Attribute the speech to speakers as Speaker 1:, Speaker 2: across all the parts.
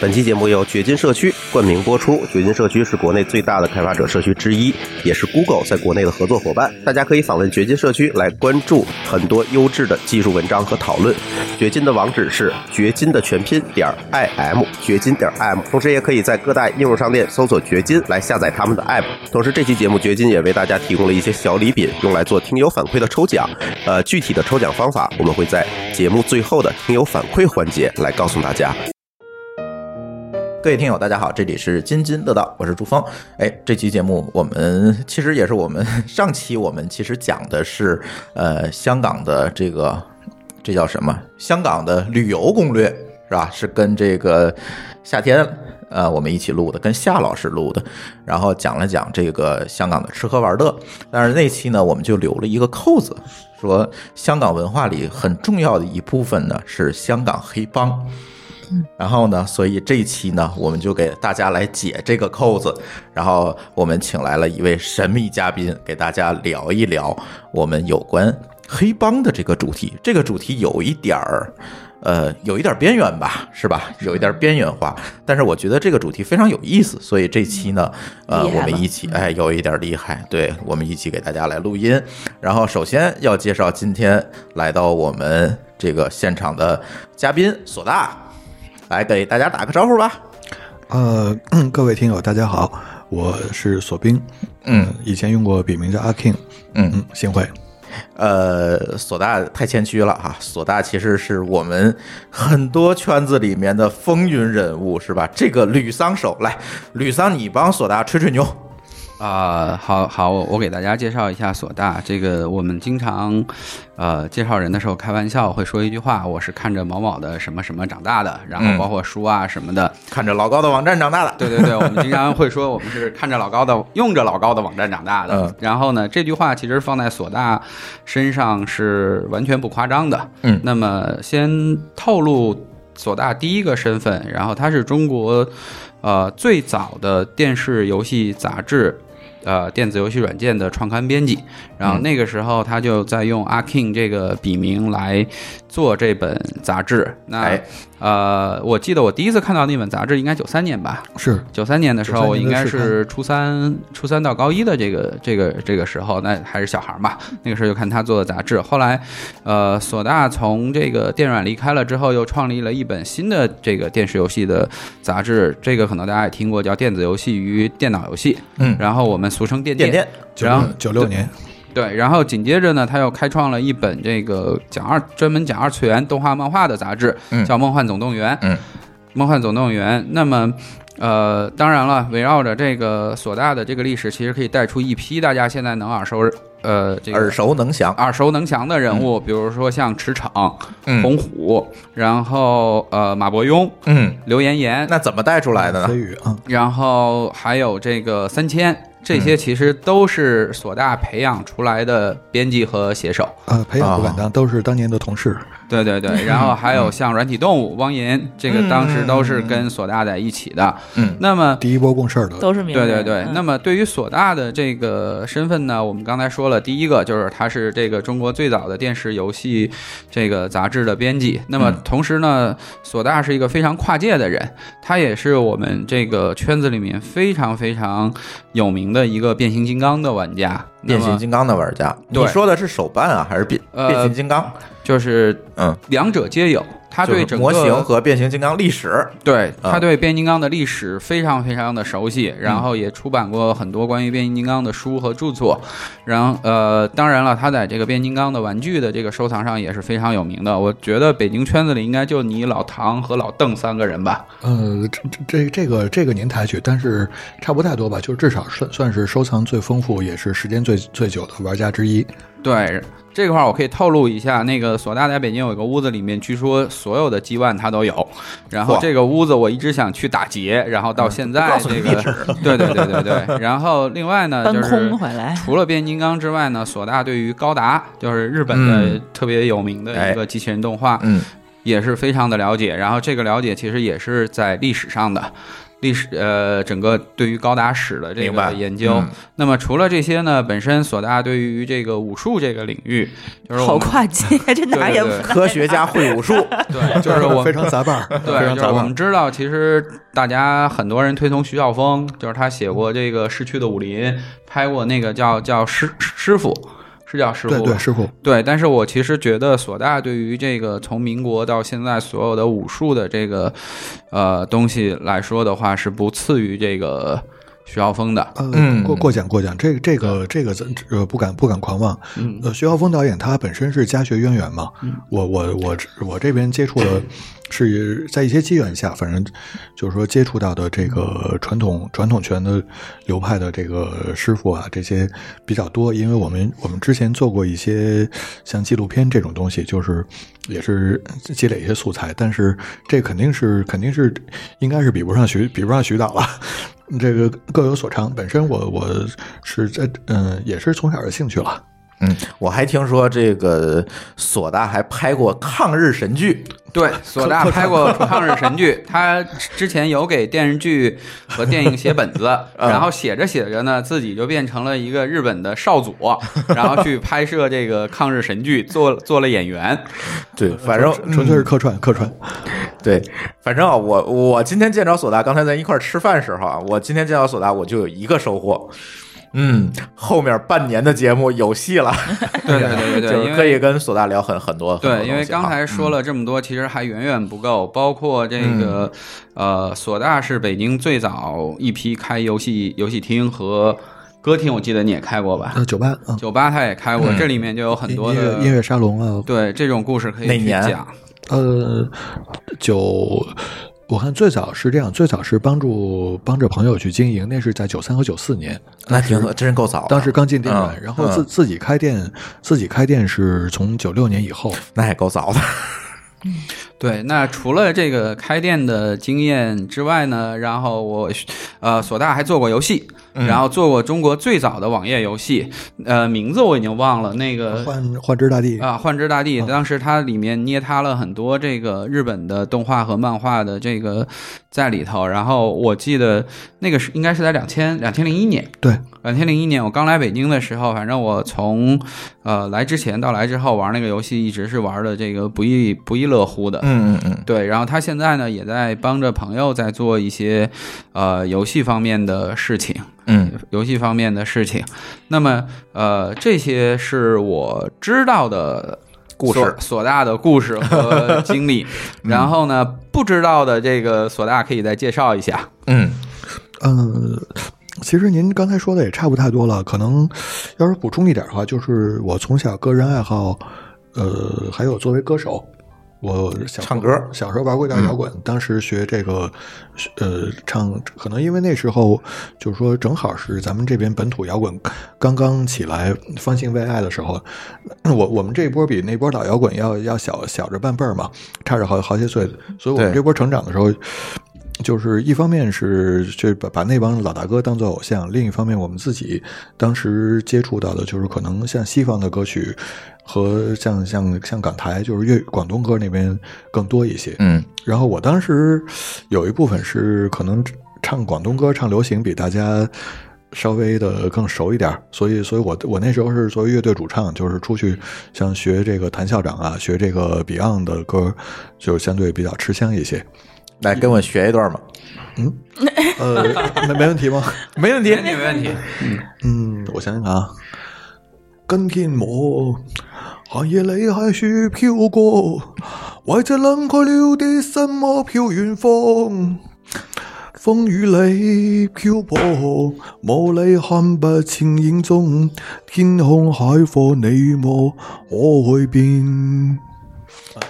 Speaker 1: 本期节目由掘金社区冠名播出。掘金社区是国内最大的开发者社区之一，也是 Google 在国内的合作伙伴。大家可以访问掘金社区来关注很多优质的技术文章和讨论。掘金的网址是掘金的全拼点 i m 掘金点 i m，同时也可以在各大应用商店搜索掘金来下载他们的 app。同时，这期节目掘金也为大家提供了一些小礼品，用来做听友反馈的抽奖。呃，具体的抽奖方法我们会在节目最后的听友反馈环节来告诉大家。
Speaker 2: 各位听友，大家好，这里是津津乐道，我是朱峰。哎，这期节目我们其实也是我们上期我们其实讲的是呃香港的这个这叫什么？香港的旅游攻略是吧？是跟这个夏天呃我们一起录的，跟夏老师录的，然后讲了讲这个香港的吃喝玩乐。但是那期呢，我们就留了一个扣子，说香港文化里很重要的一部分呢是香港黑帮。然后呢，所以这一期呢，我们就给大家来解这个扣子。然后我们请来了一位神秘嘉宾，给大家聊一聊我们有关黑帮的这个主题。这个主题有一点儿，呃，有一点儿边缘吧，是吧？有一点儿边缘化。但是我觉得这个主题非常有意思，所以这期呢，呃，
Speaker 3: 厉害
Speaker 2: 我
Speaker 3: 了
Speaker 2: 们一起，哎，有一点儿厉害，对我们一起给大家来录音。然后首先要介绍今天来到我们这个现场的嘉宾索大。来给大家打个招呼吧。
Speaker 4: 呃， 各位听友，大家好，我是索冰，
Speaker 2: 嗯
Speaker 4: 呃，以前用过笔名叫阿 King，
Speaker 2: 嗯
Speaker 4: 嗯，幸会，
Speaker 2: 呃，索大太谦虚了哈，索大其实是我们很多圈子里面的风云人物，是吧？这个吕桑手，来，吕桑，你帮索大吹吹牛。
Speaker 5: 啊、好好，我我给大家介绍一下索大。这个我们经常，呃，介绍人的时候开玩笑会说一句话：我是看着某某的什么什么长大的，然
Speaker 2: 嗯
Speaker 5: 后包括书啊什么的。
Speaker 2: 看着老高的网站长大的，
Speaker 5: 对对对，我们经常会说我们是看着老高的、用着老高的网站长大的。
Speaker 2: 嗯
Speaker 5: 然后呢，这句话其实放在索大身上是完全不夸张的。
Speaker 2: 嗯
Speaker 5: 那么先透露索大第一个身份，然后他是中国呃最早的电视游戏杂志。呃，电子游戏软件的创刊编辑，然后
Speaker 2: 嗯
Speaker 5: 那个时候他就在用阿 King 这个笔名来做这本杂志。那、
Speaker 2: 哎
Speaker 5: 呃，我记得我第一次看到那本杂志应该九三年吧，
Speaker 4: 是
Speaker 5: 九三年的时候，
Speaker 4: 93
Speaker 5: 我应
Speaker 4: 年
Speaker 5: 该
Speaker 4: 的
Speaker 5: 是初三，初三到高一的这个这个这个时候，那还是小孩儿嘛。那个时候就看他做的杂志。后来，呃，索大从这个电软离开了之后，又创立了一本新的这个电视游戏的杂志，这个可能大家也听过，叫《电子游戏与电脑游戏》，
Speaker 2: 嗯
Speaker 5: 然后我们俗称电
Speaker 2: 点
Speaker 5: 电。
Speaker 2: 点，
Speaker 4: 九
Speaker 5: 然后
Speaker 4: 九六年，
Speaker 5: 对，然后紧接着呢，他又开创了一本这个讲二专门讲二次元动画漫画的杂志，
Speaker 2: 嗯
Speaker 5: 叫《梦幻总动员》。
Speaker 2: 嗯，
Speaker 5: 梦幻总动员。那么，呃，当然了，围绕着这个索大的这个历史，其实可以带出一批大家现在能耳熟呃这个
Speaker 2: 耳熟能详。
Speaker 5: 耳熟能详的人物，比如说像驰骋、
Speaker 2: 嗯
Speaker 5: 红虎，然后呃马伯庸、
Speaker 2: 嗯，
Speaker 5: 刘岩岩，
Speaker 2: 那怎么带出来的
Speaker 5: 嗯
Speaker 4: 飞
Speaker 2: 呢？
Speaker 4: 宇啊，
Speaker 5: 然后还有这个三千，这
Speaker 2: 嗯
Speaker 5: 些其实都是索大培养出来的编辑和写手。
Speaker 4: 呃，培
Speaker 5: 啊
Speaker 4: 养不敢当，都是当年的同事，
Speaker 5: 对对
Speaker 2: 嗯
Speaker 5: 对，然后还有像软体动物、汪银，这个当时都是跟索大在一起的。
Speaker 2: 嗯
Speaker 5: 那么。
Speaker 4: 第一波共事儿的，
Speaker 3: 都是名嗯
Speaker 5: 对
Speaker 3: 人。
Speaker 5: 对对，那
Speaker 3: 么
Speaker 5: 么对于索大的这个身份呢，我们刚才说了，第一个就是他是这个中国最早的电视游戏这个杂志的编辑。那么
Speaker 2: 嗯
Speaker 5: 同时呢，索大是一个非常跨界的人，他也是我们这个圈子里面非常非常有名的一个变形金刚的玩家。那
Speaker 2: 变
Speaker 5: 么
Speaker 2: 形金刚的玩家，
Speaker 5: 对
Speaker 2: 你说的是手办啊，还是变
Speaker 5: 呃
Speaker 2: 变形金刚？
Speaker 5: 就是
Speaker 2: 嗯，
Speaker 5: 两者皆有，他对
Speaker 2: 就是
Speaker 5: 整个
Speaker 2: 模型和变形金刚历 史，
Speaker 5: 对，
Speaker 2: 啊
Speaker 5: 他对变形金刚的历史非常非常的熟悉，
Speaker 2: 嗯
Speaker 5: 然后也出版过很多关于变形金刚的书和著作。然后呃，当然了，他在这个变形金刚的玩具的这个收藏上也是非常有名的。我觉得北京圈子里应该就你老唐和老邓三个人吧。
Speaker 4: 呃，这这这这个这个您抬举，但是差不太多吧，就是至少算算是收藏最丰富，也是时间最最久的玩家之一，
Speaker 5: 对这块儿，我可以透露一下，那个索大在北京有一个屋子，里面据说所有的 G One 他都有。然后
Speaker 2: 嚯
Speaker 5: 这个屋子我一直想去打劫，然后到现
Speaker 2: 嗯告
Speaker 5: 在
Speaker 2: 诉
Speaker 5: 这
Speaker 2: 你
Speaker 5: 个，对对对对对。然后另外呢，
Speaker 3: 搬
Speaker 5: 就是
Speaker 3: 空回来，
Speaker 5: 除了变形金刚之外呢，索大对于高达，就是日本的
Speaker 2: 嗯
Speaker 5: 特别有名的一
Speaker 4: 哎
Speaker 5: 个机器人动画，
Speaker 2: 嗯，
Speaker 5: 也是非常的了解。然后这个了解其实也是在历史上的。历史呃整个对于高达史的这
Speaker 2: 明白
Speaker 5: 个研究。
Speaker 2: 嗯
Speaker 5: 那么除了这些呢，本身索大对于这个武术这个领域，就是
Speaker 3: 好
Speaker 5: 我们
Speaker 3: 跨界，这哪儿也不
Speaker 5: 对对对
Speaker 2: 科学家会武术，
Speaker 5: 对，就是 我
Speaker 4: 非常杂瓣儿，非
Speaker 5: 对，
Speaker 4: 常
Speaker 5: 就是
Speaker 4: 杂
Speaker 5: 我
Speaker 4: 瓣儿
Speaker 5: 们。知道，其实大家很多人推崇徐晓峰，就是他写过这个《逝去的武林》，拍过那个叫叫师师傅，是叫师傅
Speaker 4: 对
Speaker 5: 吧，
Speaker 4: 对，师傅，
Speaker 5: 对，但是我其实觉得索大对于这个从民国到现在所有的武术的这个呃东西来说的话，是不次于这个徐浩峰的。
Speaker 2: 嗯
Speaker 4: 呃，过过奖过奖，这个这个这个咱呃不敢不敢狂妄。
Speaker 5: 嗯
Speaker 4: 呃，徐浩峰导演他本身是家学渊源嘛，我我我我这边接触的是在一些机缘下，反正就是说接触到的这个传统传统拳的流派的这个师傅啊，这些比较多，因为我们我们之前做过一些像纪录片这种东西，就是也是积累一些素材，但是这肯定是肯定是应该是比不上徐比不上徐导了。这个各有所长，本身我我是在嗯、也是从小的兴趣了。
Speaker 2: 嗯，我还听说这个索大还拍过抗日神剧，
Speaker 5: 对，索大拍过抗日神剧，他之前有给电视剧和电影 写本子，
Speaker 2: 嗯
Speaker 5: 然后写着写着呢，自己就变成了一个日本的少佐，然后去拍摄这个抗日神剧，做做了演员。
Speaker 2: 对，反正嗯
Speaker 4: 纯粹是客串，客串。
Speaker 2: 对，反正啊，我我今天见着索大，刚才咱一块儿吃饭时候啊，我今天见到索大，我就有一个收获，嗯，后面半年的节目有戏了，
Speaker 5: 对对对对对，
Speaker 2: 就
Speaker 5: 因
Speaker 2: 是
Speaker 5: 为
Speaker 2: 可以跟索大聊很很多，很多
Speaker 5: 对，因为
Speaker 2: 东西啊嗯
Speaker 5: 刚
Speaker 2: 哈
Speaker 5: 才说了这么多，其实还远远不够。包括这个，
Speaker 2: 嗯
Speaker 5: 呃，索大是北京最早一批开游戏游戏厅和歌厅，我记得你也开过吧？
Speaker 2: 嗯
Speaker 4: 呃，酒吧啊，
Speaker 5: 酒吧他也开过，这里面就有很多
Speaker 4: 音
Speaker 5: 的
Speaker 4: 乐音乐沙龙啊，
Speaker 5: 对这种故事可以
Speaker 2: 哪
Speaker 5: 去
Speaker 2: 年
Speaker 5: 讲。
Speaker 4: 呃，酒。我看最早是这样，最早是帮助帮着朋友去经营，那是在九三和九四年，
Speaker 2: 那挺好真够早的，
Speaker 4: 当时刚进电源，
Speaker 2: 嗯
Speaker 4: 然后自
Speaker 2: 嗯
Speaker 4: 自己开店，自己开店是从九六年以后，
Speaker 2: 那也够早的，
Speaker 5: 对，那除了这个开店的经验之外呢，然后我，呃，索大还做过游戏，
Speaker 2: 嗯
Speaker 5: 然后做过中国最早的网页游戏，呃，名字我已经忘了，那个
Speaker 4: 换换之大地，嗯
Speaker 5: 啊，《幻之大地》当时它里面捏塌了很多这个日本的动画和漫画的这个在里头。然后我记得那个是应该是在两千两千零一年，
Speaker 4: 对，
Speaker 5: 两千零一年我刚来北京的时候，反正我从呃来之前到来之后玩那个游戏，一直是玩的这个不亦不亦乐乎的。
Speaker 2: 嗯嗯嗯，
Speaker 5: 对，然后他现在呢也在帮着朋友在做一些呃游戏方面的事情。
Speaker 2: 嗯，
Speaker 5: 游戏方面的事情。那么，呃，这些是我知道的
Speaker 2: 故事
Speaker 5: 所索大的故事 和经历。
Speaker 2: 嗯
Speaker 5: 然后呢，不知道的这个索大可以再介绍一下。
Speaker 2: 嗯，
Speaker 4: 嗯，其实您刚才说的也差不太多了，可能要是补充一点的话，就是我从小个人爱好，呃，还有作为歌手，我小时候
Speaker 2: 唱歌嗯
Speaker 4: 小时候玩过一段摇滚，当时学这个，呃，唱，可能因为那时候就是说正好是咱们这边本土摇滚刚刚起来、方兴未艾的时候，我我们这一波比那波老摇滚要要小小着半辈儿嘛，差着好好些岁，所以我们
Speaker 2: 对
Speaker 4: 这波成长的时候。就是一方面是这把把那帮老大哥当做偶像，另一方面我们自己当时接触到的就是可能像西方的歌曲和像像像港台就是粤广东歌那边更多一些。
Speaker 2: 嗯，
Speaker 4: 然后我当时有一部分是可能唱广东歌、唱流行比大家稍微的更熟一点儿，所以，所以我我那时候是作为乐队主唱，就是出去像学这个谭校长啊，学这个 Beyond 的歌，就相对比较吃香一些。
Speaker 2: 来跟我学一段 嘛，
Speaker 4: 呃，没没问题吗？
Speaker 2: 没问题，
Speaker 5: 没问题。
Speaker 4: 嗯，我想想看啊，跟天我寒夜里喺树飘过，怀着冷却了的心窝飘远方。风雨里漂泊，雾里看不清影踪。天空海阔，你与我可会变？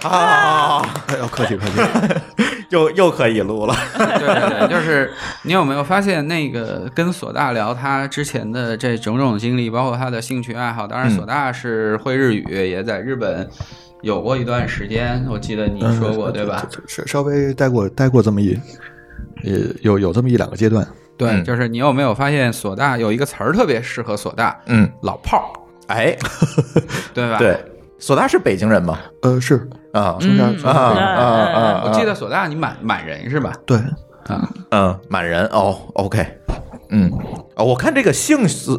Speaker 2: 啊，
Speaker 4: 哎呦，客气客气。
Speaker 2: 又又可以录 了，
Speaker 5: 对对对，就是你有没有发现，那个跟索大聊他之前的这种种经历，包括他的兴趣爱好。当然，索大是会日语，也在日本有过一段时间，我记得你说
Speaker 2: 嗯
Speaker 5: 过，对吧？？
Speaker 4: 稍稍微待过待过这么一，呃，有有这么一两个阶段。
Speaker 5: 对，
Speaker 2: 嗯
Speaker 5: 就是你有没有发现索大有一个词儿特别适合索大？
Speaker 2: 嗯，
Speaker 5: 老炮儿，
Speaker 2: 哎，
Speaker 5: 对吧？，
Speaker 2: 对，索大是北京人吗？
Speaker 4: 呃，是
Speaker 2: 啊
Speaker 3: 嗯
Speaker 4: 从这儿
Speaker 3: 啊
Speaker 2: 啊啊啊！
Speaker 5: 我记得索大你满满人是吧？
Speaker 4: 对，
Speaker 2: 嗯，满人哦，OK，嗯，哦，我看这个姓是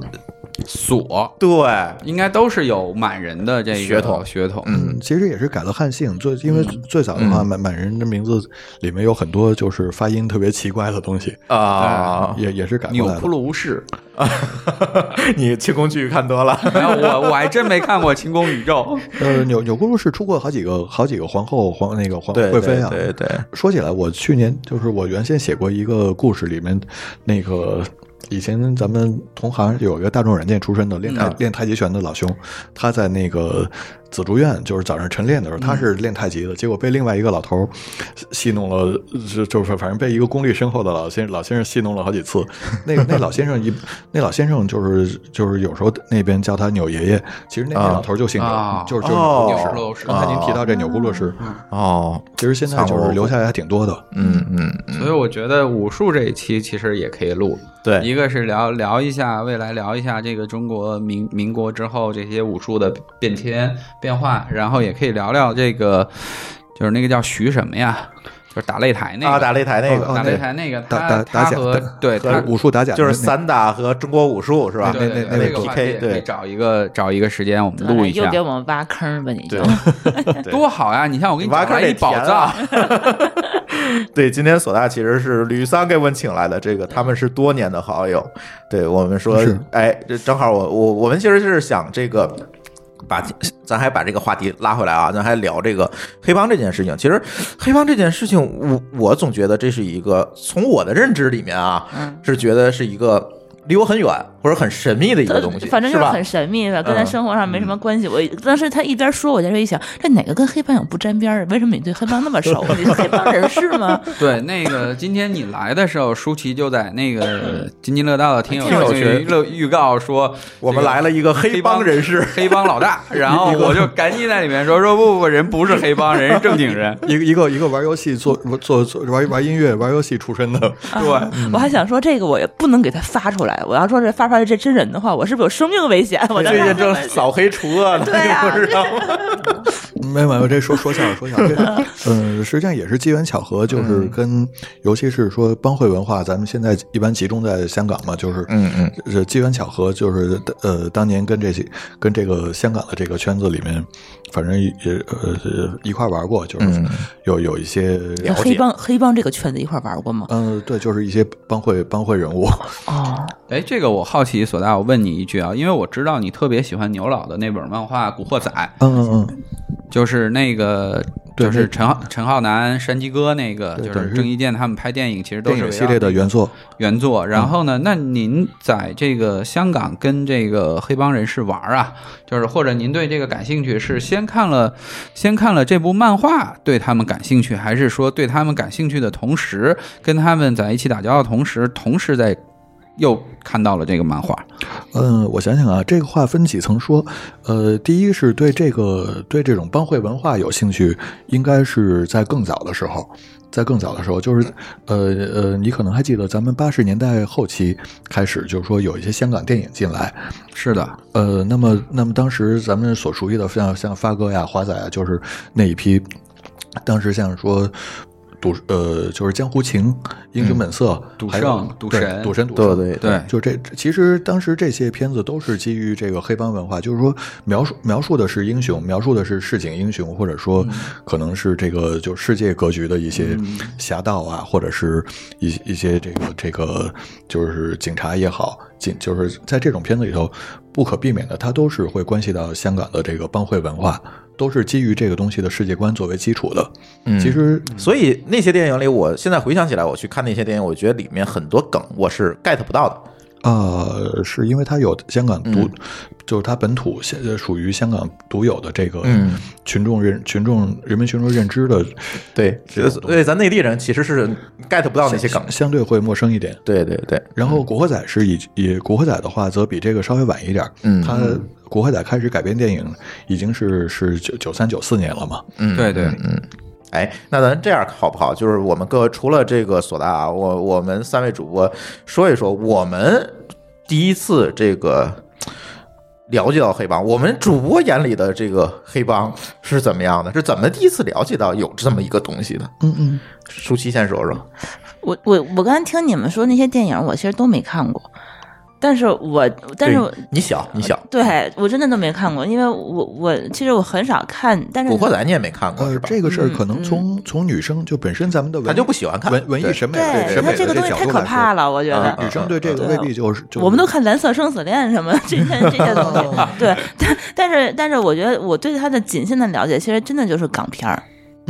Speaker 5: 所
Speaker 2: 对，啊
Speaker 5: 应该都是有满人的这个
Speaker 2: 血统
Speaker 5: 血统。
Speaker 2: 嗯，
Speaker 4: 其实也是改了汉姓，最因为最早的话，满满人的名字里面有很多就是发音特别奇怪的东西，
Speaker 2: 啊，
Speaker 4: 也也是改
Speaker 5: 钮
Speaker 4: 过来
Speaker 5: 祜
Speaker 4: 的。
Speaker 5: 禄氏，
Speaker 2: 你清宫剧看多了，
Speaker 5: 没有我我还真没看过《清宫宇宙》，
Speaker 4: 呃，钮钮祜禄氏出过好几个好几个皇后皇那个皇
Speaker 2: 对
Speaker 4: 贵妃啊。
Speaker 2: 对对对，
Speaker 4: 说起来，我去年就是我原先写过一个故事，里面那个以前咱们同行有一个大众软件出身的练
Speaker 2: 嗯
Speaker 4: 太、练太极拳的老兄，他在那个紫竹院，就是早上晨练
Speaker 2: 嗯
Speaker 4: 的时候，他是练太极的，结果被另外一个老头儿戏戏弄了，是就是反正被一个功力深厚的老先老先生戏弄了好几次。那 那老先生一那老先生就是就是有时候那边叫他钮爷爷，其实那那
Speaker 2: 啊
Speaker 4: 老头儿就姓钮，
Speaker 5: 啊
Speaker 4: 就是就是
Speaker 2: 哦
Speaker 4: 钮
Speaker 5: 钮祜禄氏
Speaker 4: 刚才您提到这钮祜禄氏，
Speaker 2: 哦，
Speaker 4: 其实现在就是留下来还挺多的。
Speaker 2: 嗯嗯嗯，
Speaker 5: 所以我觉得武术这一期其实也可以录。
Speaker 2: 对，
Speaker 5: 一个是聊聊一下未来，聊一下这个中国民民国之后这些武术的变迁变化，然后也可以聊聊这个，就是那个叫徐什么呀，就是打擂台那个，
Speaker 2: 啊，打擂台那
Speaker 4: 哦
Speaker 2: 个
Speaker 5: 打擂
Speaker 4: 对
Speaker 5: 台那个，
Speaker 4: 打
Speaker 5: 他
Speaker 4: 打打
Speaker 5: 他
Speaker 4: 假
Speaker 5: 和对
Speaker 4: 和
Speaker 5: 他
Speaker 4: 武术打假
Speaker 2: 就是
Speaker 4: 那那
Speaker 2: 散打和中国武术是吧？
Speaker 5: 对
Speaker 2: 那
Speaker 5: 对
Speaker 2: 啊那
Speaker 5: 对
Speaker 2: 那
Speaker 5: 这个话题也
Speaker 2: PK，
Speaker 5: 可以
Speaker 2: 对，
Speaker 5: 找一个找一个时间我们录一
Speaker 3: 又
Speaker 5: 下
Speaker 3: 给，我们挖坑吧，你就
Speaker 2: 对对
Speaker 5: 多好呀！你看我给你
Speaker 2: 挖
Speaker 5: 找
Speaker 2: 坑
Speaker 5: 出
Speaker 2: 得
Speaker 5: 来一宝
Speaker 2: 填
Speaker 5: 藏
Speaker 2: 啊， 对，今天索大其实是吕桑给我们请来的，这个他们是多年的好友。对我们说
Speaker 4: 是，
Speaker 2: 哎，这正好我我我们其实是想这个。把咱还把这个话题拉回来啊，咱还聊这个黑帮这件事情。其实黑帮这件事情，我我总觉得这是一个从我的认知里面啊，
Speaker 3: 嗯
Speaker 2: 是觉得是一个离我很远或者很神秘的一个东西，
Speaker 3: 反正就是
Speaker 2: 吧
Speaker 3: 很神秘吧，跟
Speaker 2: 嗯
Speaker 3: 咱生活上没什么关系。我当时他一边说，我在这一想，这哪个跟黑帮有不沾边儿？啊为什么你对黑帮那么熟？你是黑帮人士 吗？
Speaker 5: 对，那个今天你来的时候，舒淇就在那 个津津乐道的听
Speaker 2: 听友
Speaker 5: 友
Speaker 2: 群
Speaker 5: 群预预告说，
Speaker 2: 我们来了一个黑帮人士，
Speaker 5: 黑帮老大，然后我就赶紧在里面说说不不不，人不是黑帮，人是正经人。
Speaker 4: 一个一个一个玩游戏做做做玩玩音乐玩游戏出身的，
Speaker 3: 啊，我还想说这个我也不能给他发出来。我要说这发出来这真人的话，我是不是有生命危险？ 我当
Speaker 2: 最
Speaker 3: 时
Speaker 2: 近正扫黑除恶呢，
Speaker 3: 对啊
Speaker 2: 你不知道吗？
Speaker 4: 没有，这说说笑了说笑了。这嗯，实际上也是机缘巧合，就是跟尤其是说帮会文化，咱们现在一般集中在香港嘛，就是
Speaker 2: 嗯嗯，
Speaker 4: 是机缘巧合，就是呃，当年跟这些跟这个香港的这个圈子里面，反正也呃一块玩过，就是有有一些。
Speaker 3: 跟黑帮黑帮这个圈子一块玩过吗？
Speaker 4: 嗯，对，就是一些帮会帮会人物，
Speaker 3: 哦，
Speaker 5: 哎，这个我好奇，索大，我问你一句啊，因为我知道你特别喜欢牛老的那本漫画《古惑仔》，
Speaker 4: 嗯嗯嗯，
Speaker 5: 就是那个。
Speaker 4: 对
Speaker 5: 就是陈浩陈浩南、山鸡哥那个，
Speaker 4: 对
Speaker 5: 就
Speaker 4: 等
Speaker 5: 是
Speaker 4: 于
Speaker 5: 郑伊健他们拍电影，其实都
Speaker 4: 电
Speaker 5: 是
Speaker 4: 影啊系列的
Speaker 5: 原。
Speaker 4: 原作，
Speaker 5: 原作。然后呢，那您在这个香港跟这个黑帮人士玩啊，就是或者您对这个感兴趣，是先看了先看了这部漫画对他们感兴趣，还是说对他们感兴趣的同时，跟他们在一起打交道的同时，同时在又看到了这个漫画？
Speaker 4: 嗯，我想想啊，这个话分几层说。呃，第一是对这个对这种帮会文化有兴趣，应该是在更早的时候，在更早的时候，就是呃呃，你可能还记得咱们八十年代后期开始，就是说有一些香港电影进来，
Speaker 5: 是的，
Speaker 4: 呃，那么那么当时咱们所熟悉的像像发哥呀、华仔啊，就是那一批，当时像说。赌呃，就是江湖情、英雄本色、
Speaker 5: 嗯赌
Speaker 4: 还有
Speaker 5: 圣赌
Speaker 4: 对
Speaker 5: 神
Speaker 4: 赌神、赌
Speaker 2: 对
Speaker 4: 圣
Speaker 2: 对
Speaker 5: 对
Speaker 4: 就这，其实当时这些片子都是基于这个黑帮文化，就是说描述描述的是英雄，描述的是市井英雄，或者说可能是这个就世界格局的一些侠盗啊，或者是一一些这个这个就是警察也好，警就是在这种片子里头不可避免的，它都是会关系到香港的这个帮会文化，都是基于这个东西的世界观作为基础的。
Speaker 2: 嗯
Speaker 4: 其实
Speaker 2: 所以那些电影里，我现在回想起来，我去看那些电影，我觉得里面很多梗我是 get 不到的。
Speaker 4: 呃，是因为它有香港独，
Speaker 2: 嗯
Speaker 4: 就是它本土现在属于香港独有的这个
Speaker 2: 嗯
Speaker 4: 群众认、群众人民群众认知的，
Speaker 2: 对，所以咱内地人其实是 get 不到那些嗯梗。
Speaker 4: 相对会陌生一点。
Speaker 2: 对对对，
Speaker 4: 然后《古惑仔》是以以《古惑仔》的话，则比这个稍微晚一点。
Speaker 2: 嗯
Speaker 4: 它《古惑仔》开始改编电影已经是是九九三九四年了嘛。
Speaker 2: 嗯，
Speaker 5: 对对
Speaker 2: 嗯嗯。哎，那咱这样好不好？就是我们各位除了这个索大啊，我我们三位主播说一说我们第一次这个了解到黑帮，我们主播眼里的这个黑帮是怎么样的？是怎么第一次了解到有这么一个东西的？
Speaker 4: 嗯嗯，
Speaker 2: 舒淇先说说。
Speaker 3: 我我我刚才听你们说那些电影，我其实都没看过，但是我但是我
Speaker 2: 对你小你小，
Speaker 3: 对我真的都没看过，因为我我其实我很少看，但
Speaker 2: 《
Speaker 3: 是
Speaker 2: 古惑仔》你也没看过
Speaker 4: 呃
Speaker 2: 是，吧？
Speaker 4: 这个事儿
Speaker 3: 嗯
Speaker 4: 可能从、从女生就本身咱们的文
Speaker 2: 他就不喜欢看
Speaker 4: 文文艺
Speaker 2: 对
Speaker 4: 审美
Speaker 2: 对
Speaker 3: 对
Speaker 4: 审
Speaker 3: 他
Speaker 4: 美
Speaker 3: 这个
Speaker 4: 的
Speaker 3: 东西
Speaker 4: 角
Speaker 3: 太
Speaker 4: 度
Speaker 3: 可
Speaker 4: 来
Speaker 3: 怕
Speaker 4: 说。呃
Speaker 3: 了，我觉得。
Speaker 2: 嗯
Speaker 4: 女生对这
Speaker 3: 嗯
Speaker 4: 个未必就是，就
Speaker 3: 我们都看《蓝色生死恋》什么 这些这些东西，对，但但是但是我觉得我对他的仅限的了解，其实真的就是港片儿，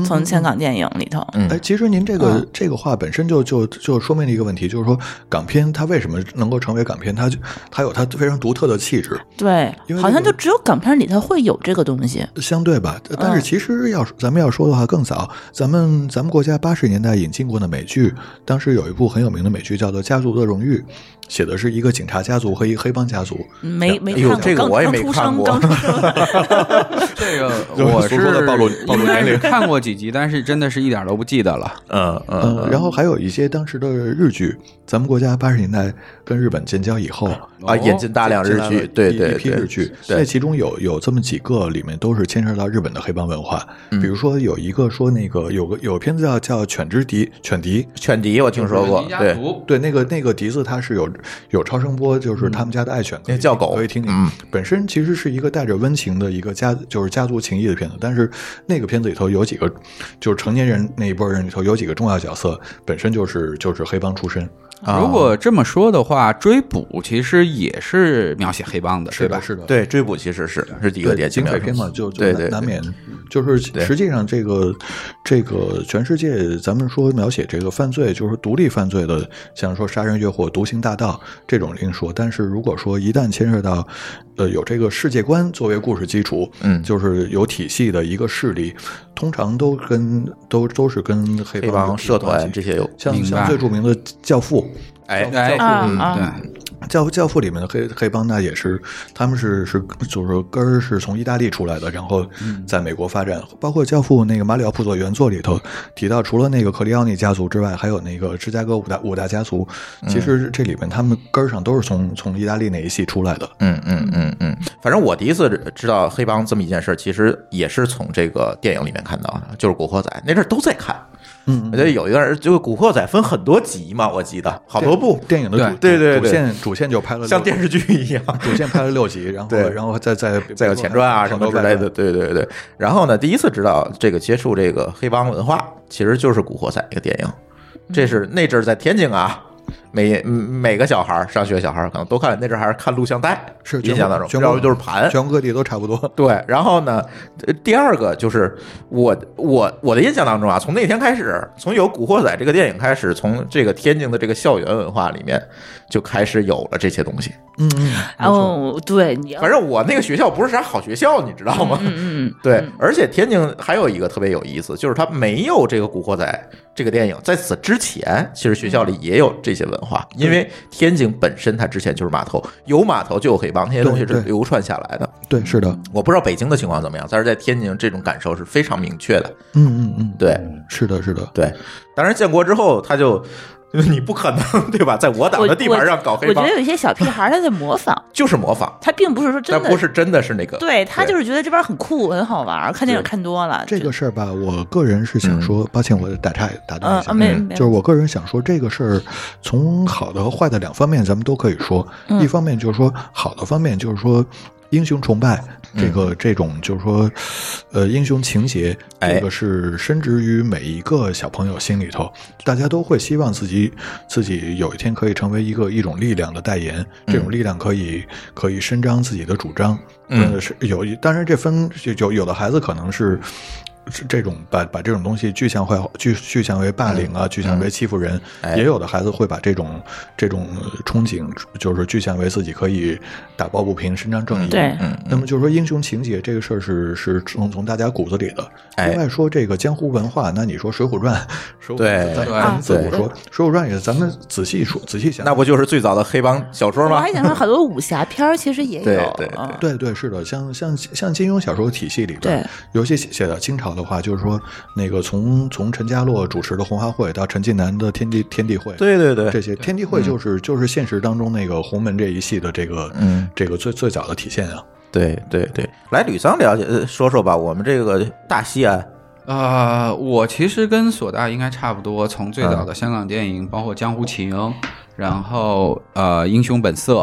Speaker 3: 从香港电影里头，
Speaker 2: 嗯
Speaker 4: 哎，其实您这个、这个话本身就就就说明了一个问题，就是说港片它为什么能够成为港片，它就它有它非常独特的气质，
Speaker 3: 对
Speaker 4: 因，为
Speaker 3: 好像
Speaker 4: 那个
Speaker 3: 就只有港片里头会有这个东西，
Speaker 4: 相对吧。但
Speaker 2: 嗯
Speaker 4: 是其实要、咱们要说的话更早，咱们咱们国家八十年代引进过的美剧，当时有一部很有名的美剧叫做《家族的荣誉》，写的是一个警察家族和一个黑帮家族，
Speaker 3: 没
Speaker 2: 哎
Speaker 3: 没看
Speaker 2: 呦
Speaker 3: 过，
Speaker 2: 这个
Speaker 3: 刚
Speaker 2: 我也
Speaker 3: 刚
Speaker 2: 没
Speaker 3: 出
Speaker 2: 看
Speaker 3: 生
Speaker 2: 过
Speaker 3: 刚出生，
Speaker 5: 这个
Speaker 4: 我是
Speaker 5: 我是
Speaker 4: 暴露暴露
Speaker 5: 应该
Speaker 4: 年
Speaker 5: 是
Speaker 4: 龄
Speaker 5: 看过几集，但是真的是一点都不记得了。
Speaker 2: 嗯嗯
Speaker 4: 嗯，然后还有一些当时的日剧，咱们国家八十年代跟日本建交以后，
Speaker 2: 啊，引进大量日
Speaker 4: 哦进来了
Speaker 2: 剧，对
Speaker 4: 一
Speaker 2: 对
Speaker 4: 一批
Speaker 2: 对，
Speaker 4: 日剧，那
Speaker 2: 对
Speaker 4: 其中有有这么几个，里面都是牵扯到日本的黑帮文化，
Speaker 2: 嗯
Speaker 4: 比如说有一个说那个有个有片子叫叫《犬之笛》，犬笛。
Speaker 2: 犬笛我听 说过，对，
Speaker 4: 对，那个那个笛子，它是有有超声波，就是他们家的爱犬，
Speaker 2: 嗯那叫狗
Speaker 4: 可以听听。
Speaker 2: 嗯
Speaker 4: 本身其实是一个带着温情的一个家，就是家族情谊的片子。但是那个片子里头有几个，就是成年人那一波人里头有几个重要角色，本身就是就是黑帮出身。
Speaker 5: 如果这么说的话，追捕其实也是描写黑帮的，对吧？
Speaker 4: 是的，
Speaker 2: 对追捕其实是是一个
Speaker 4: 对
Speaker 2: 典型
Speaker 4: 警
Speaker 2: 的
Speaker 4: 匪片嘛，就就
Speaker 2: 对
Speaker 4: 难
Speaker 2: 对
Speaker 4: 难免就是实际上这个这个全世界，咱们说描写这个犯罪，就是独立犯罪的，像说杀人越货、独行大盗这种另说。但是如果说一旦牵涉到呃有这个世界观作为故事基础，
Speaker 2: 嗯
Speaker 4: 就是有体系的一个势力，通常都跟都都是跟黑
Speaker 2: 黑
Speaker 4: 有
Speaker 2: 帮
Speaker 4: 关
Speaker 2: 社团
Speaker 4: 系
Speaker 2: 这些有，
Speaker 4: 像
Speaker 5: 明
Speaker 4: 像
Speaker 5: 白
Speaker 4: 最著名的《教父》，
Speaker 2: 哎
Speaker 5: 哎，
Speaker 3: 啊
Speaker 5: 嗯
Speaker 3: 啊
Speaker 5: 对，
Speaker 4: 教教父里面的黑黑帮那也是，他们是是就是根儿是从意大利出来的，然后
Speaker 2: 嗯
Speaker 4: 在美国发展。包括教父那个马里奥·普佐原作里头提到，除了那个克里奥尼家族之外，还有那个芝加哥五大五大家族。
Speaker 2: 嗯
Speaker 4: 其实这里面他们根儿上都是从从意大利那一系出来的。
Speaker 2: 嗯嗯嗯嗯，反正我第一次知道黑帮这么一件事儿，其实也是从这个电影里面看到的，就是《古惑仔》那阵儿都在看。嗯，我觉得有一段儿就是《古惑仔》分很多集嘛，我记得好多部，
Speaker 4: 电影的主
Speaker 2: 对对对
Speaker 4: 主线主线就拍了
Speaker 2: 像
Speaker 4: 六
Speaker 2: 电视剧一样。
Speaker 4: 主线拍了六集，然后
Speaker 2: 对
Speaker 4: 然后再再
Speaker 2: 再有前传啊什么之类的，。对对对。然后呢，第一次知道这个接触这个黑帮文化，其实就是《古惑仔》一个电影，这是那阵儿在天津啊。每嗯每个小孩儿上学，小孩儿可能都看那阵儿还是看录像带，
Speaker 4: 是
Speaker 2: 印象当中，
Speaker 4: 全国
Speaker 2: 要不就是盘，
Speaker 4: 全国各地都差不多。
Speaker 2: 对，然后呢，呃第二个就是我我我的印象当中啊，从那天开始，从有《古惑仔》这个电影开始，从这个天津的这个校园文化里面就开始有了这些东西。
Speaker 4: 嗯嗯，
Speaker 3: 哦，对，你要
Speaker 2: 反正我那个学校不是啥好学校，你知道吗？
Speaker 3: 嗯嗯
Speaker 2: 对，而且天津还有一个特别有意思，就是它没有这个《古惑仔》这个电影，在此之前，其实学校里也有这些文化，
Speaker 3: 嗯
Speaker 2: 因为天津本身它之前就是码头，有码头就有黑帮，那些东西
Speaker 4: 对
Speaker 2: 是
Speaker 4: 对
Speaker 2: 流传下来的。
Speaker 4: 对，是的，
Speaker 2: 我不知道北京的情况怎么样，但是在天津这种感受是非常明确的。
Speaker 4: 嗯嗯嗯，
Speaker 2: 对
Speaker 4: 是的，是的。
Speaker 2: 对，当然建国之后他就。 你不可能对吧？在我党
Speaker 3: 我
Speaker 2: 的地盘上搞
Speaker 3: 我
Speaker 2: 黑
Speaker 3: 我觉
Speaker 2: 帮
Speaker 3: 得有一些小屁孩儿他在模仿，
Speaker 2: 就是模仿，
Speaker 3: 他并不是说真
Speaker 2: 但
Speaker 3: 的，
Speaker 2: 不是真的是那个。
Speaker 3: 对他就是觉得这边很酷，很好玩儿，看电影看多了，
Speaker 4: 这
Speaker 3: 就
Speaker 4: 个事儿吧，我个人是想说，抱歉，我打岔打断一
Speaker 3: 嗯
Speaker 4: 下，
Speaker 3: 啊，没
Speaker 2: 嗯
Speaker 3: 没
Speaker 4: 就是我个人想说，这个事儿从好的和坏的两方面，咱们都可以说。
Speaker 3: 嗯
Speaker 4: 一方面就是说好的方面，就是说英雄崇拜，这个这种就是说，呃，英雄情节，
Speaker 2: 哎
Speaker 4: 这个是深植于每一个小朋友心里头，大家都会希望自己自己有一天可以成为一个一种力量的代言，这种力量可以可以伸张自己的主张。
Speaker 2: 嗯
Speaker 4: 呃，是有，当然这分有有有的孩子可能是。是这种把把这种东西具象化、具具象为霸凌啊，具象为欺负人，
Speaker 2: 嗯哎
Speaker 4: 也有的孩子会把这种这种憧憬，就是具象为自己可以打抱不平、伸张正义。
Speaker 3: 对
Speaker 2: 嗯
Speaker 4: 那么就是说英雄情节这个事儿是是从从大家骨子里的。
Speaker 2: 哎
Speaker 4: 另外说这个江湖文化，那你说《水浒传》，水浒
Speaker 2: 对
Speaker 4: 咱
Speaker 5: 嗯对
Speaker 4: 咱们自古
Speaker 2: 对
Speaker 4: 说《水浒传》也，咱们仔细说、仔细想，
Speaker 2: 那不就是最早的黑帮小说
Speaker 3: 我
Speaker 2: 吗
Speaker 3: 还？想说好多武侠片儿其实也有，
Speaker 2: 对对对
Speaker 3: 嗯
Speaker 4: 对对，是的，像像像金庸小说体系里边
Speaker 3: 对，
Speaker 4: 尤其写写到清朝的话，就是说那个从从陈家洛主持的红花会到陈近南的天地天地会，
Speaker 2: 对对对，
Speaker 4: 这些天地
Speaker 5: 嗯
Speaker 4: 会就是就是现实当中那个洪门这一系的这个
Speaker 2: 嗯
Speaker 4: 这个最最早的体现啊。
Speaker 2: 对对对，来吕桑了解呃说说吧，我们这个大西安
Speaker 5: 呃，我其实跟索大应该差不多，从最
Speaker 2: 嗯
Speaker 5: 早的香港电影，包括《江湖情》，然后呃，《英雄本色》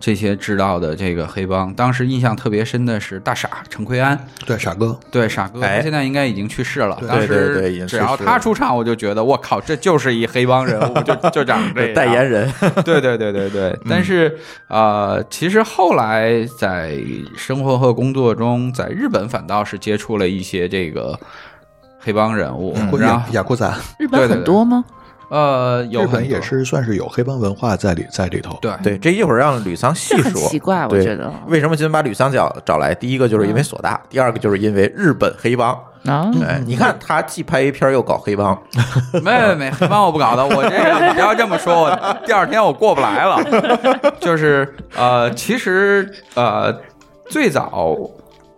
Speaker 5: 这些知道的这个黑帮，当时印象特别深的是大傻陈奎安，
Speaker 4: 对，傻哥，
Speaker 5: 对傻哥，
Speaker 2: 哎
Speaker 5: 他现在应该已经去世了。
Speaker 4: 对
Speaker 5: 当
Speaker 2: 对对对已
Speaker 5: 时
Speaker 2: 经
Speaker 5: 只
Speaker 2: 去
Speaker 5: 要
Speaker 2: 世
Speaker 5: 他
Speaker 2: 了
Speaker 5: 出场，我就觉得我靠，这就是一黑帮人物，就就长这 样
Speaker 2: 代言人，
Speaker 5: 对对对对对，
Speaker 4: 嗯
Speaker 5: 但是呃，其实后来在生活和工作中，在日本反倒是接触了一些这个黑帮人物，
Speaker 4: 或者
Speaker 5: 嗯然
Speaker 4: 雅
Speaker 5: 后
Speaker 4: 雅库扎，
Speaker 3: 日
Speaker 5: 对
Speaker 3: 本
Speaker 5: 对
Speaker 3: 很
Speaker 5: 对
Speaker 3: 多吗？
Speaker 5: 呃，有
Speaker 4: 日
Speaker 5: 很
Speaker 4: 本
Speaker 5: 多
Speaker 4: 也是算是有黑帮文化在里在里头。
Speaker 5: 对
Speaker 2: 对，这一会儿让吕桑细
Speaker 3: 这很
Speaker 2: 说。
Speaker 3: 奇怪，我
Speaker 2: 对
Speaker 3: 觉得啊
Speaker 2: 为什么今天把吕桑角找来？第一个就是因为索大，
Speaker 3: 嗯
Speaker 2: 第二个就是因为日本黑帮。
Speaker 3: 啊，
Speaker 2: 哎，你看他既拍 A 片儿又搞黑帮，
Speaker 5: 没没没，黑帮我不搞的，我这个你不要这么说，我第二天我过不来了。 就是呃，其实呃，最早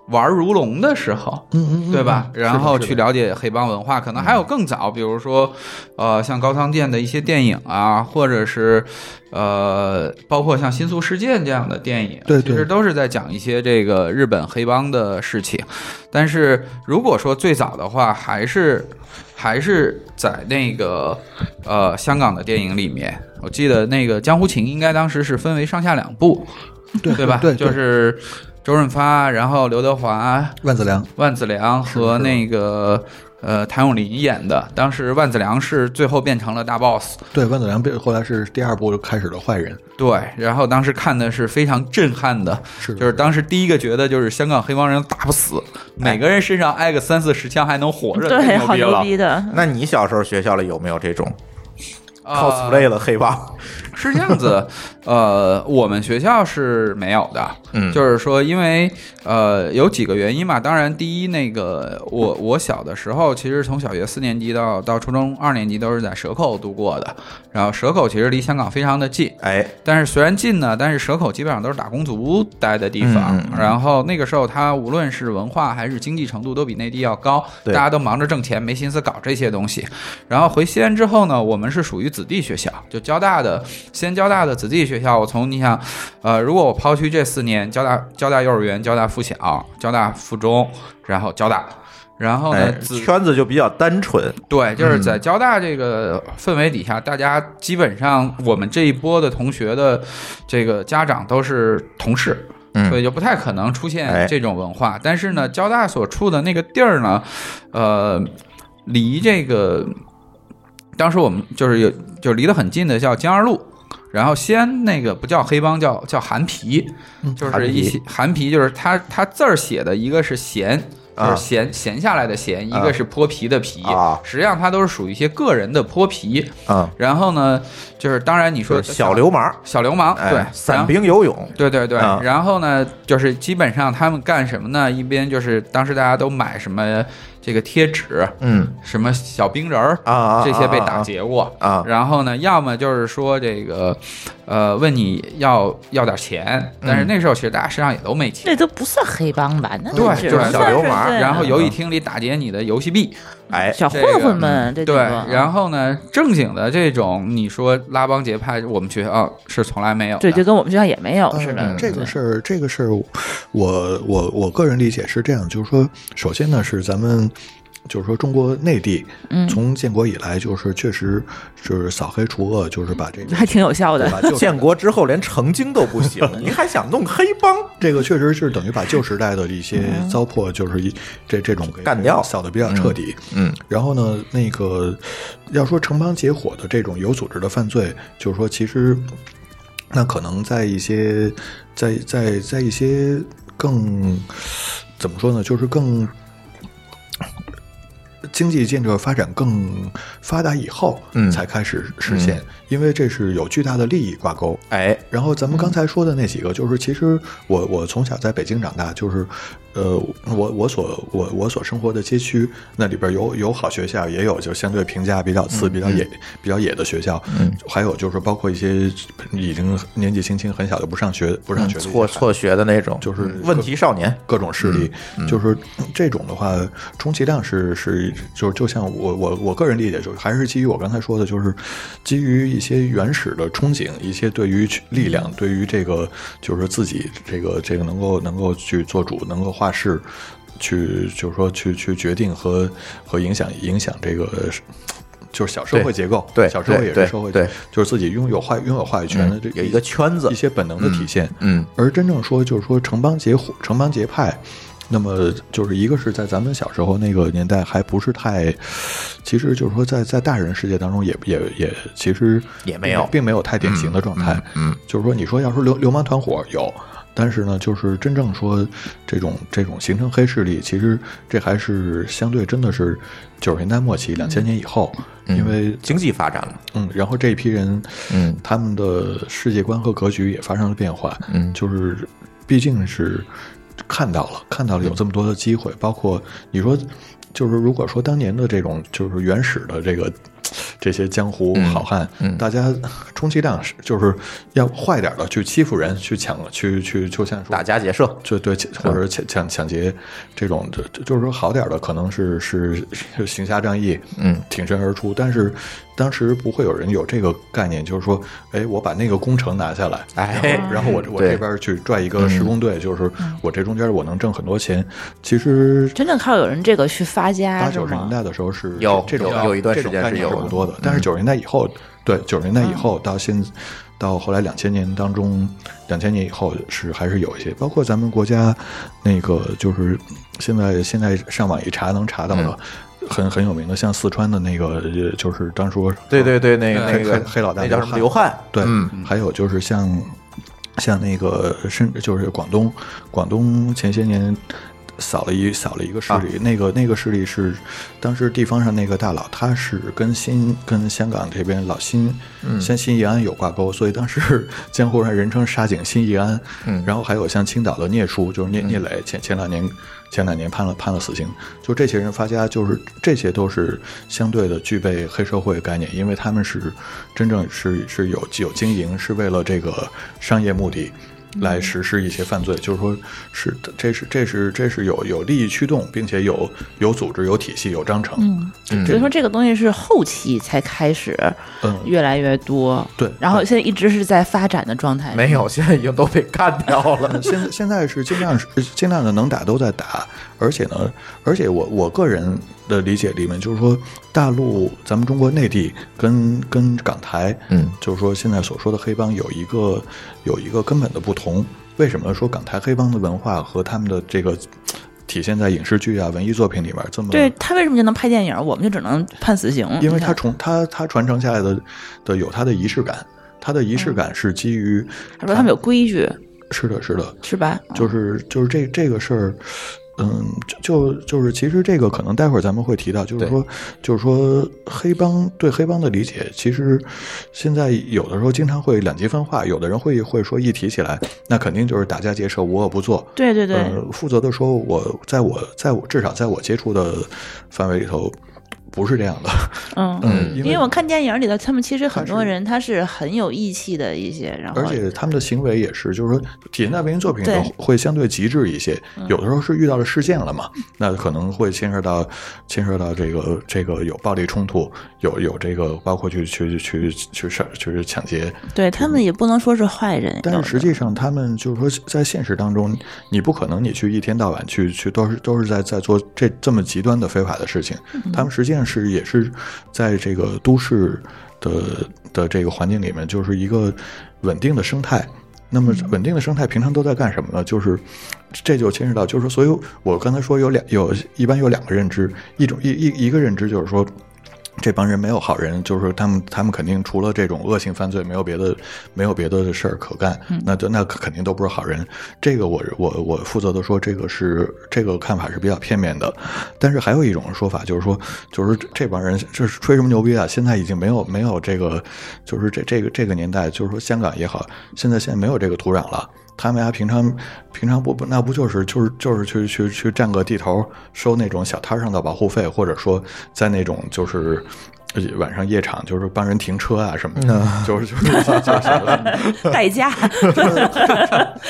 Speaker 5: 玩如龙的时候，嗯嗯，对吧？然后去了解黑帮文化，可能还有更早，比如说呃，像高仓健的一些电影啊，或者是呃，包括像《新宿事件》这样的电影，
Speaker 4: 对
Speaker 5: 其实
Speaker 4: 对
Speaker 5: 都是在讲一些这个日本黑帮的事情。但是如果说最早的话，还是还是在那个呃香港的电影里面，我记得那个《江湖情》应该当时是分为上下两部，
Speaker 4: 对
Speaker 5: 吧？
Speaker 4: 对，对
Speaker 5: 就是周润发，然后刘德华、
Speaker 4: 万梓良，
Speaker 5: 万梓 良和那个。呃，谭咏麟演的，当时万梓良是最后变成了大 boss，
Speaker 4: 对万梓良被后来是第二部开始的坏人，
Speaker 5: 对，然后当时看的是非常震撼的，
Speaker 4: 是的哎
Speaker 5: 就是当时第一个觉得就是香港黑帮人打不死，每个人身上挨个三四十枪还能活着，
Speaker 3: 对，
Speaker 5: 太牛
Speaker 3: 好
Speaker 5: 逼
Speaker 3: 牛
Speaker 5: 了
Speaker 3: 逼的，
Speaker 2: 那你小时候学校里有没有这种
Speaker 5: 啊
Speaker 2: cosplay 了黑帮？
Speaker 5: 是这样子，呃，我们学校是没有的，
Speaker 2: 嗯
Speaker 5: 就是说，因为呃有几个原因嘛。当然，第一，那个我我小的时候，其实从小学四年级到到初中二年级都是在蛇口度过的，然后蛇口其实离香港非常的近，
Speaker 2: 哎，
Speaker 5: 但是虽然近呢，但是蛇口基本上都是打工族待的地
Speaker 2: 嗯
Speaker 5: 方。
Speaker 2: 嗯嗯
Speaker 5: 然后那个时候，它无论是文化还是经济程度都比内地要高，大
Speaker 2: 对
Speaker 5: 家都忙着挣钱，没心思搞这些东西。然后回西安之后呢，我们是属于子弟学校，就交大的西安交大的子弟学校。我从你想，呃，如果我抛去这四年，交大交大幼儿园、交大附小、交大附中，然后交大。然后呢
Speaker 2: 哎，，
Speaker 5: 子
Speaker 2: 圈子就比较单纯，
Speaker 5: 对，就是在交大这个氛围底下，大家基本上我们这一波的同学的这个家长都是同事。
Speaker 2: 嗯
Speaker 5: 所以就不太可能出
Speaker 2: 哎
Speaker 5: 现这种文化，但是呢，交大所处的那个地儿呢，呃，离这个当时我们就是有就离得很近的叫江二路，然后西安那个不叫黑帮，叫叫韩皮，就
Speaker 2: 嗯韩
Speaker 5: 是一
Speaker 2: 皮
Speaker 5: 些韩皮，就是他他字儿写的一个是闲，就
Speaker 2: 啊
Speaker 5: 是闲闲下来的闲，一个是剥皮的皮
Speaker 2: 啊
Speaker 5: 实际上它都是属于一些个人的剥皮。
Speaker 2: 啊，
Speaker 5: 然后呢，就是当然你说
Speaker 2: 就是小流氓，
Speaker 5: 小流氓，
Speaker 2: 哎
Speaker 5: 对，
Speaker 2: 散
Speaker 5: 然
Speaker 2: 兵游勇，
Speaker 5: 对对对，
Speaker 2: 啊
Speaker 5: 然后呢，就是基本上他们干什么呢？一边就是当时大家都买什么这个贴纸，
Speaker 2: 嗯
Speaker 5: 什么小冰人儿
Speaker 2: 啊啊啊
Speaker 5: 这些被打劫过
Speaker 2: 啊
Speaker 5: 然后呢，要么就是说这个，呃，问你要要点钱，
Speaker 2: 嗯
Speaker 5: 但是那时候其实大家身上也都没钱
Speaker 3: 这，都不算黑帮吧？那
Speaker 5: 对
Speaker 3: 只
Speaker 5: 就是
Speaker 3: 能
Speaker 5: 小
Speaker 3: 算
Speaker 2: 流
Speaker 3: 是
Speaker 2: 氓
Speaker 3: 对
Speaker 5: 然后游
Speaker 2: 嗯
Speaker 5: 戏厅里打劫你的游戏币，
Speaker 2: 哎，
Speaker 3: 小混混们，这
Speaker 5: 对，然
Speaker 3: 后
Speaker 5: 后呢，正经的这种你说拉帮结派，我们学校是从来没有的。
Speaker 3: 对，就跟我们学校也没有似的
Speaker 4: 嗯，，这个事儿，这个事儿，我我我个人理解是这样，就是说，首先呢是咱们。就是说，中国内地
Speaker 3: 嗯
Speaker 4: 从建国以来，就是确实就是扫黑除恶，就是把这 个
Speaker 3: 还挺有效的
Speaker 4: 对。吧？就
Speaker 2: 建国之后连成精都不 行，你还想弄黑帮？
Speaker 4: 这个确实是等于把旧时代的一些糟粕，就是一这这种给
Speaker 2: 干掉
Speaker 4: 扫的比较彻底。
Speaker 2: 嗯嗯
Speaker 4: 然后呢，那个要说城邦结伙的这种有组织的犯罪，就是说其实那可能在一些在在在一些更怎么说呢，就是更。经济建设发展更发达以后，
Speaker 2: 嗯
Speaker 4: 才开始实现，因为这是有巨大的利益挂钩。
Speaker 2: 哎，
Speaker 4: 然后咱们刚才说的那几个，就是其实我我从小在北京长大，就是，呃，我我所我我所生活的街区那里边有有好学校，也有就相对评价比较次、比较野、比较野的学校，还有就是包括一些已经年纪轻轻很小就不上学不上学的一些
Speaker 2: 辍辍学的那种，嗯
Speaker 4: 就是
Speaker 2: 问题少年，
Speaker 4: 各种势力，
Speaker 2: 嗯
Speaker 4: 就是这种的话，充其量是是就就像我我我个人理解，就是还是基于我刚才说的，就是基于一些原始的憧憬，一些对于力量，
Speaker 2: 嗯
Speaker 4: 对于这个就是自己这个这个能够能够去做主，能够画事。去就是说去去决定和和影响影响这个就是小社会结构，
Speaker 2: 对对
Speaker 4: 小社会也
Speaker 2: 对
Speaker 4: 是社会，
Speaker 2: 对，
Speaker 4: 就是自己拥有话拥有话语权的这
Speaker 2: 嗯有一个圈子
Speaker 4: 一，些本能的体现。
Speaker 2: 嗯
Speaker 4: 而真正说就是说城邦结伙、城邦结派，那么就是一个是在咱们小时候那个年代还不是太，其实就是说在在大人世界当中也也也其实
Speaker 2: 也没有
Speaker 4: 并没有太典型的状态。
Speaker 2: 嗯，
Speaker 4: 就是说，你说要说流流氓团伙有，但是呢，就是真正说这种这种形成黑势力，其实这还是相对真的是九十年代末期、两千年以后，
Speaker 2: 嗯
Speaker 4: 因为
Speaker 2: 经济发展了，
Speaker 4: 嗯，然后这一批人，
Speaker 2: 嗯
Speaker 4: 他们的世界观和格局也发生了变化，
Speaker 2: 嗯
Speaker 4: 就是毕竟是看到了，看到了有这么多的机会，包括你说，就是如果说当年的这种就是原始的这个这些江湖好汉，
Speaker 2: 嗯
Speaker 4: 大家充其量是就是要坏点儿的去欺负人，去抢，去去就像说
Speaker 2: 打家劫舍，
Speaker 4: 就对，抢
Speaker 2: 嗯
Speaker 4: 或者抢抢抢劫这种，就就就是说好点儿的，可能是是是行侠仗义，
Speaker 2: 嗯，
Speaker 4: 挺身而出。但是当时不会有人有这个概念，就是说，哎，我把那个工程拿下来，
Speaker 2: 哎，
Speaker 4: 然后我我
Speaker 2: 对嗯
Speaker 4: 这边去拽一个施工队，就是我这中间我能挣很多钱。其实
Speaker 3: 真正靠有人这个去发
Speaker 4: 八
Speaker 3: 家是
Speaker 4: 九十年
Speaker 3: 吗？
Speaker 4: 代的时候是
Speaker 2: 有
Speaker 4: 这种
Speaker 2: 有
Speaker 4: 概念
Speaker 2: 有一段
Speaker 4: 这
Speaker 2: 时
Speaker 4: 种
Speaker 2: 间
Speaker 4: 概
Speaker 2: 是有
Speaker 4: 念是
Speaker 2: 的嗯
Speaker 4: 不多的，但是九十年代以后，对九十年代以后到现到后来两千年当中，两千年以后是还是有一些，包括咱们国家那个就是现在现在上网一查能查到的。
Speaker 2: 嗯
Speaker 4: 很很有名的，像四川的那个，呃就是当初
Speaker 2: 对对对，那个
Speaker 4: 嗯黑
Speaker 2: 那个
Speaker 4: 黑黑老大
Speaker 2: 那叫什么
Speaker 4: 刘
Speaker 2: 刘汉，
Speaker 4: 对，
Speaker 2: 嗯
Speaker 4: 还有就是像像那个甚至就是广东，广东前些年扫了一扫了一个势力，那个那个势力是当时地方上那个大佬，他是跟新跟香港这边老新像新义安有挂钩，所以当时 江湖上人称沙井新义安。
Speaker 2: 嗯
Speaker 4: 然后还有像青岛的聂叔，就是聂聂磊，前前两年。前两年判了判了死刑，就这些人发家，就是这些都是相对的具备黑社会概念，因为他们是真正是是有有经营，是为了这个商业目的来实施一些犯罪，就是说是这是这是这是有有利益驱动，并且有有组织、有体系、有章程。
Speaker 3: 嗯，
Speaker 4: 嗯
Speaker 3: 所以说这个东西是后期才开始
Speaker 4: 嗯，
Speaker 3: 越来越多，
Speaker 4: 对。
Speaker 3: 然后现在一直是在发展的状态。
Speaker 2: 没有，现在已经都被干掉 了。
Speaker 4: 现在现在是尽量是尽量的能打都在打，而且呢，而且我我个人的理解里面就是说，大陆咱们中国内地跟跟港台，
Speaker 2: 嗯，
Speaker 4: 就是说现在所说的黑帮有一个有一个根本的不同。为什么说港台黑帮的文化和他们的这个体现在影视剧啊、文艺作品里面这么
Speaker 3: 对他为什么就能拍电影，我们就只能判死刑？
Speaker 4: 因为
Speaker 3: 你
Speaker 4: 它
Speaker 3: 看
Speaker 4: 传它它传承下来的的有它的仪式感，它的仪式感是基于
Speaker 3: 他说他们有规矩，
Speaker 4: 是的，是的，
Speaker 3: 是吧？
Speaker 4: 就是就是这这个事儿，嗯，就就就是其实这个可能待会儿咱们会提到，就是
Speaker 2: 对
Speaker 4: 说就是说黑帮对黑帮的理解，其实现在有的时候经常会两极分化，有的人会会说一提起来，那肯定就是打家劫舍、无恶不作，
Speaker 3: 对对对，
Speaker 4: 呃，负责的说我，在我在我至少在我接触的范围里头，不是这样的，
Speaker 3: 嗯。
Speaker 4: 嗯，
Speaker 3: 因为我看电影里头，他们其实很多人他是很有义气的一些，然后
Speaker 4: 而且他们的行为也是，就是说体现在文艺作品里
Speaker 3: 对嗯
Speaker 4: 会相对极致一些。有的时候是遇到了事件了嘛，那可能会牵涉到牵涉到这个这个有暴力冲突，有有这个包括去去去去杀去抢劫，
Speaker 3: 对他们也不能说是坏人，
Speaker 4: 但
Speaker 3: 有
Speaker 4: 是
Speaker 3: 的
Speaker 4: 实际上他们就是说在现实当中，你不可能你去一天到晚去去都是都是在在做这这么极端的非法的事情，
Speaker 3: 嗯
Speaker 4: 他们实际上是也是在这个都市的的这个环境里面，就是一个稳定的生态。那么
Speaker 3: 嗯
Speaker 4: 稳定的生态平常都在干什么呢？就是这就牵涉到，就是说，所以我刚才说有两有一般有两个认知，一种一一一个认知就是说。这帮人没有好人，就是他们，他们肯定除了这种恶性犯罪，没有别的，没有别的事儿可干。那就那肯定都不是好人。这个我我我负责的说，这个是这个看法是比较片面的。但是还有一种说法，就是说，就是这这帮人这是吹什么牛逼啊？现在已经没有没有这个，就是这这个这个年代，就是说香港也好，现在现在没有这个土壤了。他们家平常平常不不那不就是就是就是去去去占个地头，收那种小摊上的保护费，或者说在那种就是。呃晚上夜场就是帮人停车啊什么的，就是 就是就是就 是
Speaker 3: 代驾，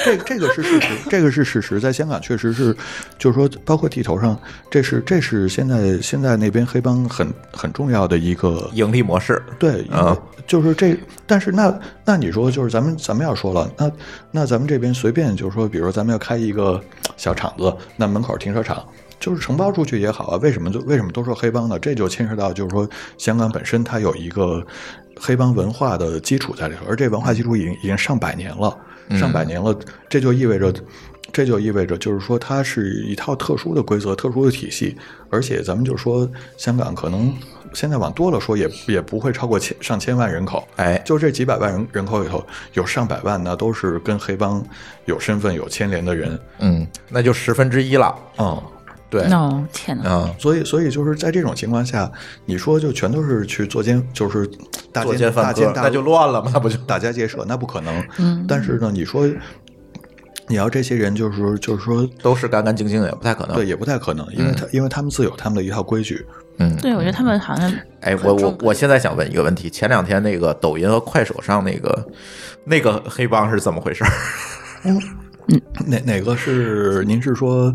Speaker 4: 这这个是事实，这个是事实，在香港确实是，就是说，包括地头上，这是这是现在现在那边黑帮很很重要的一个
Speaker 2: 盈利模式，
Speaker 4: 对
Speaker 2: 啊，
Speaker 4: 就是这，但是那那你说，就是咱们咱们要说了，那那咱们这边随便就是说，比如说咱们要开一个，小厂子，那门口停车场。就是承包出去也好啊，为什么就为什么都说黑帮呢？这就牵涉到就是说，香港本身它有一个黑帮文化的基础在里头，而这文化基础已经已经上百年了，
Speaker 2: 嗯
Speaker 4: 上百年了，这就意味着。这就意味着，就是说，它是一套特殊的规则、特殊的体系，而且咱们就说，香港可能现在往多了说也，也不会超过千上千万人口，
Speaker 2: 哎
Speaker 4: 就这几百万人人口里头，有上百万呢，都是跟黑帮有身份、有牵连的人，
Speaker 2: 嗯，那就十分之一了。
Speaker 4: 嗯，对，
Speaker 3: no 天哪，
Speaker 2: 嗯，
Speaker 4: 啊所以，所以就是在这种情况下，你说就全都是去作奸，就是大
Speaker 2: 作
Speaker 4: 奸
Speaker 2: 奸
Speaker 4: 大
Speaker 2: 犯科
Speaker 4: 奸，大
Speaker 2: 那就乱了嘛， 那不就？
Speaker 4: 打家劫舍，那不可能。但是呢，你说你要这些人，就是说就是说，
Speaker 2: 都是干干净净的，也不太可能。
Speaker 4: 对，，也不太可能，因为他、因为他们自有他们的一套规矩。
Speaker 2: 嗯，
Speaker 3: 对我觉得他们好像
Speaker 2: 哎，
Speaker 3: 很
Speaker 2: 我
Speaker 3: 重
Speaker 2: 我我现在想问一个问题：前两天那个抖音和快手上那个那个黑帮是怎么回事？
Speaker 4: 哪哪个是您是说，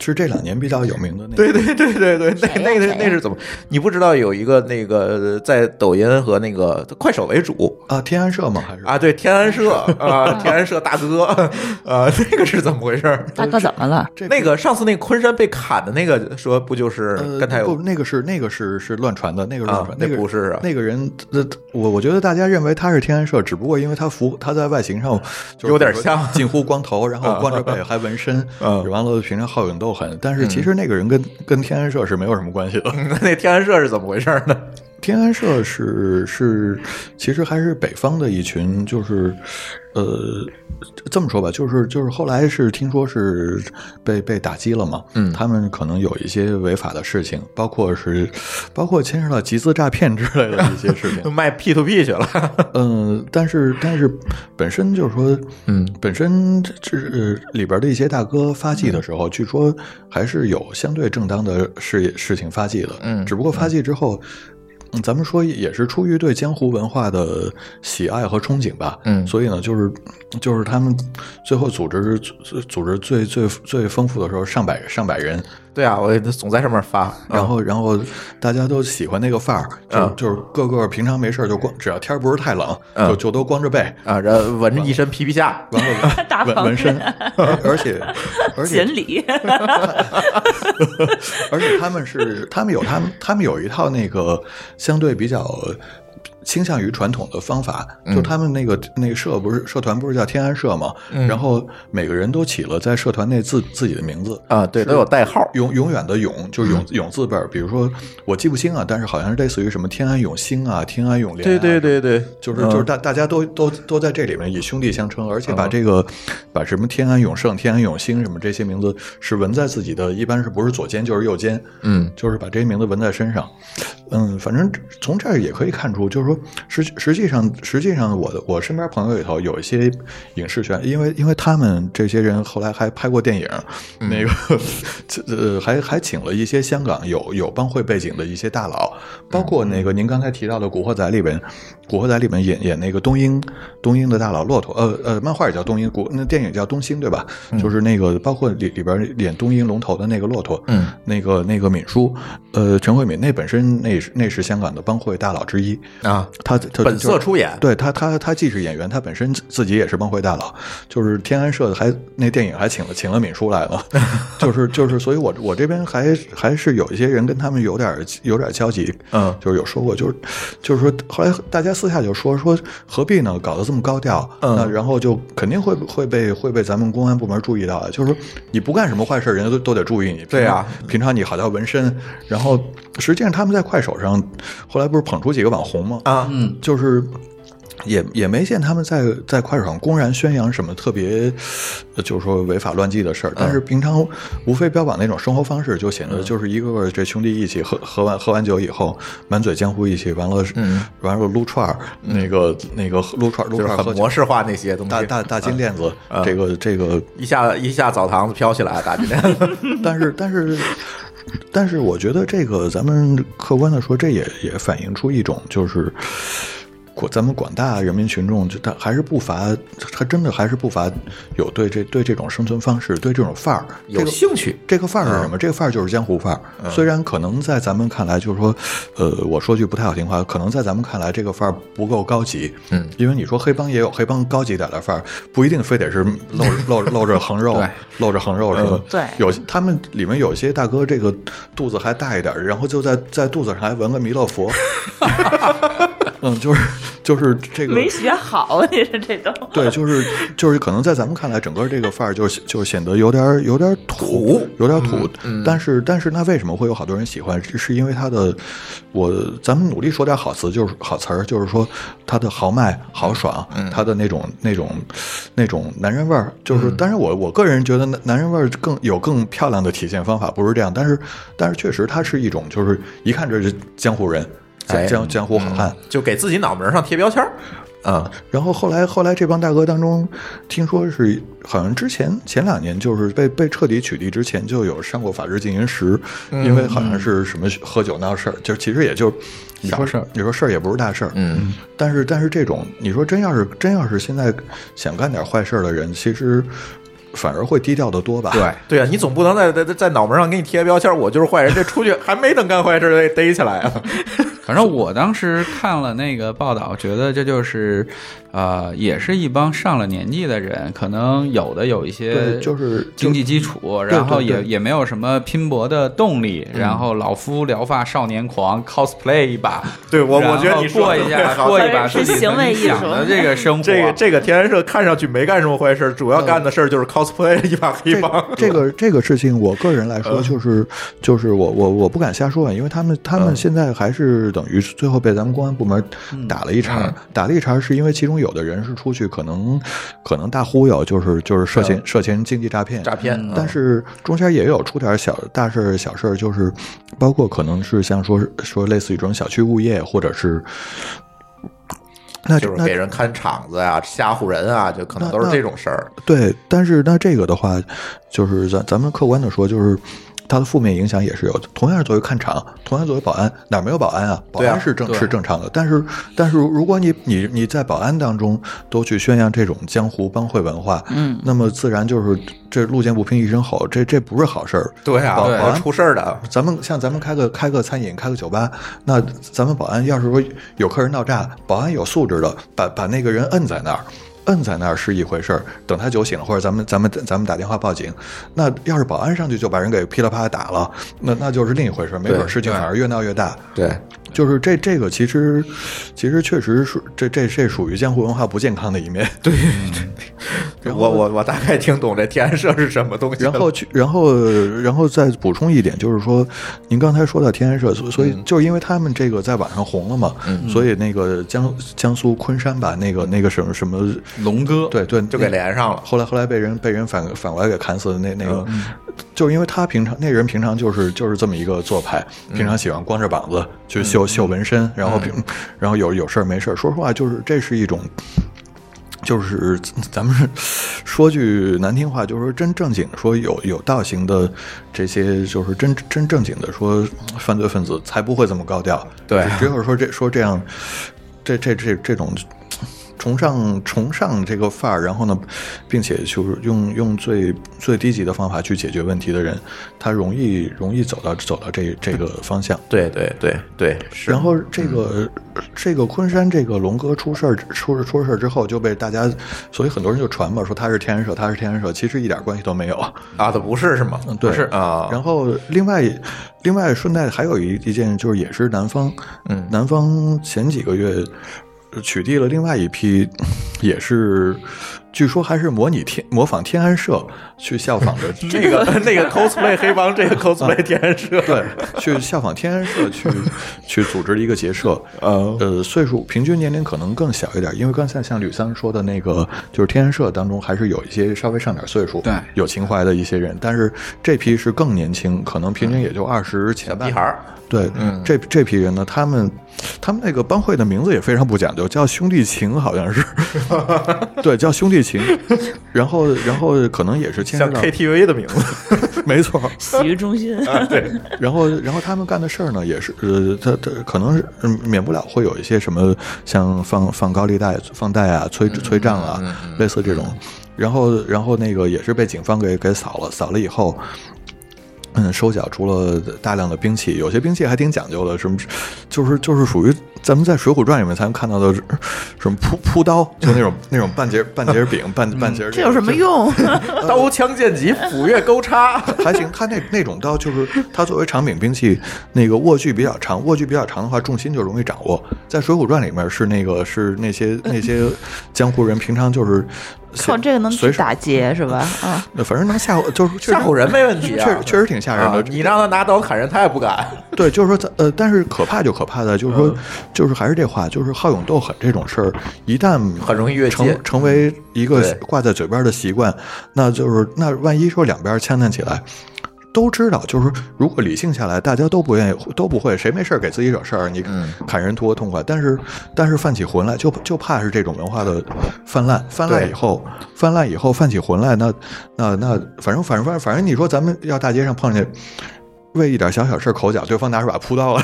Speaker 4: 是这两年比较有名的那个？
Speaker 2: 对对对对对，那那
Speaker 3: 谁
Speaker 2: 个
Speaker 3: 呀
Speaker 2: 那是怎么？你不知道有一个那个在抖音和那个快手为主
Speaker 4: 啊，天安社吗？还是
Speaker 2: 啊，对天安社啊，天安社大哥 啊，那个是怎么回事？
Speaker 3: 大哥怎么了？
Speaker 4: 这
Speaker 2: 那个上次那昆山被砍的那个，说不就是
Speaker 4: 呃，
Speaker 2: 跟他有
Speaker 4: 不，那个是那个是是乱传的，那个是乱
Speaker 2: 啊
Speaker 4: 传，？
Speaker 2: 那
Speaker 4: 个
Speaker 2: 不是啊
Speaker 4: 那个人，呃我我觉得大家认为他是天安社，只不过因为他服他在外形上就是
Speaker 2: 有点像啊
Speaker 4: 近乎光头，然后光着背还纹身，
Speaker 2: 嗯
Speaker 4: 完了平常好勇斗狠，但是其实那个人跟跟天安社是没有什么关系的。
Speaker 2: 那那天安社是怎么回事呢？
Speaker 4: 天安社是是，其实还是北方的一群，就是，呃，这么说吧，就是就是后来是听说是被被打击了嘛，
Speaker 2: 嗯
Speaker 4: 他们可能有一些违法的事情，包括是包括牵涉到集资诈骗之类的一些事 情，
Speaker 2: 卖 P to P 去了。
Speaker 4: 嗯，但是但是本身就是说，
Speaker 2: 嗯，
Speaker 4: 本身这呃里边的一些大哥发迹的时候，据说还是有相对正当的事事情发迹的，
Speaker 2: 嗯
Speaker 4: 只不过发迹之后。嗯咱们说也是出于对江湖文化的喜爱和憧憬吧，
Speaker 2: 嗯
Speaker 4: 所以呢，就是就是他们最后组织组组织最最最丰富的时候，上百上百人，
Speaker 2: 对啊，我总在上面发，
Speaker 4: 然后，然后大家都喜欢那个范儿，就
Speaker 2: 嗯
Speaker 4: 就是各个平常没事儿就光，只要天儿不是太冷，
Speaker 2: 嗯
Speaker 4: 就就都光着背，
Speaker 2: 啊，然后闻着一身皮皮下，
Speaker 4: 完了
Speaker 3: 大
Speaker 4: 纹
Speaker 3: 方
Speaker 4: 纹身，而而且而
Speaker 3: 锦
Speaker 4: 且
Speaker 3: 鲤，
Speaker 4: 而且他们是他们有他们他们有一套那个相对比较。倾向于传统的方法，
Speaker 2: 嗯
Speaker 4: 就他们那个那个社不是社团不是叫天安社嘛，
Speaker 2: 嗯
Speaker 4: 然后每个人都起了在社团内自自己的名字，
Speaker 2: 啊，对，都有代号。
Speaker 4: 永永远的永，就
Speaker 2: 嗯
Speaker 4: 是永永字辈儿。比如说，我记不清啊，但是好像是类似于什么天安永兴啊、天安永联、啊，
Speaker 2: 对对，对对，
Speaker 4: 就是就是大大家都都都在这里面以兄弟相称，而且把这个把什么天安永盛、天安永兴什么这些名字是纹在自己的，一般是不是左肩就是右肩，
Speaker 2: 嗯，
Speaker 4: 就是把这些名字纹在身上。嗯，反正从这儿也可以看出，就是说实实际上实际上我的我身边朋友里头有一些影视圈，因为因为他们这些人后来还拍过电影，那个 这呃还还请了一些香港有有帮会背景的一些大佬，包括那个您刚才提到的《古惑仔》里边，《古惑仔》里边演演那个东英东英的大佬骆驼，呃呃，漫画也叫东英，古那电影叫东星对吧？
Speaker 2: 嗯
Speaker 4: 就是那个包括里里边演东英龙头的那个骆驼，
Speaker 2: 嗯，
Speaker 4: 那个那个敏叔，呃，陈慧敏那本身那是那是香港的帮会大佬之一，
Speaker 2: 啊，
Speaker 4: 他他
Speaker 2: 本色
Speaker 4: 就是
Speaker 2: 出演，
Speaker 4: 对他，他他既是演员，他本身自自己也是帮会大佬，就是天安社的还那电影还请了请了敏叔来 了，就是就是，所以我我这边还还是有一些人跟他们有点有点交集，
Speaker 2: 嗯
Speaker 4: 就是有说过，就是就是说后来大家私下就说说何必呢，搞得这么高调，
Speaker 2: 嗯
Speaker 4: 那然后就肯定会会被会被咱们公安部门注意到的，就是说你不干什么坏事，人家都都得注意你，
Speaker 2: 对啊
Speaker 4: 平常，平常你好像纹身，然后实际上他们在快手上后来不是捧出几个网红吗？
Speaker 2: 啊，
Speaker 4: 就是也也没见他们在在快手上公然宣扬什么特别，呃就是说违法乱纪的事儿。
Speaker 2: 嗯
Speaker 4: 但是平常无非标榜那种生活方式，就显得就是一个个这兄弟一起喝喝完喝完酒以后，满嘴江湖义气，完了
Speaker 2: 嗯
Speaker 4: 完了撸串儿，那个那个撸串儿撸
Speaker 2: 就是
Speaker 4: 串儿喝
Speaker 2: 很
Speaker 4: 酒
Speaker 2: 模。式化那些东西，
Speaker 4: 大大大金链子，
Speaker 2: 嗯
Speaker 4: 这个这个
Speaker 2: 一下一下澡堂子飘起来，大金 链子，
Speaker 4: 但是，但是，但是，我觉得这个咱们客观的说，这也也反映出一种就是。广咱们广大人民群众，就他还是不乏，他真的还是不乏有对这对这种生存方式，对这种范儿
Speaker 2: 有兴趣，
Speaker 4: 这个范儿是什么？这个范儿就是江湖范儿。虽然可能在咱们看来，就是说，呃，我说句不太好听话，可能在咱们看来这个范儿不够高级。
Speaker 2: 嗯，
Speaker 4: 因为你说黑帮也有黑帮高级点的范儿，不一定非得是露露露着横肉
Speaker 5: 对，
Speaker 4: 露着横肉是吧？
Speaker 3: 对
Speaker 4: 有他们里面有些大哥这个肚子还大一点儿，然后就在在肚子上还纹个弥勒佛。 嗯，就是就是这个
Speaker 3: 没学好， 你说这都
Speaker 4: 对，就是就是，可能在咱们看来，整个这个范儿就是就是显得有点儿有点儿土，有点儿土。但是但是，那为什么会有好多人喜欢？是是因为它的，我咱们努力说点好词，就是好词儿，就是说它的豪迈、豪爽，它的那种那种那种男人味儿。就是，当然我我个人觉得男男人味儿更有更漂亮的体现方法，不是这样。但是但是，确实它是一种，就是一看这是江湖人，
Speaker 2: 哎
Speaker 4: 江江湖好汉。
Speaker 2: 就给自己脑门上贴标签儿。啊，
Speaker 4: 然后后来后来这帮大哥当中，听说是好像之前前两年就是被被彻底取缔之前就有上过法制进行时，因为好像是什么喝酒闹事儿，就其实也就你说事儿，你说事儿也不是大事儿，
Speaker 2: 嗯，
Speaker 4: 但是但是这种你说真要是真要是现在想干点坏事儿的人，其实反而会低调的多吧？
Speaker 5: 对，
Speaker 2: 对啊，你总不能在在在脑门上给你贴标签儿，我就是坏人，这 出去还没等干坏事儿，逮逮起来啊！
Speaker 5: 反正我当时看了那个报道，觉得这就是，呃，也是一帮上了年纪的人，可能有的有一些
Speaker 4: 对就是就
Speaker 5: 经济基础，然后也
Speaker 4: 对
Speaker 5: 也没有什么拼搏的动力，
Speaker 2: 嗯
Speaker 5: 然后老夫聊发少年狂，cosplay 一把，
Speaker 2: 对我，
Speaker 5: 然
Speaker 2: 我
Speaker 5: 后
Speaker 2: 觉得你说
Speaker 5: 过
Speaker 2: 得
Speaker 5: 一
Speaker 2: 特别
Speaker 5: 下
Speaker 2: 好
Speaker 5: 过一把
Speaker 3: 是
Speaker 5: 自己
Speaker 3: 行为艺术
Speaker 5: 想的这个生活，
Speaker 2: 这个这个天然社看上去没干什么坏事儿，主要干的事儿就是 cosplay
Speaker 5: 嗯
Speaker 2: 一把黑
Speaker 4: 这
Speaker 2: 帮。嗯
Speaker 4: 这个这个事情，我个人来说，就是就是我我我不敢瞎说啊，因为他们他
Speaker 2: 嗯
Speaker 4: 们现在还是等于是最后被咱们公安部门打了一茬
Speaker 2: 嗯
Speaker 4: 儿，打了一茬儿是因为其中有的人是出去可能可能大忽悠，就是就是涉嫌涉嫌经济诈骗，
Speaker 2: 嗯诈骗，嗯
Speaker 4: 但是中间也有出点小大事儿、小事儿，就是包括可能是像说说类似于这种小区物业，或者是那
Speaker 2: 就是
Speaker 4: 那
Speaker 2: 给人看场子呀、吓唬人啊，就可能都是这种事儿。
Speaker 4: 对，但是那这个的话，就是咱咱们客观的说，就是它的负面影响也是有的。同样作为看场，同样作为保安，哪儿没有保安啊？保
Speaker 2: 对啊
Speaker 4: 安是正、
Speaker 5: 对
Speaker 4: 是正常的，但是但是如果你你你在保安当中都去宣扬这种江湖帮会文化，
Speaker 3: 嗯，
Speaker 4: 那么自然就是这路见不平一声吼，这这不是好事儿。
Speaker 2: 对啊，
Speaker 4: 保保安
Speaker 2: 出事儿的，
Speaker 4: 咱们像咱们开个开个餐饮，开个酒吧，那咱们保安要是说有客人闹炸，保安有素质的，把把那个人摁在那儿，摁在那儿是一回事儿。等他酒醒了，或者咱们咱们咱们打电话报警，那要是保安上去就把人给噼里啪啦打了，那那就是另一回事儿，没准儿事情反而越闹越大。
Speaker 2: 对，
Speaker 4: 就是这这个其实其实确实属这这这属于江湖文化不健康的一面。
Speaker 2: 我我我大概听懂这天然社是什么东西了。
Speaker 4: 然后去，然后，然后再补充一点，就是说，您刚才说到天然社，所所以
Speaker 2: 嗯
Speaker 4: 就是因为他们这个在网上红了嘛，所以那个江江苏昆山吧，那个那个什么什么，
Speaker 5: 龙哥，
Speaker 4: 对对，
Speaker 2: 就给
Speaker 4: 那
Speaker 2: 连上了。
Speaker 4: 后来后来被人被人反反过来给砍死的那那个，就是因为他平常那人平常就是就是这么一个做派，平常喜欢光着膀子去秀秀纹身，然后平然后有有事儿没事儿，说实话就是这是一种。就是咱们说句难听话，就是说真正经说有有道行的这些，就是真真正经的说犯罪分子才不会这么高调。
Speaker 2: 对
Speaker 4: 只有说这说这样，这这这这种崇尚崇尚这个范儿，然后呢，并且就是用用最最低级的方法去解决问题的人，他容易容易走到走到这这个方向。
Speaker 2: 对对对对，是
Speaker 4: 然后这个、这个昆山这个龙哥出事儿出事出事儿之后就被大家，所以很多人就传嘛，说他是天然社，他是天然社，其实一点关系都没有。
Speaker 2: 啊，他不是是吗？
Speaker 4: 嗯，对，
Speaker 2: 不是啊。
Speaker 4: 然后另外，另外顺带还有一一件，就是也是南方，嗯，南方前几个月呃取缔了另外一批， 也是据说还是模拟天模仿天安社去效仿的
Speaker 2: 那个 啊那个 cosplay 黑帮，这个 cosplay 天然社，
Speaker 4: 对， 去效仿天安 社去去组织一个结社，
Speaker 2: 哦
Speaker 4: 呃，岁数平均年龄可能更小一点，因为刚才像吕桑说的那个，就是天安社当中还是有一些稍微上点岁数，
Speaker 5: 对
Speaker 4: 有情怀的一些人，但是这批是更年轻，可能平均也就二十前半
Speaker 2: 屁孩。儿，嗯
Speaker 4: 对，这这批人呢，他们 他们那个帮会的名字也非常不讲究，叫兄弟情，好像是，对，叫兄弟剧情，然后然后可能也是牵
Speaker 2: 像
Speaker 4: 扯到
Speaker 2: KTV 的名字，
Speaker 4: 没错，
Speaker 3: 洗浴中心，
Speaker 2: 啊
Speaker 4: 然后，然后他们干的事儿呢，也是呃，他他可能是嗯免不了会有一些什么，像放放高利贷、放贷啊、催催账啊，类似这种。然后，然后那个也是被警方给给扫了，扫了以后。嗯，收缴出了大量的兵器，有些兵器还挺讲究的，什么，就是就是属于咱们在《水浒传》里面才能看到的，什么扑扑刀，就那种那种半截半截柄、半半截。
Speaker 3: 这有什么？ 用？
Speaker 2: 刀枪剑戟斧钺钩 叉，
Speaker 4: 还行，它那那种刀就是它作为长柄兵器，那个握距比较长，握距比较长的话，重心就容易掌握。在《水浒传》里面是那个是那 些那些江湖人平常就是
Speaker 3: 靠这个能
Speaker 4: 随
Speaker 3: 去
Speaker 4: 手
Speaker 3: 打劫是 吧？啊，
Speaker 4: 反正能吓唬，就是确实
Speaker 2: 吓唬人没问题啊
Speaker 4: 确实确实挺吓人
Speaker 2: 啊
Speaker 4: 的。
Speaker 2: 你让他拿刀砍人，他也不 敢。
Speaker 4: 对，就是说咱呃，但是可怕就可怕在就是
Speaker 2: 嗯
Speaker 4: 说，就是还是这话，就是好勇斗狠这种事儿，一旦
Speaker 2: 很容易越界
Speaker 4: 成成为一个
Speaker 2: 对
Speaker 4: 挂在嘴边的习惯，那就是那万一说两边呛呛起来。都知道，就是如果理性下来，大家都不愿意，都不会，谁没事儿给自己惹事儿，你砍人图个痛快。但是，但是犯起浑来，就就怕是这种文化的泛滥，泛滥
Speaker 2: 对
Speaker 4: 以后，泛滥以后犯起浑来，那那那，反正反正反正反正，你说咱们要大街上碰见为一点小小事儿口角，对方拿出把扑刀来，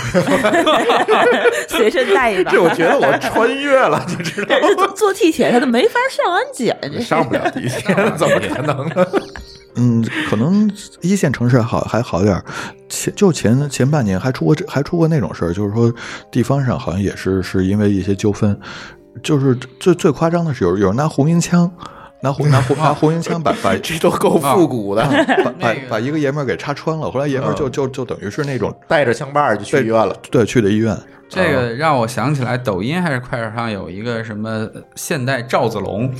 Speaker 3: 随身带 一把。
Speaker 2: 这我觉得我穿越了，你知道
Speaker 3: 这这坐坐地铁他都没法上安检，这
Speaker 2: 吗？ 上不了地铁，怎么可能呢？
Speaker 4: 嗯，可能一线城市还好还好点儿，前就前前半年还出过这还出过那种事儿，就是说地方上好像也是是因为一些纠纷，就是最最夸张的是有有人拿红缨枪，拿红拿红拿红缨枪把 把
Speaker 2: 这都够复古的，
Speaker 4: 把把把一个嗯爷们儿给插穿了，后来爷们儿就就就等于是那种
Speaker 2: 带着枪把儿就去医院了。
Speaker 4: 对去的医院，
Speaker 5: 这个让我想起来，抖音还是快手上有一个什么现代赵子龙，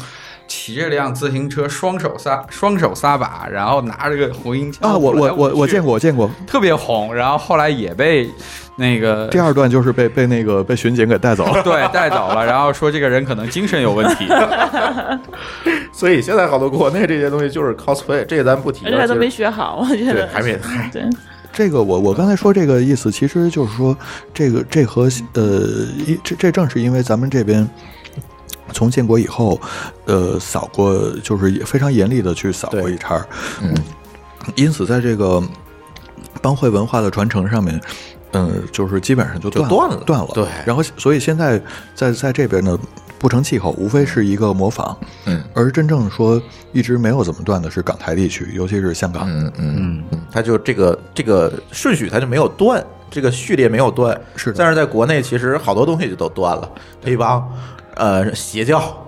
Speaker 5: 骑着辆自行车，双手撒双手撒把，然后拿着个红缨枪
Speaker 4: 啊，我
Speaker 5: 舞来
Speaker 4: 我
Speaker 5: 舞
Speaker 4: 我我
Speaker 5: 去
Speaker 4: 见过，我见过，
Speaker 5: 特别红，然后后来也被那个
Speaker 4: 第二段就是被被那个被巡警给带走了。
Speaker 5: 对带走了，然后说这个人可能精神有问 题。
Speaker 2: 所以现在好多国内这些东西就是 cosplay，这咱不提
Speaker 3: 而且还
Speaker 2: 了。
Speaker 3: 都没
Speaker 2: 其实
Speaker 3: 学好，我觉
Speaker 2: 对，
Speaker 3: 得
Speaker 2: 还没嗨，
Speaker 3: 对，
Speaker 4: 这个我我刚才说这个意思，其实就是说，这个这和呃，一这这正是因为咱们这边。从建国以后，呃，扫过就是也非常严厉的去扫过
Speaker 2: 对
Speaker 4: 一茬儿，嗯，因此在这个帮会文化的传承上面，嗯、就是基本上就
Speaker 2: 就
Speaker 4: 断
Speaker 2: 断
Speaker 4: 了
Speaker 2: 了
Speaker 4: 断了，
Speaker 2: 对
Speaker 4: 然后所以现在在在这边呢，不成气候，无非是一个模仿，
Speaker 2: 嗯，
Speaker 4: 而真正说一直没有怎么断的是港台地区，尤其是香港，
Speaker 2: 嗯嗯嗯，他就这个这个顺序他就没有断，这个序列没有断，
Speaker 4: 是的
Speaker 2: 但是在国内其实好多东西就都断了，黑帮，呃，邪教。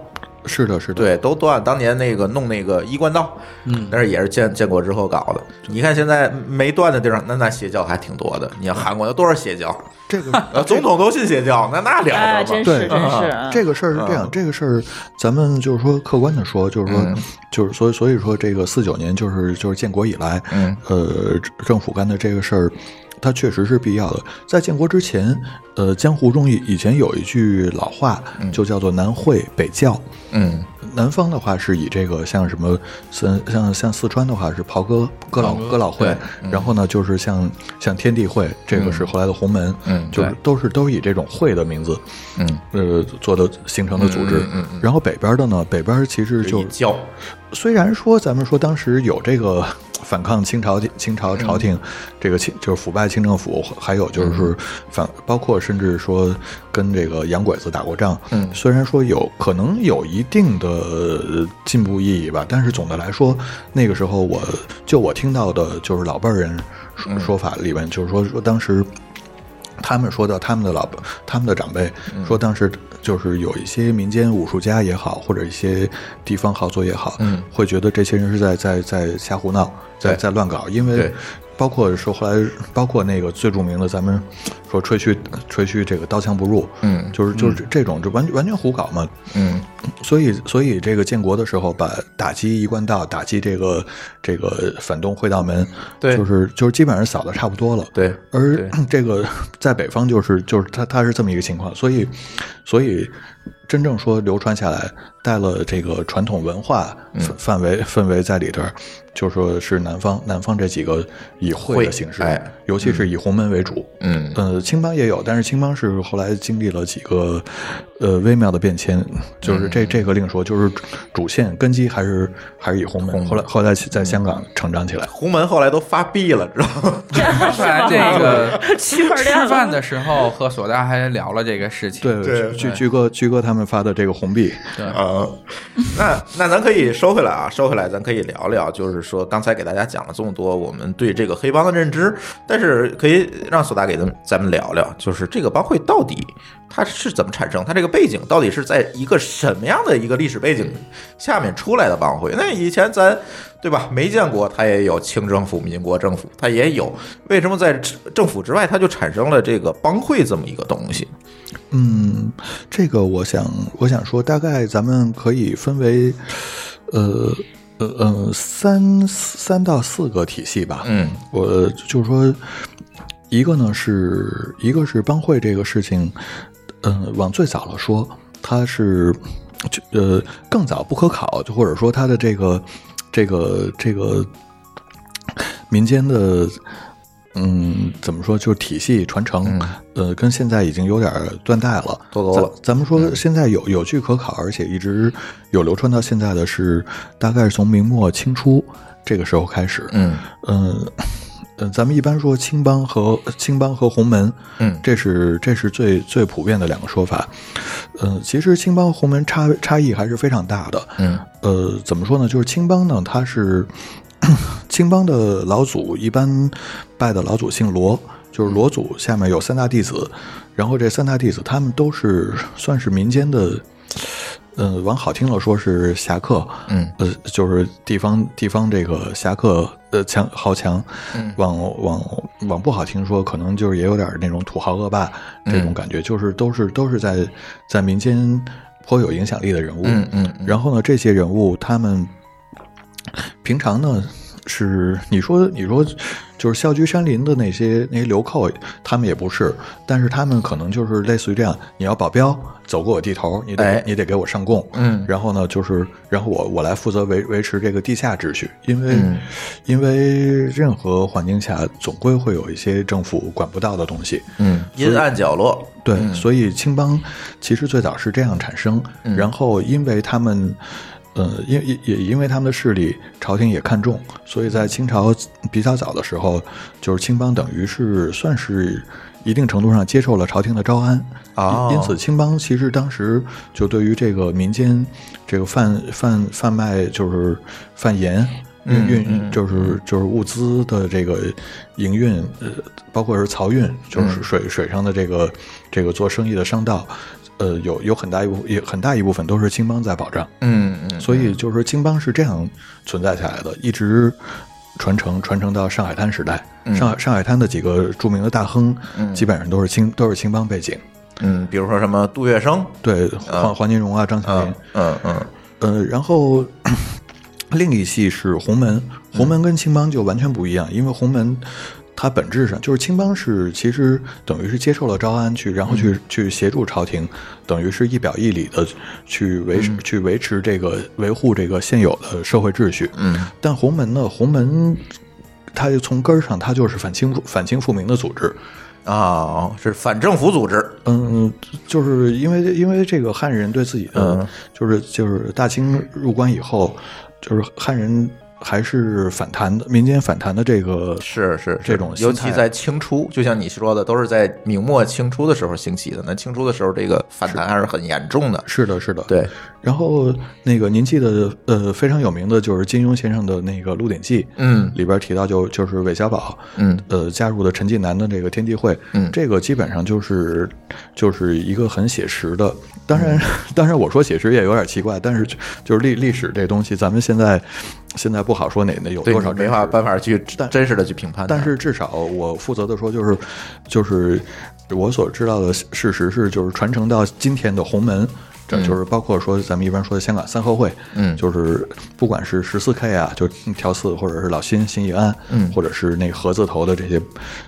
Speaker 4: 是的，是的，
Speaker 2: 对，都断。当年那个弄那个一贯道，嗯，但是也是建建国之后搞的。你看现在没断的地方，那那邪教还挺多的。你看韩国有多少邪教？
Speaker 4: 这个
Speaker 2: 呃，总统都信邪教，那那
Speaker 3: 哎，
Speaker 2: 了得
Speaker 3: 真
Speaker 2: 吗？
Speaker 4: 对
Speaker 3: 是真是啊，
Speaker 4: 这个事儿是这样，这个事儿咱们就是说客观的说，就是说，就是所以所以说这个四九年就是就是建国以来，
Speaker 2: 嗯，
Speaker 4: 呃，政府干的这个事儿。它确实是必要的。在建国之前，呃，江湖中以以前有一句老话，就叫做“南会北教”。
Speaker 2: 嗯，
Speaker 4: 南方的话是以这个像什么四像像四川的话是袍哥哥老哥老会
Speaker 2: 对，嗯
Speaker 4: 然后呢就是像像天地会，这个是后来的洪门，
Speaker 2: 嗯
Speaker 4: 就是
Speaker 5: 对
Speaker 4: 都是都是以这种会的名字，
Speaker 2: 嗯，
Speaker 4: 呃做的形成的组织。然后北边的呢，北边其实
Speaker 2: 就
Speaker 4: 就
Speaker 2: 一教，
Speaker 4: 虽然说咱们说当时有这个反抗清朝清朝朝廷、这个清就是腐败清政府，还有就是反、包括甚至说跟这个洋鬼子打过仗，
Speaker 2: 嗯
Speaker 4: 虽然说有可能有一定的呃进步意义吧，但是总的来说，那个时候我就我听到的就是老辈儿人说,、说法里面，就是说说当时。他们说到他们的老他们的长辈
Speaker 2: 嗯
Speaker 4: 说，当时就是有一些民间武术家也好，或者一些地方豪族也好，
Speaker 2: 嗯
Speaker 4: 会觉得这些人是在在在瞎胡闹，在
Speaker 2: 对
Speaker 4: 在乱搞，因为
Speaker 2: 对
Speaker 4: 包括说后来包括那个最著名的咱们说吹嘘吹嘘这个刀枪不入，
Speaker 2: 嗯
Speaker 4: 就是就是这种就完完全胡搞嘛，
Speaker 2: 嗯
Speaker 4: 所以，所以这个建国的时候，把打击一贯道，打击这个这个反动会道门，
Speaker 2: 对
Speaker 4: 就是就是基本上扫的差不多了。
Speaker 2: 对
Speaker 4: 而
Speaker 2: 对
Speaker 4: 这个在北方就是就是它它是这么一个情况，所以所以真正说流传下来，带了这个传统文化范范围氛围在里边儿，就说是南方南方这几个以会
Speaker 2: 会
Speaker 4: 的形式，
Speaker 2: 哎
Speaker 4: 尤其是以洪门为主，
Speaker 2: 嗯
Speaker 4: 呃，青帮也有，但是青帮是后来经历了几个呃微妙的变迁，就是这这个另说，就是主主线根基还是还是以红门，后来后来在香港成长起来。
Speaker 2: 红门后来都发币了，知道吗？
Speaker 5: 后来这 个
Speaker 3: 区块链
Speaker 5: 吃
Speaker 3: 了
Speaker 5: 饭的时候和索大还聊了这个事情。
Speaker 4: 对，
Speaker 2: 对
Speaker 4: 居居哥居哥他们发的这个红币，
Speaker 2: 啊，那那咱可以收回来啊，收回来，咱可以聊聊，就是说刚才给大家讲了这么多我们对这个黑帮的认知，但是可以让索达给咱们咱们聊聊，就是这个帮会到底它是怎么产生，它这个背景到底是在一个什么样的一个历史背景下面出来的帮会？那以前咱对吧没见过，它也有清政府、民国政府，它也有，为什么在政府之外它就产生了这个帮会这么一个东西？
Speaker 4: 嗯，这个我想我想说，大概咱们可以分为，呃呃呃三三到四个体系吧。
Speaker 2: 嗯
Speaker 4: 我就是说，一个呢是一个是帮会这个事情，嗯、往最早了说，它是就呃更早不可考，就或者说它的这个这个这个民间的。嗯，怎么说？就是体系传承，呃，跟现在已经有点断代了，
Speaker 2: 脱钩了
Speaker 4: 咱咱们说现在有有据可考，而且一直有流传到现在的是，大概是从明末清初这个时候开始。
Speaker 2: 嗯
Speaker 4: 嗯，呃，咱们一般说青帮和青帮和红门，
Speaker 2: 嗯
Speaker 4: 这是这是最最普遍的两个说法。嗯，其实青帮和红门差差异还是非常大的。
Speaker 2: 嗯
Speaker 4: 呃，怎么说呢？就是青帮呢，它是 青帮的老祖，一般拜的老祖姓罗，就是罗祖下面有三大弟子，然后这三大弟子他们都是算是民间的，呃，往好听了说是侠客，
Speaker 2: 嗯，
Speaker 4: 呃，就是地方地方这个侠客，呃，强豪强，
Speaker 2: 嗯
Speaker 4: 往往往不好听说，可能就是也有点那种土豪恶霸这
Speaker 2: 嗯
Speaker 4: 种感觉，就是都是都是在在民间颇有影响力的人物，
Speaker 2: 嗯嗯嗯
Speaker 4: 然后呢，这些人物他们平常呢是你说你说就是啸居山林的那些那些流寇，他们也不是，但是他们可能就是类似于这样，你要保镖走过我地头，你得、
Speaker 2: 哎
Speaker 4: 你得给我上供，
Speaker 2: 嗯
Speaker 4: 然后呢就是然后我我来负责维维持这个地下秩序，因为、
Speaker 2: 嗯
Speaker 4: 因为任何环境下总归会有一些政府管不到的东西，
Speaker 2: 嗯，阴暗角落，
Speaker 4: 对，所以青帮其实最早是这样产生，然后因为他们，呃，因也也因为他们的势力，朝廷也看重，所以在清朝比较早的时候，就是青帮等于是算是一定程度上接受了朝廷的招安
Speaker 2: 哦
Speaker 4: 因因此青帮其实当时就对于这个民间这个贩贩贩卖就是贩盐。运
Speaker 2: 嗯
Speaker 4: 运就是就是物资的这个营运，呃，包括是漕运，
Speaker 2: 嗯
Speaker 4: 就是水水上的这个这个做生意的商道，呃，有有很大一部也很大一部分都是青帮在保障，
Speaker 2: 嗯嗯，
Speaker 4: 所以就是说青帮是这样存在下来的，一直传承传承到上海滩时代。
Speaker 2: 嗯
Speaker 4: 上海上海滩的几个著名的大亨，基本上都是青都是青帮背景，
Speaker 2: 嗯，比如说什么杜月笙，
Speaker 4: 对黄黄金荣啊、张小林
Speaker 2: 嗯，嗯嗯
Speaker 4: 呃，然后另一系是洪门，洪门跟青帮就完全不一样，因为洪门它本质上就是青帮是其实等于是接受了招安去，然后
Speaker 2: 嗯
Speaker 4: 去、去协助朝廷，等于是一表一里的去维
Speaker 2: 嗯
Speaker 4: 持、去维持这个维护这个现有的社会秩序。
Speaker 2: 嗯，
Speaker 4: 但洪门呢，洪门它就从根儿上它就是反清复反清复明的组织。
Speaker 2: 啊，是反政府组织，
Speaker 4: 嗯，就是因为因为这个汉人对自己的，
Speaker 2: 嗯
Speaker 4: 就是就是大清入关以后，就是汉人还是反弹的，民间反弹的这个
Speaker 2: 是是是
Speaker 4: 这种心
Speaker 2: 尤其
Speaker 4: 态
Speaker 2: 在清初，就像你说的，都是在明末清初的时候兴起的。那清初的时候，这个反弹还是很严重的。
Speaker 4: 是的，是的，。
Speaker 2: 对，
Speaker 4: 然后那个您记得呃非常有名的就是金庸先生的那个《鹿鼎记》，
Speaker 2: 嗯
Speaker 4: 里边提到就就是韦小宝，
Speaker 2: 嗯
Speaker 4: 呃加入的陈近南的这个天地会，
Speaker 2: 嗯
Speaker 4: 这个基本上就是就是一个很写实的，当
Speaker 2: 嗯
Speaker 4: 然、 当然我说写实也有点奇怪，但是就就是历历史这东西，咱们现在现在不好说哪哪有
Speaker 2: 对，
Speaker 4: 多少
Speaker 2: 你没
Speaker 4: 真
Speaker 2: 法
Speaker 4: 实
Speaker 2: 办法去真实的去评判它。
Speaker 4: 但是至少我负责的说，就是就是我所知道的事实是，就是传承到今天的洪门。这就是包括说咱们一般说的香港三合会，
Speaker 2: 嗯
Speaker 4: 就是不管是十四 K 啊，就调四，或者是老新新义安，
Speaker 2: 嗯
Speaker 4: 或者是那盒字头的这些，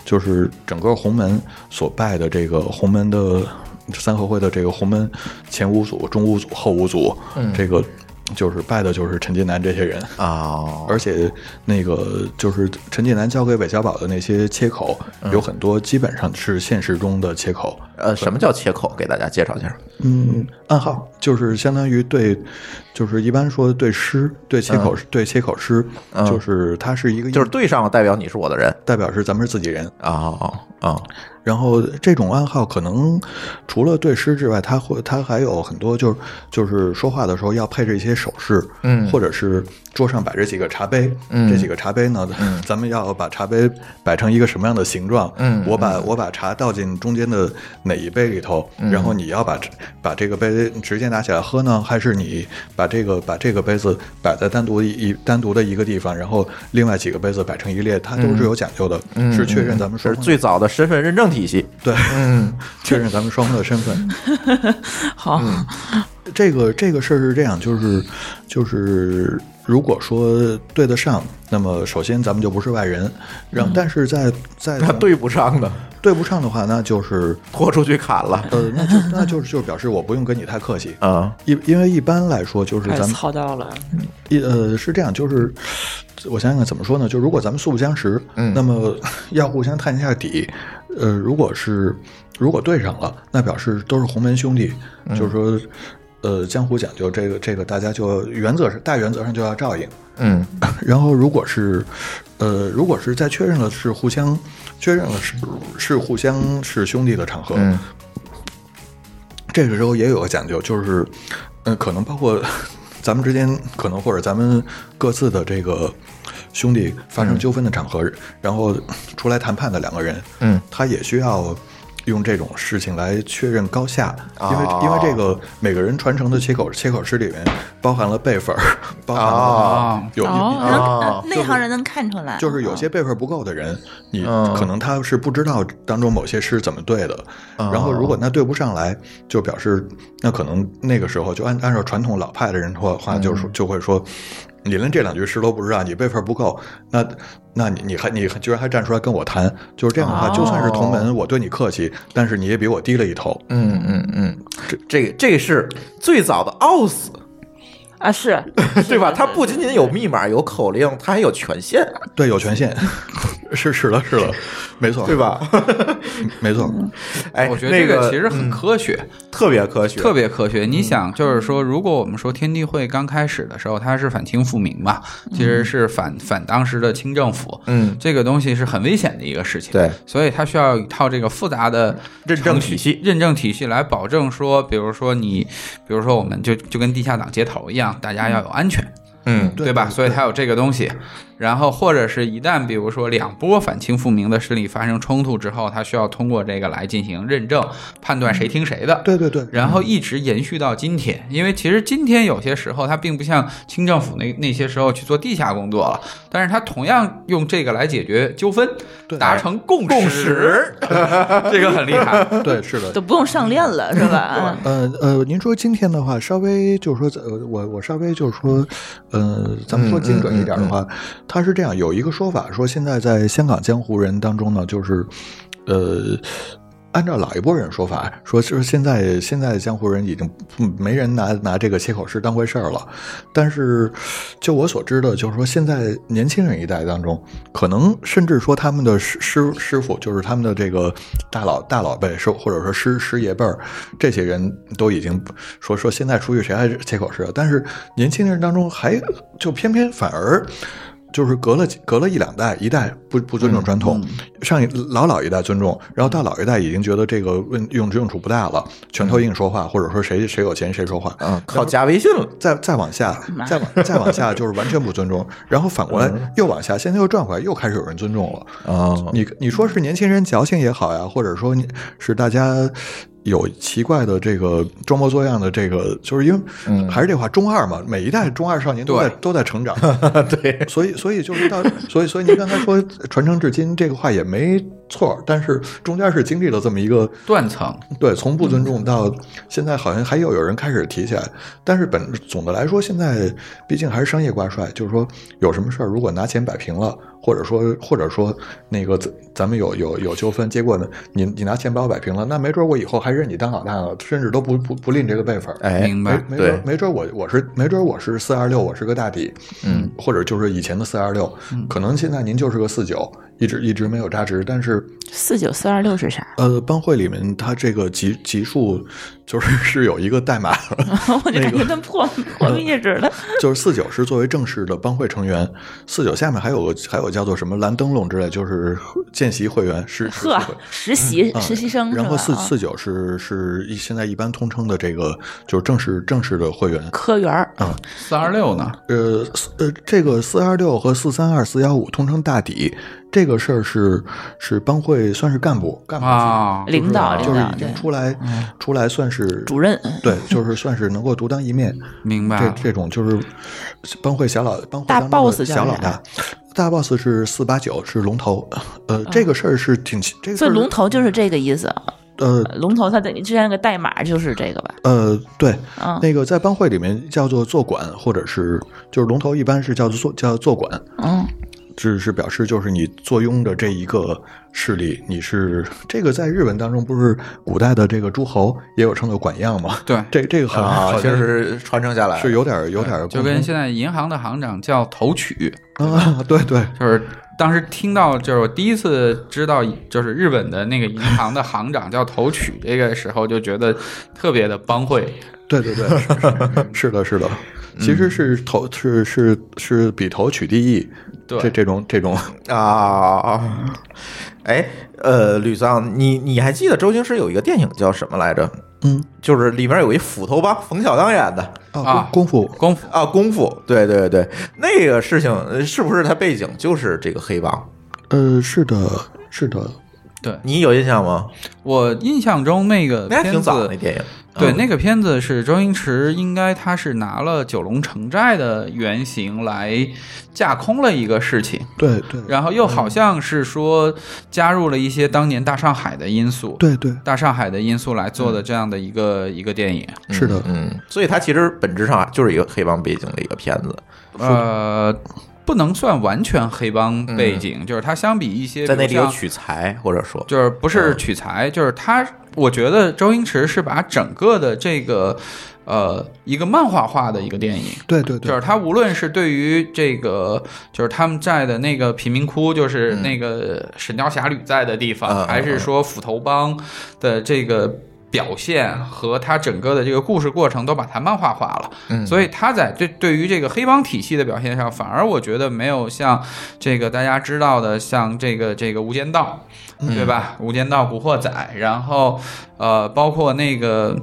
Speaker 4: 就是整个洪门所拜的这个洪门
Speaker 2: 嗯
Speaker 4: 的三合会的这个洪门前五组、中五组、后五组，这个就是拜的就是陈近南这些 人。
Speaker 2: 啊，
Speaker 4: 而且那个就是陈近南交给韦小宝的那些切口，有很多基本上是现实中的切口。
Speaker 2: 呃，什么叫切口？给大家介绍一下。
Speaker 4: 嗯，暗号就是相当于对，就是一般说对诗，对切口，对切口诗，嗯就是它是一个，
Speaker 2: 就是对上了代表你是我的人
Speaker 4: 代表是咱们是自己人。
Speaker 2: 啊啊啊
Speaker 4: 然后这种暗号可能除了对诗之外，它会它还有很多就是就是说话的时候要配置一些手势，
Speaker 2: 嗯
Speaker 4: 或者是桌上摆着几个茶杯，
Speaker 2: 嗯
Speaker 4: 这几个茶杯呢，咱们要把茶杯摆成一个什么样的形状？
Speaker 2: 嗯嗯
Speaker 4: 我把我把茶倒进中间的哪一杯里头，然后你要把把这个杯直接拿起来喝呢，还是你把这个把这个杯子摆在单独一单独的一个地方，然后另外几个杯子摆成一列，它都是有讲究的，
Speaker 2: 嗯
Speaker 4: 是确认咱们双
Speaker 2: 是
Speaker 4: 方
Speaker 2: 最早的身份认证体系。
Speaker 4: 对。
Speaker 2: 嗯
Speaker 4: 确认咱们双方的身份。
Speaker 3: 好，
Speaker 4: 嗯这个这个事儿是这样，就是就是，如果说对得上，那么首先咱们就不是外人。然后，但是在 在
Speaker 2: 那对不上的，
Speaker 4: 对不上的话，那就是
Speaker 2: 拖出去砍了。
Speaker 4: 呃，那就那就是就是表示我不用跟你太客气。
Speaker 2: 啊
Speaker 4: 因因为一般来说，就是
Speaker 3: 哎
Speaker 6: 太
Speaker 4: 咱们
Speaker 6: 操到了，
Speaker 4: 一呃是这样，就是我想想看怎么说呢？就如果咱们素不相识，
Speaker 2: 嗯
Speaker 4: 那么 要互相探一下底。呃，如果是如果对上了，那表示都是洪门兄弟，就是说，呃，江湖讲究这个这个，大家就原则是大原则上就要照应。
Speaker 2: 嗯
Speaker 4: 然后，如果是，呃，如果是在确认了是互相确认了是是互相是兄弟的场合，
Speaker 2: 嗯
Speaker 4: 这个时候也有个讲究，就是，呃，可能包括咱们之间，可能或者咱们各自的这个兄弟发生纠纷的场合，然后出来谈判的两个人，
Speaker 2: 嗯，
Speaker 4: 他也需要用这种事情来确认高下，因为、
Speaker 2: 哦
Speaker 4: 因为这个每个人传承的切口切口诗里面包含了辈分儿，包含了、
Speaker 2: 啊
Speaker 4: 有。
Speaker 6: 哦
Speaker 3: 能
Speaker 2: 啊
Speaker 3: 呃内行人能看出来，
Speaker 4: 就是有些辈分不够的人，你
Speaker 2: 嗯
Speaker 4: 可能他是不知道当中某些诗怎么对的。
Speaker 2: 哦
Speaker 4: 然后如果那对不上来，就表示那可能那个时候就按按照传统老派的人的话，就是
Speaker 2: 嗯
Speaker 4: 就会说，你连这两句诗都不知道，你辈分不够，那那你你还你还居然还站出来跟我谈，就是这样的话，
Speaker 2: 哦
Speaker 4: 就算是同门，我对你客气，但是你也比我低了一头。
Speaker 2: 嗯嗯嗯，这这个这个是最早的 OS，
Speaker 3: 啊是，
Speaker 2: 对吧？它不仅仅有密码、有口令，它还有权限，
Speaker 4: 对，有权限， 是是了是 了，没错
Speaker 2: 对？ 吧？
Speaker 4: 没错，
Speaker 2: 哎，
Speaker 5: 我觉得
Speaker 2: 那
Speaker 5: 这个其实很
Speaker 2: 嗯
Speaker 5: 科学，
Speaker 2: 特别科学，
Speaker 5: 特别科学。
Speaker 2: 嗯
Speaker 5: 你想，就是说，如果我们说天地会刚开始的时候，它是反清复明嘛，其实是反反当时的清政府，
Speaker 2: 嗯
Speaker 5: 这个东西是很危险的一个事情。
Speaker 2: 对，
Speaker 5: 所以它需要一套这个复杂的
Speaker 2: 认证
Speaker 5: 程序
Speaker 2: 体系
Speaker 5: 认证体系来保证说，比如说你，比如说我们就就跟地下党接头一样，大家要有安全。
Speaker 2: 嗯
Speaker 4: 对
Speaker 5: 对吧？所以它有这个东西。然后或者是一旦比如说两波反清复明的势力发生冲突之后，它需要通过这个来进行认证，判断
Speaker 2: 嗯
Speaker 5: 谁听谁的。
Speaker 4: 对对对，
Speaker 5: 然后一直延续到今天，因为其实今天有些时候它并不像清政府那那些时候去做地下工作了，但是它同样用这个来解决纠纷，
Speaker 4: 对
Speaker 5: 达成共识，
Speaker 2: 共识
Speaker 5: 这个很厉害。
Speaker 4: 对是的，
Speaker 3: 都不用上链了是吧？
Speaker 4: 呃呃，您说今天的话，稍微就是说，呃，我我稍微就是说，呃，咱们说精准一点的话，它是这样，有一个说法说，现在在香港江湖人当中呢，就是，呃。按照老一波人说法，说就是现在现在江湖人已经嗯没人拿拿这个切口诗当回事儿了，但是就我所知的，就是说现在年轻人一代当中，可能甚至说他们的师师师傅，就是他们的这个大佬大佬辈，是或者说师师爷辈儿，这些人都已经说说现在出去谁还切口吃啊？但是年轻人当中还就偏偏反而。就是隔了几隔了一两代，一代不不尊重传统，上一老老一代尊重，然后到老一代已经觉得这个问用用处不大了，拳头硬说话，或者说谁谁有钱谁说话，
Speaker 2: 嗯，靠加微信了。
Speaker 4: 再再往下，再往再往下就是完全不尊重，然后反过来又往下，现在又转回来，又开始有人尊重了。
Speaker 5: 啊
Speaker 2: 哦，
Speaker 4: 你你说是年轻人矫情也好呀，或者说你是大家有奇怪的这个装模作样的这个，就是因为、还是这话，中二嘛，每一代中二少年都在
Speaker 5: 对
Speaker 4: 都在成长，
Speaker 2: 对，
Speaker 4: 所以所以就是到所以所以您刚才说传承至今这个话也没错，但是中间是经历了这么一个
Speaker 5: 断层，
Speaker 4: 对，从不尊重到现在，好像还有有人开始提起来。但是本总的来说，现在毕竟还是商业挂帅，就是说有什么事儿，如果拿钱摆平了，或者说或者说那个咱咱们有有有纠纷，结果呢，你你拿钱把我摆平了，那没准我以后还认你当老大了，甚至都不不不吝这个辈分儿。
Speaker 2: 哎，
Speaker 5: 明
Speaker 4: 没
Speaker 5: 白？
Speaker 4: 没
Speaker 2: 对
Speaker 4: 准没准我我是没准我是四二六，我是个大底，
Speaker 2: 嗯，
Speaker 4: 或者就是以前的四二六，可能现在您就是个四九，一直一直没有扎值，但是
Speaker 3: 四九四二六是啥？
Speaker 4: 呃，帮会里面它这个级级数就是 是有一个代码的，
Speaker 3: 我就感觉跟 破破壁纸了。
Speaker 4: 就是四九是作为正式的帮会成员，四九下面还有个还有叫做什么蓝灯笼之类，就是见习会员是是
Speaker 3: 呵
Speaker 4: 会，
Speaker 3: 实习
Speaker 4: 嗯
Speaker 3: 实习生是吧？
Speaker 4: 然后四
Speaker 3: 啊
Speaker 4: 四九是是一现在一般通称的这个就是正式正式的会员，
Speaker 3: 科员儿
Speaker 5: 四二六呢？
Speaker 4: 呃四呃，这个四二六和四三二、四幺五通称大底，这个事儿是是帮会算是干部干部级
Speaker 5: 啊，
Speaker 3: 领导领
Speaker 4: 就是
Speaker 3: 导
Speaker 4: 已
Speaker 3: 对嗯
Speaker 4: 经出来出来算是
Speaker 3: 主任嗯啊
Speaker 4: 对，就是算是能够独当一面。
Speaker 5: 明白
Speaker 4: 这
Speaker 5: 了。
Speaker 4: 这种就是帮会小老帮会
Speaker 3: 大
Speaker 4: 当中的
Speaker 3: boss 叫
Speaker 4: 小老
Speaker 3: 啥
Speaker 4: 大，大 boss 是四八九是龙头，呃，这个事儿是挺奇这个事
Speaker 3: 所
Speaker 4: 儿
Speaker 3: 以
Speaker 4: 是
Speaker 3: 龙头就是这个意思。啊
Speaker 4: 呃
Speaker 3: 龙头它的之前那个代码就是这个吧？
Speaker 4: 呃，对，
Speaker 3: 嗯
Speaker 4: 那个在帮会里面叫做坐管，或者是就是龙头一般是叫做坐叫坐管，
Speaker 3: 嗯，
Speaker 4: 只是表示就是你坐拥着这一个势力，你是这个在日文当中不是古代的这个诸侯也有称作管样吗？
Speaker 5: 对
Speaker 4: 这这个很
Speaker 2: 啊，
Speaker 4: 好
Speaker 2: 其实传承下来
Speaker 4: 是有点有点
Speaker 5: 哎就跟现在银行的行长叫头取，
Speaker 4: 啊，对对，
Speaker 5: 就是当时听到，就是我第一次知道，就是日本的那个银行的行长叫头取，这个时候就觉得特别的帮会。
Speaker 4: 对对对， 是是的，是的，
Speaker 5: 嗯
Speaker 4: 其实是头是是是比头取第一，
Speaker 5: 对
Speaker 4: 这这种这种，
Speaker 2: 啊。哎，呃，吕桑，你你还记得周星驰有一个电影叫什么来着？
Speaker 4: 嗯
Speaker 2: 就是里面有一斧头帮，冯小刚演的
Speaker 5: 啊
Speaker 4: 功功夫
Speaker 5: 功夫
Speaker 2: 啊，功夫。对对对，那个事情呃是不是他背景就是这个黑帮？
Speaker 4: 呃是的，是的，
Speaker 2: 你有印象吗？
Speaker 5: 我印象中那个
Speaker 2: 那还
Speaker 5: 片
Speaker 2: 挺早的
Speaker 5: 子
Speaker 2: 那，电影。
Speaker 5: 对
Speaker 2: 嗯
Speaker 5: 那个片子是周星驰，应该他是拿了九龙城寨的原型来架空了一个事情，
Speaker 4: 对对
Speaker 5: 然后又好像是说加入了一些当年大上海的因素。
Speaker 4: 对对，
Speaker 5: 大上海的因素来做的这样的一个、一个电影，
Speaker 4: 是的，
Speaker 2: 嗯，所以它其实本质上就是一个黑帮背景的一个片子，
Speaker 5: 呃，不能算完全黑帮背景，就是它相比一些
Speaker 2: 嗯在那里
Speaker 5: 比如
Speaker 2: 有
Speaker 5: 像
Speaker 2: 取材，或者说，
Speaker 5: 就是不是取材，就是他，我觉得周星驰是把整个的这个呃一个漫画化的一个电影。
Speaker 4: 对对
Speaker 5: 就
Speaker 4: 对
Speaker 5: 是，他无论是对于这个，就是他们在的那个贫民窟，就是那个《神雕侠侣》在的
Speaker 2: 嗯
Speaker 5: 地
Speaker 2: 嗯
Speaker 5: 方，
Speaker 2: 嗯
Speaker 5: 还是说斧头帮的这个表现和他整个的这个故事过程，都把它漫画化了。
Speaker 2: 嗯
Speaker 5: 所以他在对对于这个黑帮体系的表现上，反而我觉得没有像这个大家知道的，像这个这个《无间道》，
Speaker 2: 嗯
Speaker 5: 对吧？《无间道》《古惑仔》，然后呃，包括那个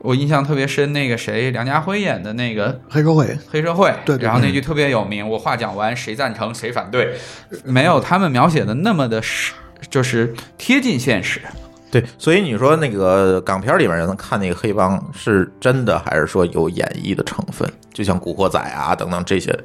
Speaker 5: 我印象特别深，那个谁梁家辉演的那个
Speaker 4: 黑社会
Speaker 5: 黑社会，
Speaker 4: 对对
Speaker 5: 然后那句特别有名，我话讲完，谁赞成谁反对，没有他们描写的那么的实，就是贴近现实。
Speaker 2: 对，所以你说那个港片里面能看那个黑帮是真的，还是说有演绎的成分？就像《古惑仔》啊等等这些，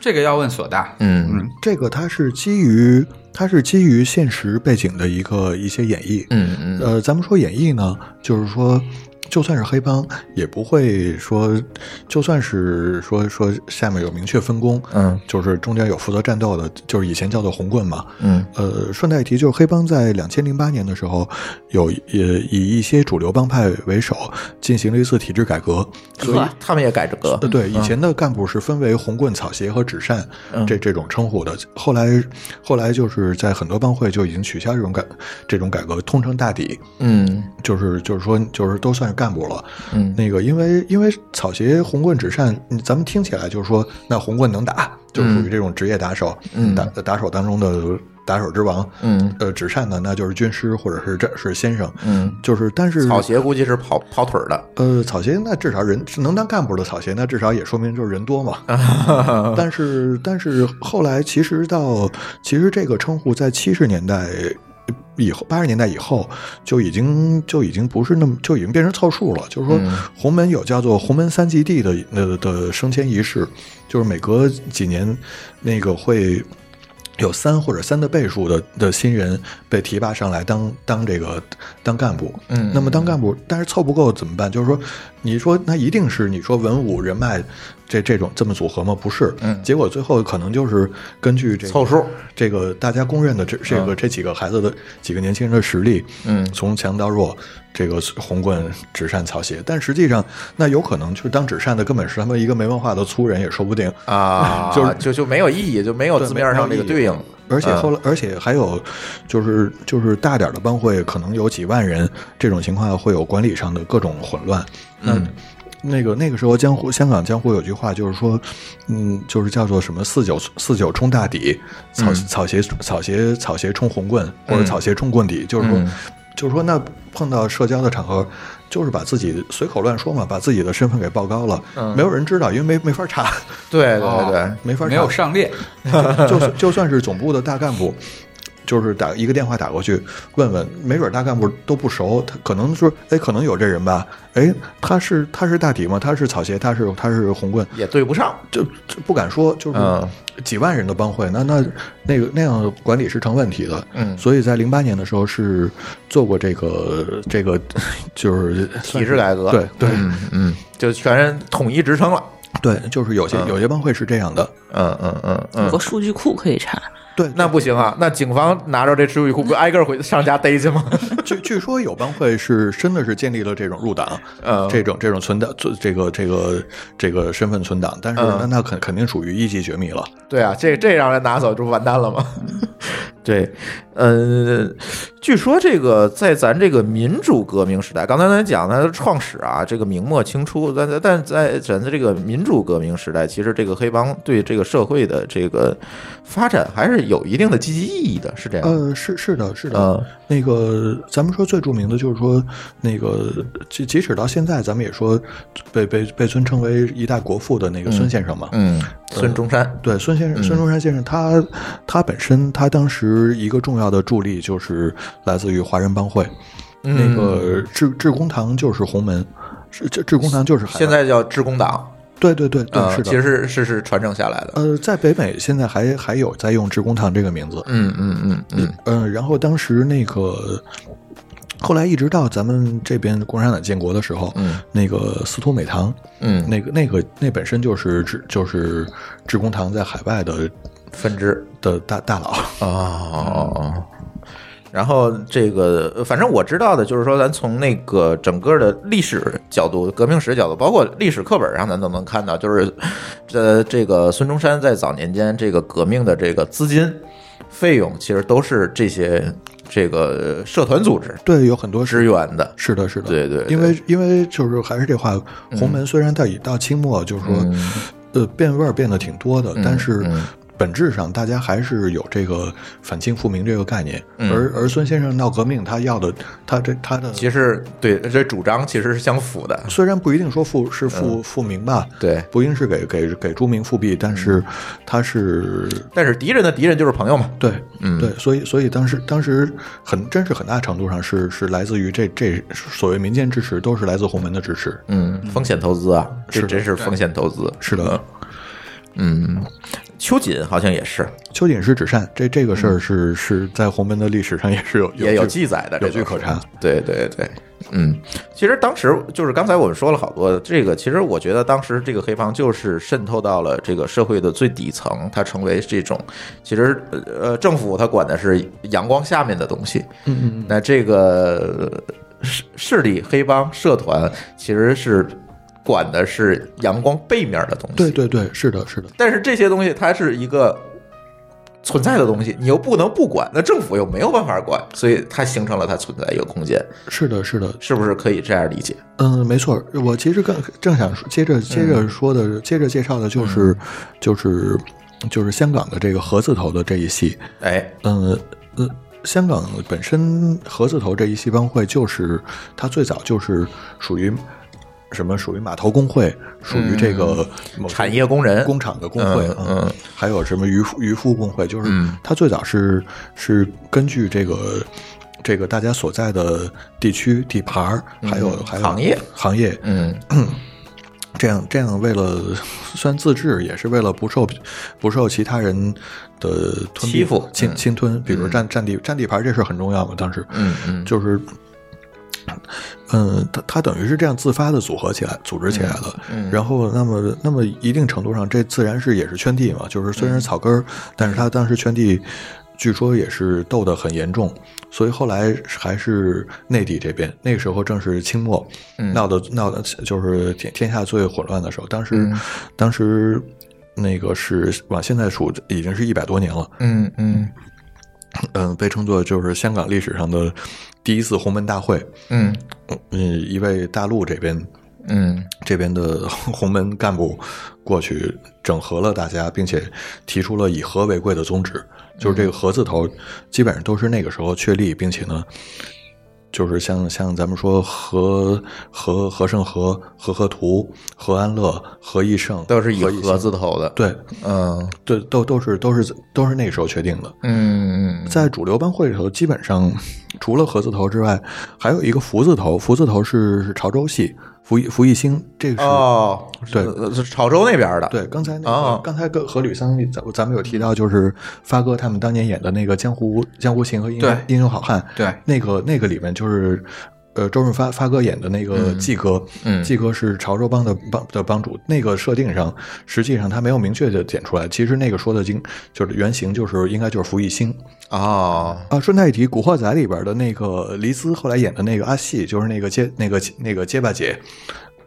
Speaker 5: 这个要问索大，
Speaker 2: 嗯
Speaker 4: 这个它是基于它是基于现实背景的一个一些演绎，
Speaker 2: 嗯嗯，
Speaker 4: 呃，咱们说演绎呢，就是说，就算是黑帮，也不会说，就算是说说下面有明确分工，
Speaker 2: 嗯，
Speaker 4: 就是中间有负责战斗的，就是以前叫做红棍嘛，
Speaker 2: 嗯，
Speaker 4: 呃，顺带一提，就是黑帮在两千零八年的时候，有也以一些主流帮派为首，进行了一次体制改革，所以
Speaker 2: 所以他们也改这个
Speaker 4: 呃，，对，以前的干部是分为红棍、草鞋和纸扇这这种称呼的。后来，后来就是在很多帮会就已经取消这种改这种改革，通称大底，
Speaker 2: 嗯
Speaker 4: 就是就是说就是都算是干部了。
Speaker 2: 嗯
Speaker 4: 那个因为因为草鞋、红棍、纸扇，嗯咱们听起来就是说，那红棍能打，就是属于这种职业打手，
Speaker 2: 嗯
Speaker 4: 打打手当中的打手之王。
Speaker 2: 嗯
Speaker 4: 呃，纸扇呢，那就是军师或者是这是先生，
Speaker 2: 嗯，
Speaker 4: 就是但是
Speaker 2: 草鞋估计是跑跑腿儿的，
Speaker 4: 呃，草鞋那至少人能当干部的草鞋，那至少也说明就是人多嘛。但是但是后来其实到其实这个称呼在七十年代以后，八十年代以后就已经就已经不是那么就已经变成凑数了。就是说，洪门有叫做洪门三基地的呃的升迁仪式，就是每隔几年那个会。有三或者三的倍数的的新人被提拔上来当当这个当干部，
Speaker 2: 嗯
Speaker 4: 那么当干部，但是凑不够怎么办？就是说，你说那一定是你说文武人脉这这种这么组合吗？不是，
Speaker 2: 嗯
Speaker 4: 结果最后可能就是根据这个、
Speaker 2: 凑数，
Speaker 4: 这个大家公认的这这个、这几个孩子的几个年轻人的实力，
Speaker 2: 嗯
Speaker 4: 从强到弱，这个红棍纸扇草鞋，但实际上那有可能就是当纸扇的根本是他们一个没文化的粗人也说不定，
Speaker 2: 啊，
Speaker 4: 就是
Speaker 2: 就就没有意义，就没有
Speaker 4: 对
Speaker 2: 字面上这个对应。
Speaker 4: 而
Speaker 5: 嗯
Speaker 4: 且后来，而且还有，就是就是大点儿的帮会，可能有几万人，这种情况会有管理上的各种混乱。那
Speaker 5: 嗯
Speaker 4: 那个那个时候，江湖香港江湖有句话就是说，嗯，就是叫做什么四九四九冲大底，草
Speaker 5: 嗯
Speaker 4: 草鞋草鞋草鞋冲红棍，或者草鞋冲棍底，就
Speaker 2: 嗯
Speaker 4: 是
Speaker 5: 嗯
Speaker 4: 说。就是说，那碰到社交的场合，就是把自己随口乱说嘛，把自己的身份给报高了，没有人知道，因为没没法查，
Speaker 2: 对对
Speaker 5: 哦
Speaker 2: 对，
Speaker 4: 没法查，
Speaker 5: 嗯没有上列，
Speaker 4: 就算就算是总部的大干部，就是打一个电话打过去问问，没准大干部都不熟，他可能说，哎，可能有这人吧，哎，他是他是大底吗？他是草鞋，他是他是红棍，
Speaker 2: 也对不上。
Speaker 4: 就就不敢说，就是
Speaker 2: 嗯
Speaker 4: 几万人的帮会，那那那个那样管理是成问题的。
Speaker 2: 嗯
Speaker 4: 所以在零八年的时候是做过这个这个，就是
Speaker 2: 体制改革，
Speaker 4: 对对
Speaker 2: 嗯嗯，就全人统一职称了。
Speaker 4: 对，就是有些有些帮会是这样的，
Speaker 2: 嗯嗯嗯
Speaker 3: 有
Speaker 2: 嗯
Speaker 3: 个，数据库可以查，
Speaker 4: 对，
Speaker 2: 那不行啊！那警方拿着这数据库，不挨个回上家逮去吗？
Speaker 4: 据据说有帮会是真的是建立了这种入党，
Speaker 2: 嗯
Speaker 4: 这种这种存档，这这个这个这个身份存档，但是
Speaker 2: 嗯
Speaker 4: 那那肯肯定属于一级绝密了。
Speaker 2: 对啊，这这让人拿走就完蛋了嘛。对，呃，据说这个在咱这个民主革命时代，刚才咱讲它的创始啊，这个明末清初，但但但在咱的这个民主革命时代，其实这个黑帮对这个社会的这个发展还是有一定的积极意义的，是这样嗯吗。
Speaker 4: 呃，是是的，是的，
Speaker 2: 嗯
Speaker 4: 那个咱们说最著名的就是说，那个即即使到现在，咱们也说被被被尊称为一代国父的那个孙先生嘛。
Speaker 2: 嗯，孙中山，
Speaker 4: 对，孙先生，孙中山先生，他他本身，他当时一个重要的助力就是来自于华人帮会，
Speaker 2: 嗯
Speaker 4: 那个致致公堂就是洪门，是致致公堂就是海外
Speaker 2: 现在叫致公党，
Speaker 4: 对对对嗯对，
Speaker 2: 呃，
Speaker 4: 是的。
Speaker 2: 其实是是是传承下来的。
Speaker 4: 呃，在北美现在还还有在用“职工堂”这个名字，
Speaker 2: 嗯嗯嗯嗯
Speaker 4: 嗯、然后当时那个，后来一直到咱们这边共产党建国的时候，
Speaker 2: 嗯，
Speaker 4: 那个司徒美堂，
Speaker 2: 嗯，
Speaker 4: 那个那个那本身就是职就是职工堂在海外的
Speaker 2: 分支
Speaker 4: 的大大佬，
Speaker 2: 哦。然后这个，呃反正我知道的就是说，咱从那个整个的历史角度、革命史角度，包括历史课本上，咱都能看到，就是这这个孙中山在早年间这个革命的这个资金费用，其实都是这些这个社团组织
Speaker 4: 对，有很多
Speaker 2: 支
Speaker 4: 是
Speaker 2: 援的。
Speaker 4: 是的，是的，
Speaker 2: 对对对嗯
Speaker 4: 因为因为就是还是这话，洪门虽然到已到清末，就是说，呃，变味儿变得挺多
Speaker 2: 嗯
Speaker 4: 的，但是。本质上，大家还是有这个反清复明这个概念，
Speaker 2: 嗯
Speaker 4: 而而孙先生闹革命，他要的，他这他的
Speaker 2: 其实对这主张其实是相符的。
Speaker 4: 虽然不一定说复是
Speaker 2: 嗯
Speaker 4: 复复明吧，
Speaker 2: 对
Speaker 4: 不一定是给给给朱明复辟，但是
Speaker 2: 嗯
Speaker 4: 他是
Speaker 2: 但是敌人的敌人就是朋友嘛。
Speaker 4: 对，嗯，对，所以所以当时当时很真是很大程度上是是来自于这这所谓民间支持，都是来自洪门的支持，
Speaker 2: 嗯，风险投资啊，这
Speaker 4: 是的
Speaker 2: 真是风险投资。
Speaker 4: 是的。
Speaker 2: 嗯，秋瑾好像也是，
Speaker 4: 秋瑾是纸扇，这这个事儿是、是在洪门的历史上也是有
Speaker 2: 嗯也有
Speaker 4: 有
Speaker 2: 记载的，
Speaker 4: 有
Speaker 2: 这
Speaker 4: 据
Speaker 2: 个
Speaker 4: 可查。
Speaker 2: 对对对，嗯，其实当时就是刚才我们说了好多，这个其实我觉得当时这个黑帮就是渗透到了这个社会的最底层，它成为这种其实呃呃政府它管的是阳光下面的东西，嗯嗯，那这个呃势势力黑帮社团其实是管的是阳光背面的东西，
Speaker 4: 对对对，是的，是的，
Speaker 2: 但是这些东西它是一个存在的东西，你又不能不管，那政府又没有办法管，所以它形成了它存在一个空间，
Speaker 4: 是的，是的，
Speaker 2: 是不是可以这样理解？
Speaker 4: 嗯，没错儿，我其实更正想说接着接
Speaker 2: 嗯
Speaker 4: 着说的，接着介绍的就是、就是就是香港的这个盒子头的这一系，
Speaker 2: 哎，
Speaker 4: 嗯嗯，香港本身盒子头这一系帮会就是它最早就是属于什么属于码头工会，属于这个某些
Speaker 2: 嗯产业工人
Speaker 4: 工厂的工会，
Speaker 2: 哎嗯嗯
Speaker 4: 还有什么渔夫渔夫工会，就是
Speaker 2: 嗯
Speaker 4: 它最早是是根据这个。这个大家所
Speaker 2: 嗯
Speaker 4: 在的地区、地盘儿，还有、还有
Speaker 2: 行业
Speaker 4: 行业，
Speaker 2: 嗯
Speaker 4: 这样这样为了算自制，也是为了不受不受其他人的吞并
Speaker 2: 欺负
Speaker 4: 侵
Speaker 2: 嗯
Speaker 4: 侵吞，比如占占地占地盘这事儿很重要嘛，当时
Speaker 2: 嗯嗯
Speaker 4: 就是。嗯，他他等于是这样自发的组合起来、组织起来了。
Speaker 2: 嗯
Speaker 4: 然后，那么那么一定程度上，这自然是也是圈地嘛，就是虽
Speaker 2: 嗯
Speaker 4: 然是草根儿，但是他当时圈地，据说也是斗得很严重，所以后来还是内地这边，那个时候正是清末，
Speaker 2: 嗯
Speaker 4: 闹得闹得就是天天下最混乱的时候。当时、
Speaker 2: 嗯
Speaker 4: 当时那个是往现在数，已经是一百多年了。
Speaker 2: 嗯嗯
Speaker 4: 嗯，被称作就是香港历史上的第一次鸿门大会。
Speaker 2: 嗯
Speaker 4: 嗯，一位大陆这边
Speaker 2: 嗯
Speaker 4: 这边的鸿门干部过去整合了大家，并且提出了以和为贵的宗旨，就
Speaker 2: 嗯
Speaker 4: 是这个“和”字头，基本上都是那个时候确立，并且呢，就是像像咱们说和和和盛和和和图和安乐和义盛，
Speaker 2: 都是以
Speaker 4: 和义
Speaker 2: 盒
Speaker 4: 兴
Speaker 2: 字头的，，
Speaker 4: 对
Speaker 2: 嗯
Speaker 4: 对都都是都是都是那个时候确定的。
Speaker 2: 嗯嗯
Speaker 4: 在主流班会里头，基本上除了和字头之外，还有一个福字头。福字头是是潮州系，福一福一兴，这个是、
Speaker 2: 哦，
Speaker 4: 对
Speaker 2: 是是潮州那边的，
Speaker 4: 对，刚才那个、
Speaker 2: 哦
Speaker 4: 刚才跟和吕桑咱咱们有提到，就是发哥他们当年演的那个《江湖江湖情》和英雄《
Speaker 5: 对
Speaker 4: 英雄好汉》，
Speaker 5: 对
Speaker 4: 那个那个里面就是。呃，周润发发哥演的那个季哥，
Speaker 2: 嗯
Speaker 4: 季哥是潮州帮的帮的帮主。那个设定上，实际上他没有明确的点出来。其实那个说的经就是原型，就是应该就是福一兴。
Speaker 2: 哦，
Speaker 4: 啊，顺带一提，《古惑仔》里边的那个黎姿后来演的那个阿细，就是那个结那个那个结巴姐，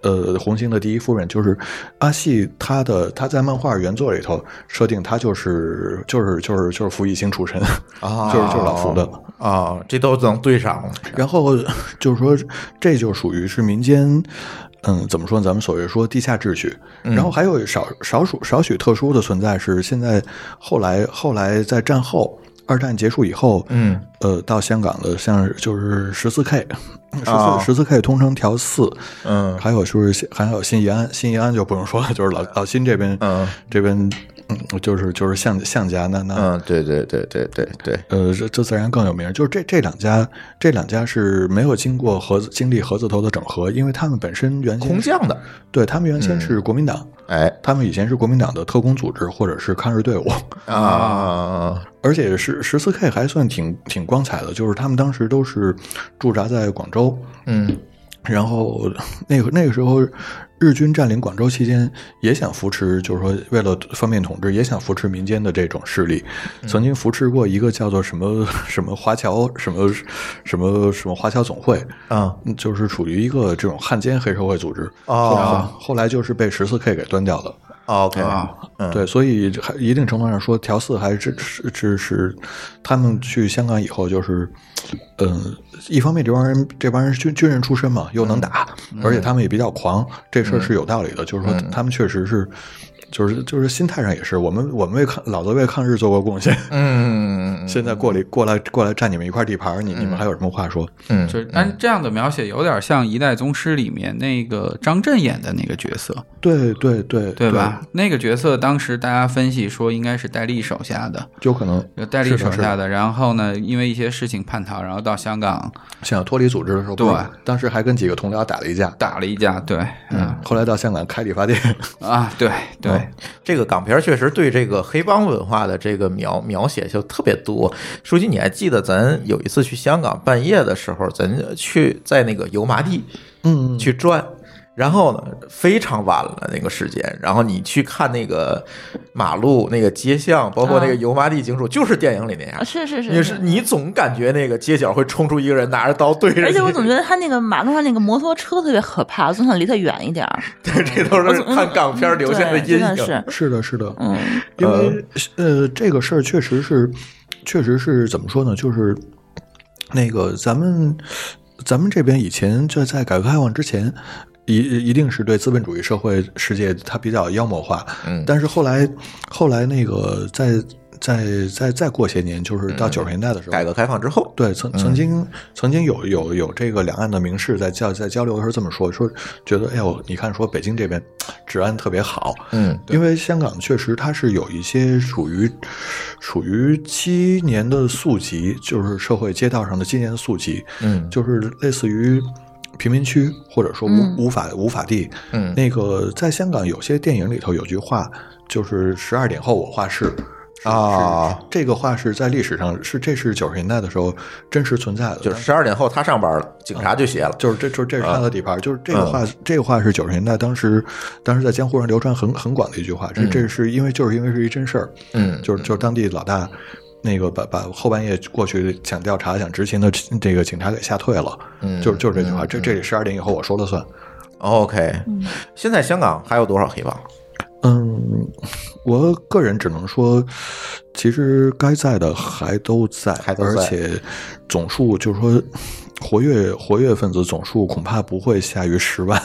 Speaker 4: 呃，红星的第一夫人，就是阿细，她的她在漫画原作里头设定，她就是就是就是就是服役星出身，
Speaker 2: 啊，
Speaker 4: 就是就是老福的。
Speaker 2: 啊，这都能对上了。
Speaker 4: 然后就是说，这就属于是民间，嗯，怎么说呢？咱们所谓说地下秩序。
Speaker 2: 嗯
Speaker 4: 然后还有少少数少许特殊的存在是现在后来后来在战后。二战结束以后，
Speaker 2: 嗯，
Speaker 4: 呃，到香港的像是就是十四 K，十
Speaker 2: 啊
Speaker 4: 四十四 K 通称调四，
Speaker 2: 嗯
Speaker 4: 还有就是新还有新义安，新义安就不用说了，就是老老新这边，
Speaker 2: 嗯，
Speaker 4: 这边，嗯，就是就是向向家那那，
Speaker 2: 嗯，对对对对对对，
Speaker 4: 呃，这这自然更有名儿。就是这这两家，这两家是没有经过合资经历合字头的整合，因为他们本身原先
Speaker 2: 空降的，
Speaker 4: 对他们原
Speaker 2: 嗯
Speaker 4: 先是国民党，
Speaker 2: 哎
Speaker 4: 他们以前是国民党的特工组织或者是抗日队伍，
Speaker 2: 啊，
Speaker 4: 而且是十四 K 还算挺挺光彩的，就是他们当时都是驻扎在广州，
Speaker 2: 嗯
Speaker 4: 然后那个那个时候，日军占领广州期间，也想扶持，就是说为了方便统治，也想扶持民间的这种势力。曾经扶持过一个叫做什么什么华侨什么什么什么华侨总会，嗯
Speaker 2: 啊
Speaker 4: 就是处于一个这种汉奸黑社会组织。
Speaker 2: 哦
Speaker 4: 后来后来就是被十四 K 给端掉了。
Speaker 2: ，OK，
Speaker 5: 啊
Speaker 2: 嗯
Speaker 4: 对，所以还一定程度上说，调四还支持支持他们去香港以后，就是，嗯，一方面这帮人这帮人是军军人出身嘛，又能打，
Speaker 2: 嗯
Speaker 4: 而且他们也比较狂，这事儿是有道理的，就是说他们确实是。就是就是心态上也是，我们我们为抗老子为抗日做过贡献，
Speaker 2: 嗯
Speaker 4: 现在过来过来过来占你们一块地盘儿，你你们还有什么话说？
Speaker 2: 嗯
Speaker 5: 就是，但是这样的描写有点像《一代宗师》里面那个张震演的那个角色，
Speaker 4: 对对对
Speaker 5: 对吧？那个角色当时大家分析说应该是戴笠手下的，
Speaker 4: 有可能
Speaker 5: 就戴笠
Speaker 4: 是的
Speaker 5: 手
Speaker 4: 是
Speaker 5: 下
Speaker 4: 的
Speaker 5: 的。然后呢，因为一些事情叛逃，然后到香港
Speaker 4: 想要脱离组织的时候，
Speaker 5: 对
Speaker 4: 不是当时还跟几个同僚打了一架，
Speaker 5: 打了一架，对，嗯
Speaker 4: 后来到香港开理 发店，
Speaker 5: 啊，对对，
Speaker 4: 哦
Speaker 2: 这个港片儿确实对这个黑帮文化的这个描描写就特别多。书记，你还记得咱有一次去香港半夜的时候，咱去在那个油麻地，嗯，去转。然后呢，非常晚了那个时间，然后你去看那个马路、那个街巷，包括那个
Speaker 3: 啊
Speaker 2: 油麻地警署，就是电影里那样
Speaker 3: 啊，。是是
Speaker 2: 你
Speaker 3: 是
Speaker 2: 是你总感觉那个街角会冲出一个人拿着刀对着你，
Speaker 3: 而且我总觉得他那个马路上那个摩托车特别可怕，我总想离他远一点儿。
Speaker 2: 对，这都是看港片留下的
Speaker 3: 对，
Speaker 2: 阴
Speaker 3: 真的
Speaker 2: 影。
Speaker 3: 是，
Speaker 4: 是的，是的，
Speaker 3: 嗯，
Speaker 4: 因为呃，这个事儿确实是，确实是怎么说呢？就是那个咱们咱们这边以前就在改革开放之前，一一定是对资本主义社会世界它比较妖魔化，
Speaker 2: 嗯
Speaker 4: 但是后来后来那个在在在再过些年，就是到九十年代的时候，
Speaker 2: 嗯改革嗯开放之后，
Speaker 4: 对，曾曾经曾经有有有这个两岸的名士在交在交流的时候这么说，说觉得哎呦，你看说北京这边治安特别好，
Speaker 2: 嗯，
Speaker 4: 因为香港确实它是有一些属于属于七年的宿疾，就是社会街道上的七年的宿疾，
Speaker 2: 嗯
Speaker 4: 就是类似于。贫民区，或者说无、
Speaker 3: 嗯
Speaker 4: 无法无法地。
Speaker 2: 嗯
Speaker 4: 那个在香港有些电影里头有句话，就是十二点后我画室。
Speaker 2: 啊
Speaker 4: 是这个话是在历史上是这是九十年代的时候真实存在的，
Speaker 2: 就是十二点后他上班了，警察就歇了。
Speaker 4: 就是这就是这是
Speaker 2: 啊
Speaker 4: 他的底牌，就是这个
Speaker 2: 嗯
Speaker 4: 话，这个话是九十年代当时当时在江湖上流传很很广的一句话，这这是因为就是因为是一真事儿，
Speaker 2: 嗯
Speaker 4: 就是就是当地老大那个把把后半夜过去想调查想执勤的这个警察给吓退了，
Speaker 2: 嗯
Speaker 4: 就是就是这句话，
Speaker 2: 嗯
Speaker 4: 这这十二点以后我说了算。
Speaker 2: OK，现
Speaker 3: 嗯
Speaker 2: 在香港还有多少黑帮？
Speaker 4: 嗯，我个人只能说，其实该在的还都在，
Speaker 2: 还都在
Speaker 4: 而且总数就是说，活跃活跃分子总数恐怕不会下于十万，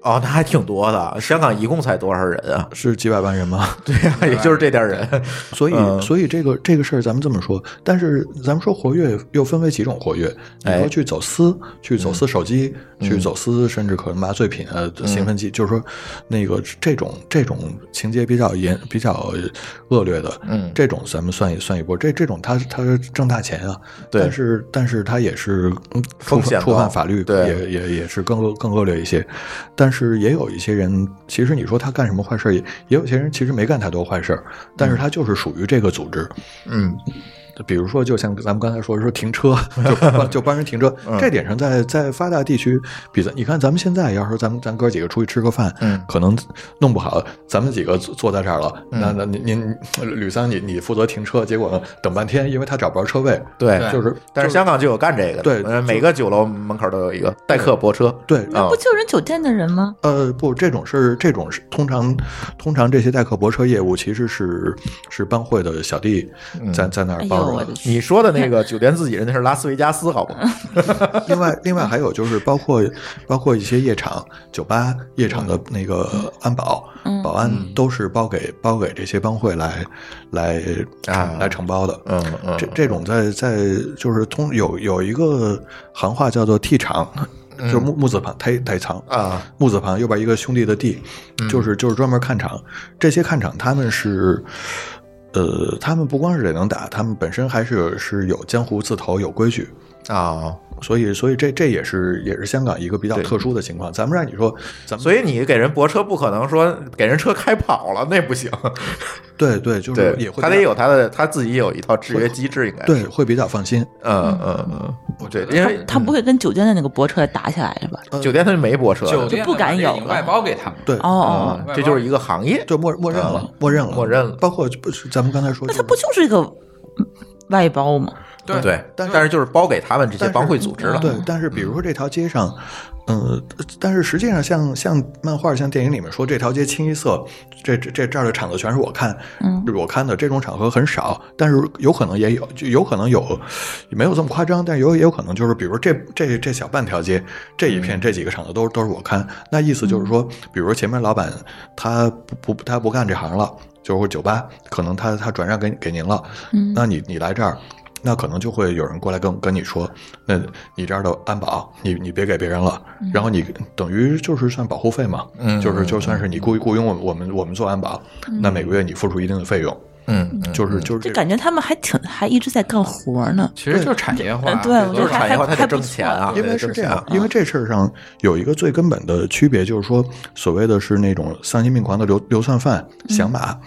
Speaker 2: 哦，那还挺多的。香港一共才多少人啊？
Speaker 4: 是几百万人吗？
Speaker 2: 对呀、也就是这点人。
Speaker 4: 所以，
Speaker 2: 嗯
Speaker 4: 所以这个这个事儿，咱们这么说，但是咱们说活跃又分为几种活跃，比如
Speaker 2: 哎嗯
Speaker 4: 说去走私，去走私手机，去走私，甚至可能麻醉品、呃兴奋剂，就是说那个这种这种情节比较严、比较恶劣的，
Speaker 2: 嗯
Speaker 4: 这种咱们算一算一波，这这种他他挣大钱啊，
Speaker 2: 对
Speaker 4: 但是但是他也是嗯触
Speaker 2: 风险
Speaker 4: 犯
Speaker 2: 高
Speaker 4: 触犯法律，
Speaker 2: 对
Speaker 4: 也也也是更恶更恶劣一些，但是也有一些人，其实你说他干什么坏事儿，也也有些人其实没干太多坏事儿，但是他就是属于这个组织。
Speaker 2: 嗯，
Speaker 4: 比如说，就像咱们刚才说说停车，就帮就帮人停车，
Speaker 2: 嗯
Speaker 4: 这点上在在发达地区比咱你看咱们现在要是咱们咱哥几个出去吃个饭，
Speaker 2: 嗯
Speaker 4: 可能弄不好咱们几个坐坐在这儿了，那那您您 吕桑你你负责停车，结果呢等半天，因为他找不着车位，
Speaker 2: 对
Speaker 5: 对
Speaker 4: 就是
Speaker 2: 但是香港就有干这个的，
Speaker 4: 对
Speaker 2: 呃每个酒楼门口都有一个代客泊车。
Speaker 4: 对
Speaker 2: 啊
Speaker 3: 不，就是人酒店的人吗？
Speaker 4: 呃，不，这种是这种是通常通常这些代客泊车业务其实是是帮会的小弟
Speaker 2: 嗯
Speaker 4: 在、在那
Speaker 3: 哎
Speaker 4: 儿
Speaker 3: 呦，
Speaker 4: 包着
Speaker 3: 我
Speaker 4: 的
Speaker 3: 的。天！
Speaker 2: 你说的那个酒店自己人，那是拉斯维加斯，好不好？
Speaker 4: 另外，另外还有就是包括包括一些夜场、酒吧、夜场
Speaker 2: 嗯
Speaker 4: 的那个安保、
Speaker 3: 嗯
Speaker 4: 保安都是包给包给这些帮会来来
Speaker 2: 啊
Speaker 4: 来承包的。
Speaker 2: 嗯嗯
Speaker 4: 这这种在在就是通有有一个行话叫做“替厂”，
Speaker 2: 嗯
Speaker 4: 就是木木字旁太太长
Speaker 2: 啊，
Speaker 4: 木字旁右边一个兄弟的弟，
Speaker 2: 嗯
Speaker 4: 就是就是专门看场。这些看场他们是。呃，他们不光是得能打，他们本身还是有是有江湖字头，有规矩。
Speaker 2: 啊，
Speaker 4: 所以，所以这这也是也是香港一个比较
Speaker 2: 对
Speaker 4: 特殊的情况。咱们让你说，咱们
Speaker 2: 所以你给人泊车不可能说给人车开跑了，那不行。
Speaker 4: 对对，就是
Speaker 2: 对，
Speaker 4: 也会
Speaker 2: 他
Speaker 4: 比
Speaker 2: 得
Speaker 4: 较
Speaker 2: 有他的他自己有一套制约机制，应该是
Speaker 4: 对，会比较放心。
Speaker 2: 嗯嗯嗯，我觉得因为
Speaker 3: 他不会跟酒店的那个泊车打起来是吧？
Speaker 4: 嗯
Speaker 2: 酒店他就没泊车的，
Speaker 5: 酒店
Speaker 3: 就不敢有了
Speaker 5: 把这个外包给他们，
Speaker 4: 对，
Speaker 3: 哦，
Speaker 2: 啊，这就是一个行业。
Speaker 4: 就默默认了，默认了，
Speaker 2: 啊默认了
Speaker 4: 包括不是咱们刚才说，
Speaker 3: 那他不就是一个嗯外包吗？
Speaker 5: 对
Speaker 2: 对，
Speaker 4: 但是
Speaker 2: 但是就是包给他们这
Speaker 4: 但
Speaker 2: 些
Speaker 4: 是
Speaker 2: 帮会组织了。
Speaker 4: 对，但是比如说这条街上，嗯，但是实际上像像漫画、像电影里面说这条街清一色，这这这这儿的场子全是我看，
Speaker 3: 嗯，
Speaker 4: 我看的这种场合很少，但是有可能也有，就有可能有，没有这么夸张，但有也有可能就是，比如这这这小半条街这一
Speaker 2: 嗯
Speaker 4: 片这几个场子都都是我看，那意思就是说，比如说前面老板他不不他不干这行了，就是酒吧可能他他转让给给您了，
Speaker 3: 嗯
Speaker 4: 那你你来这儿。那可能就会有人过来跟跟你说，那你这儿的安保，你你别给别人了，
Speaker 3: 嗯
Speaker 4: 然后你等于就是算保护费嘛，
Speaker 2: 嗯
Speaker 4: 就是就算是你雇雇佣我们我们我们做安保，那每个月你付出一定的费用，
Speaker 2: 嗯，
Speaker 4: 就是就
Speaker 3: 就
Speaker 4: 是这
Speaker 3: 嗯感觉他们还挺还一直在干活呢。
Speaker 5: 其实就是产业化，
Speaker 3: 嗯对我觉
Speaker 2: 就
Speaker 3: 得
Speaker 2: 是产业化，
Speaker 3: 还
Speaker 2: 它
Speaker 3: 还
Speaker 2: 得
Speaker 3: 不
Speaker 2: 挣
Speaker 3: 错
Speaker 2: 钱啊，
Speaker 4: 因为
Speaker 2: 得
Speaker 4: 是
Speaker 2: 挣
Speaker 4: 这
Speaker 2: 钱
Speaker 4: 样
Speaker 2: 啊，
Speaker 4: 因为这事儿上有一个最根本的区别，就是说，所谓的是那种丧心病狂的流流窜犯、响马，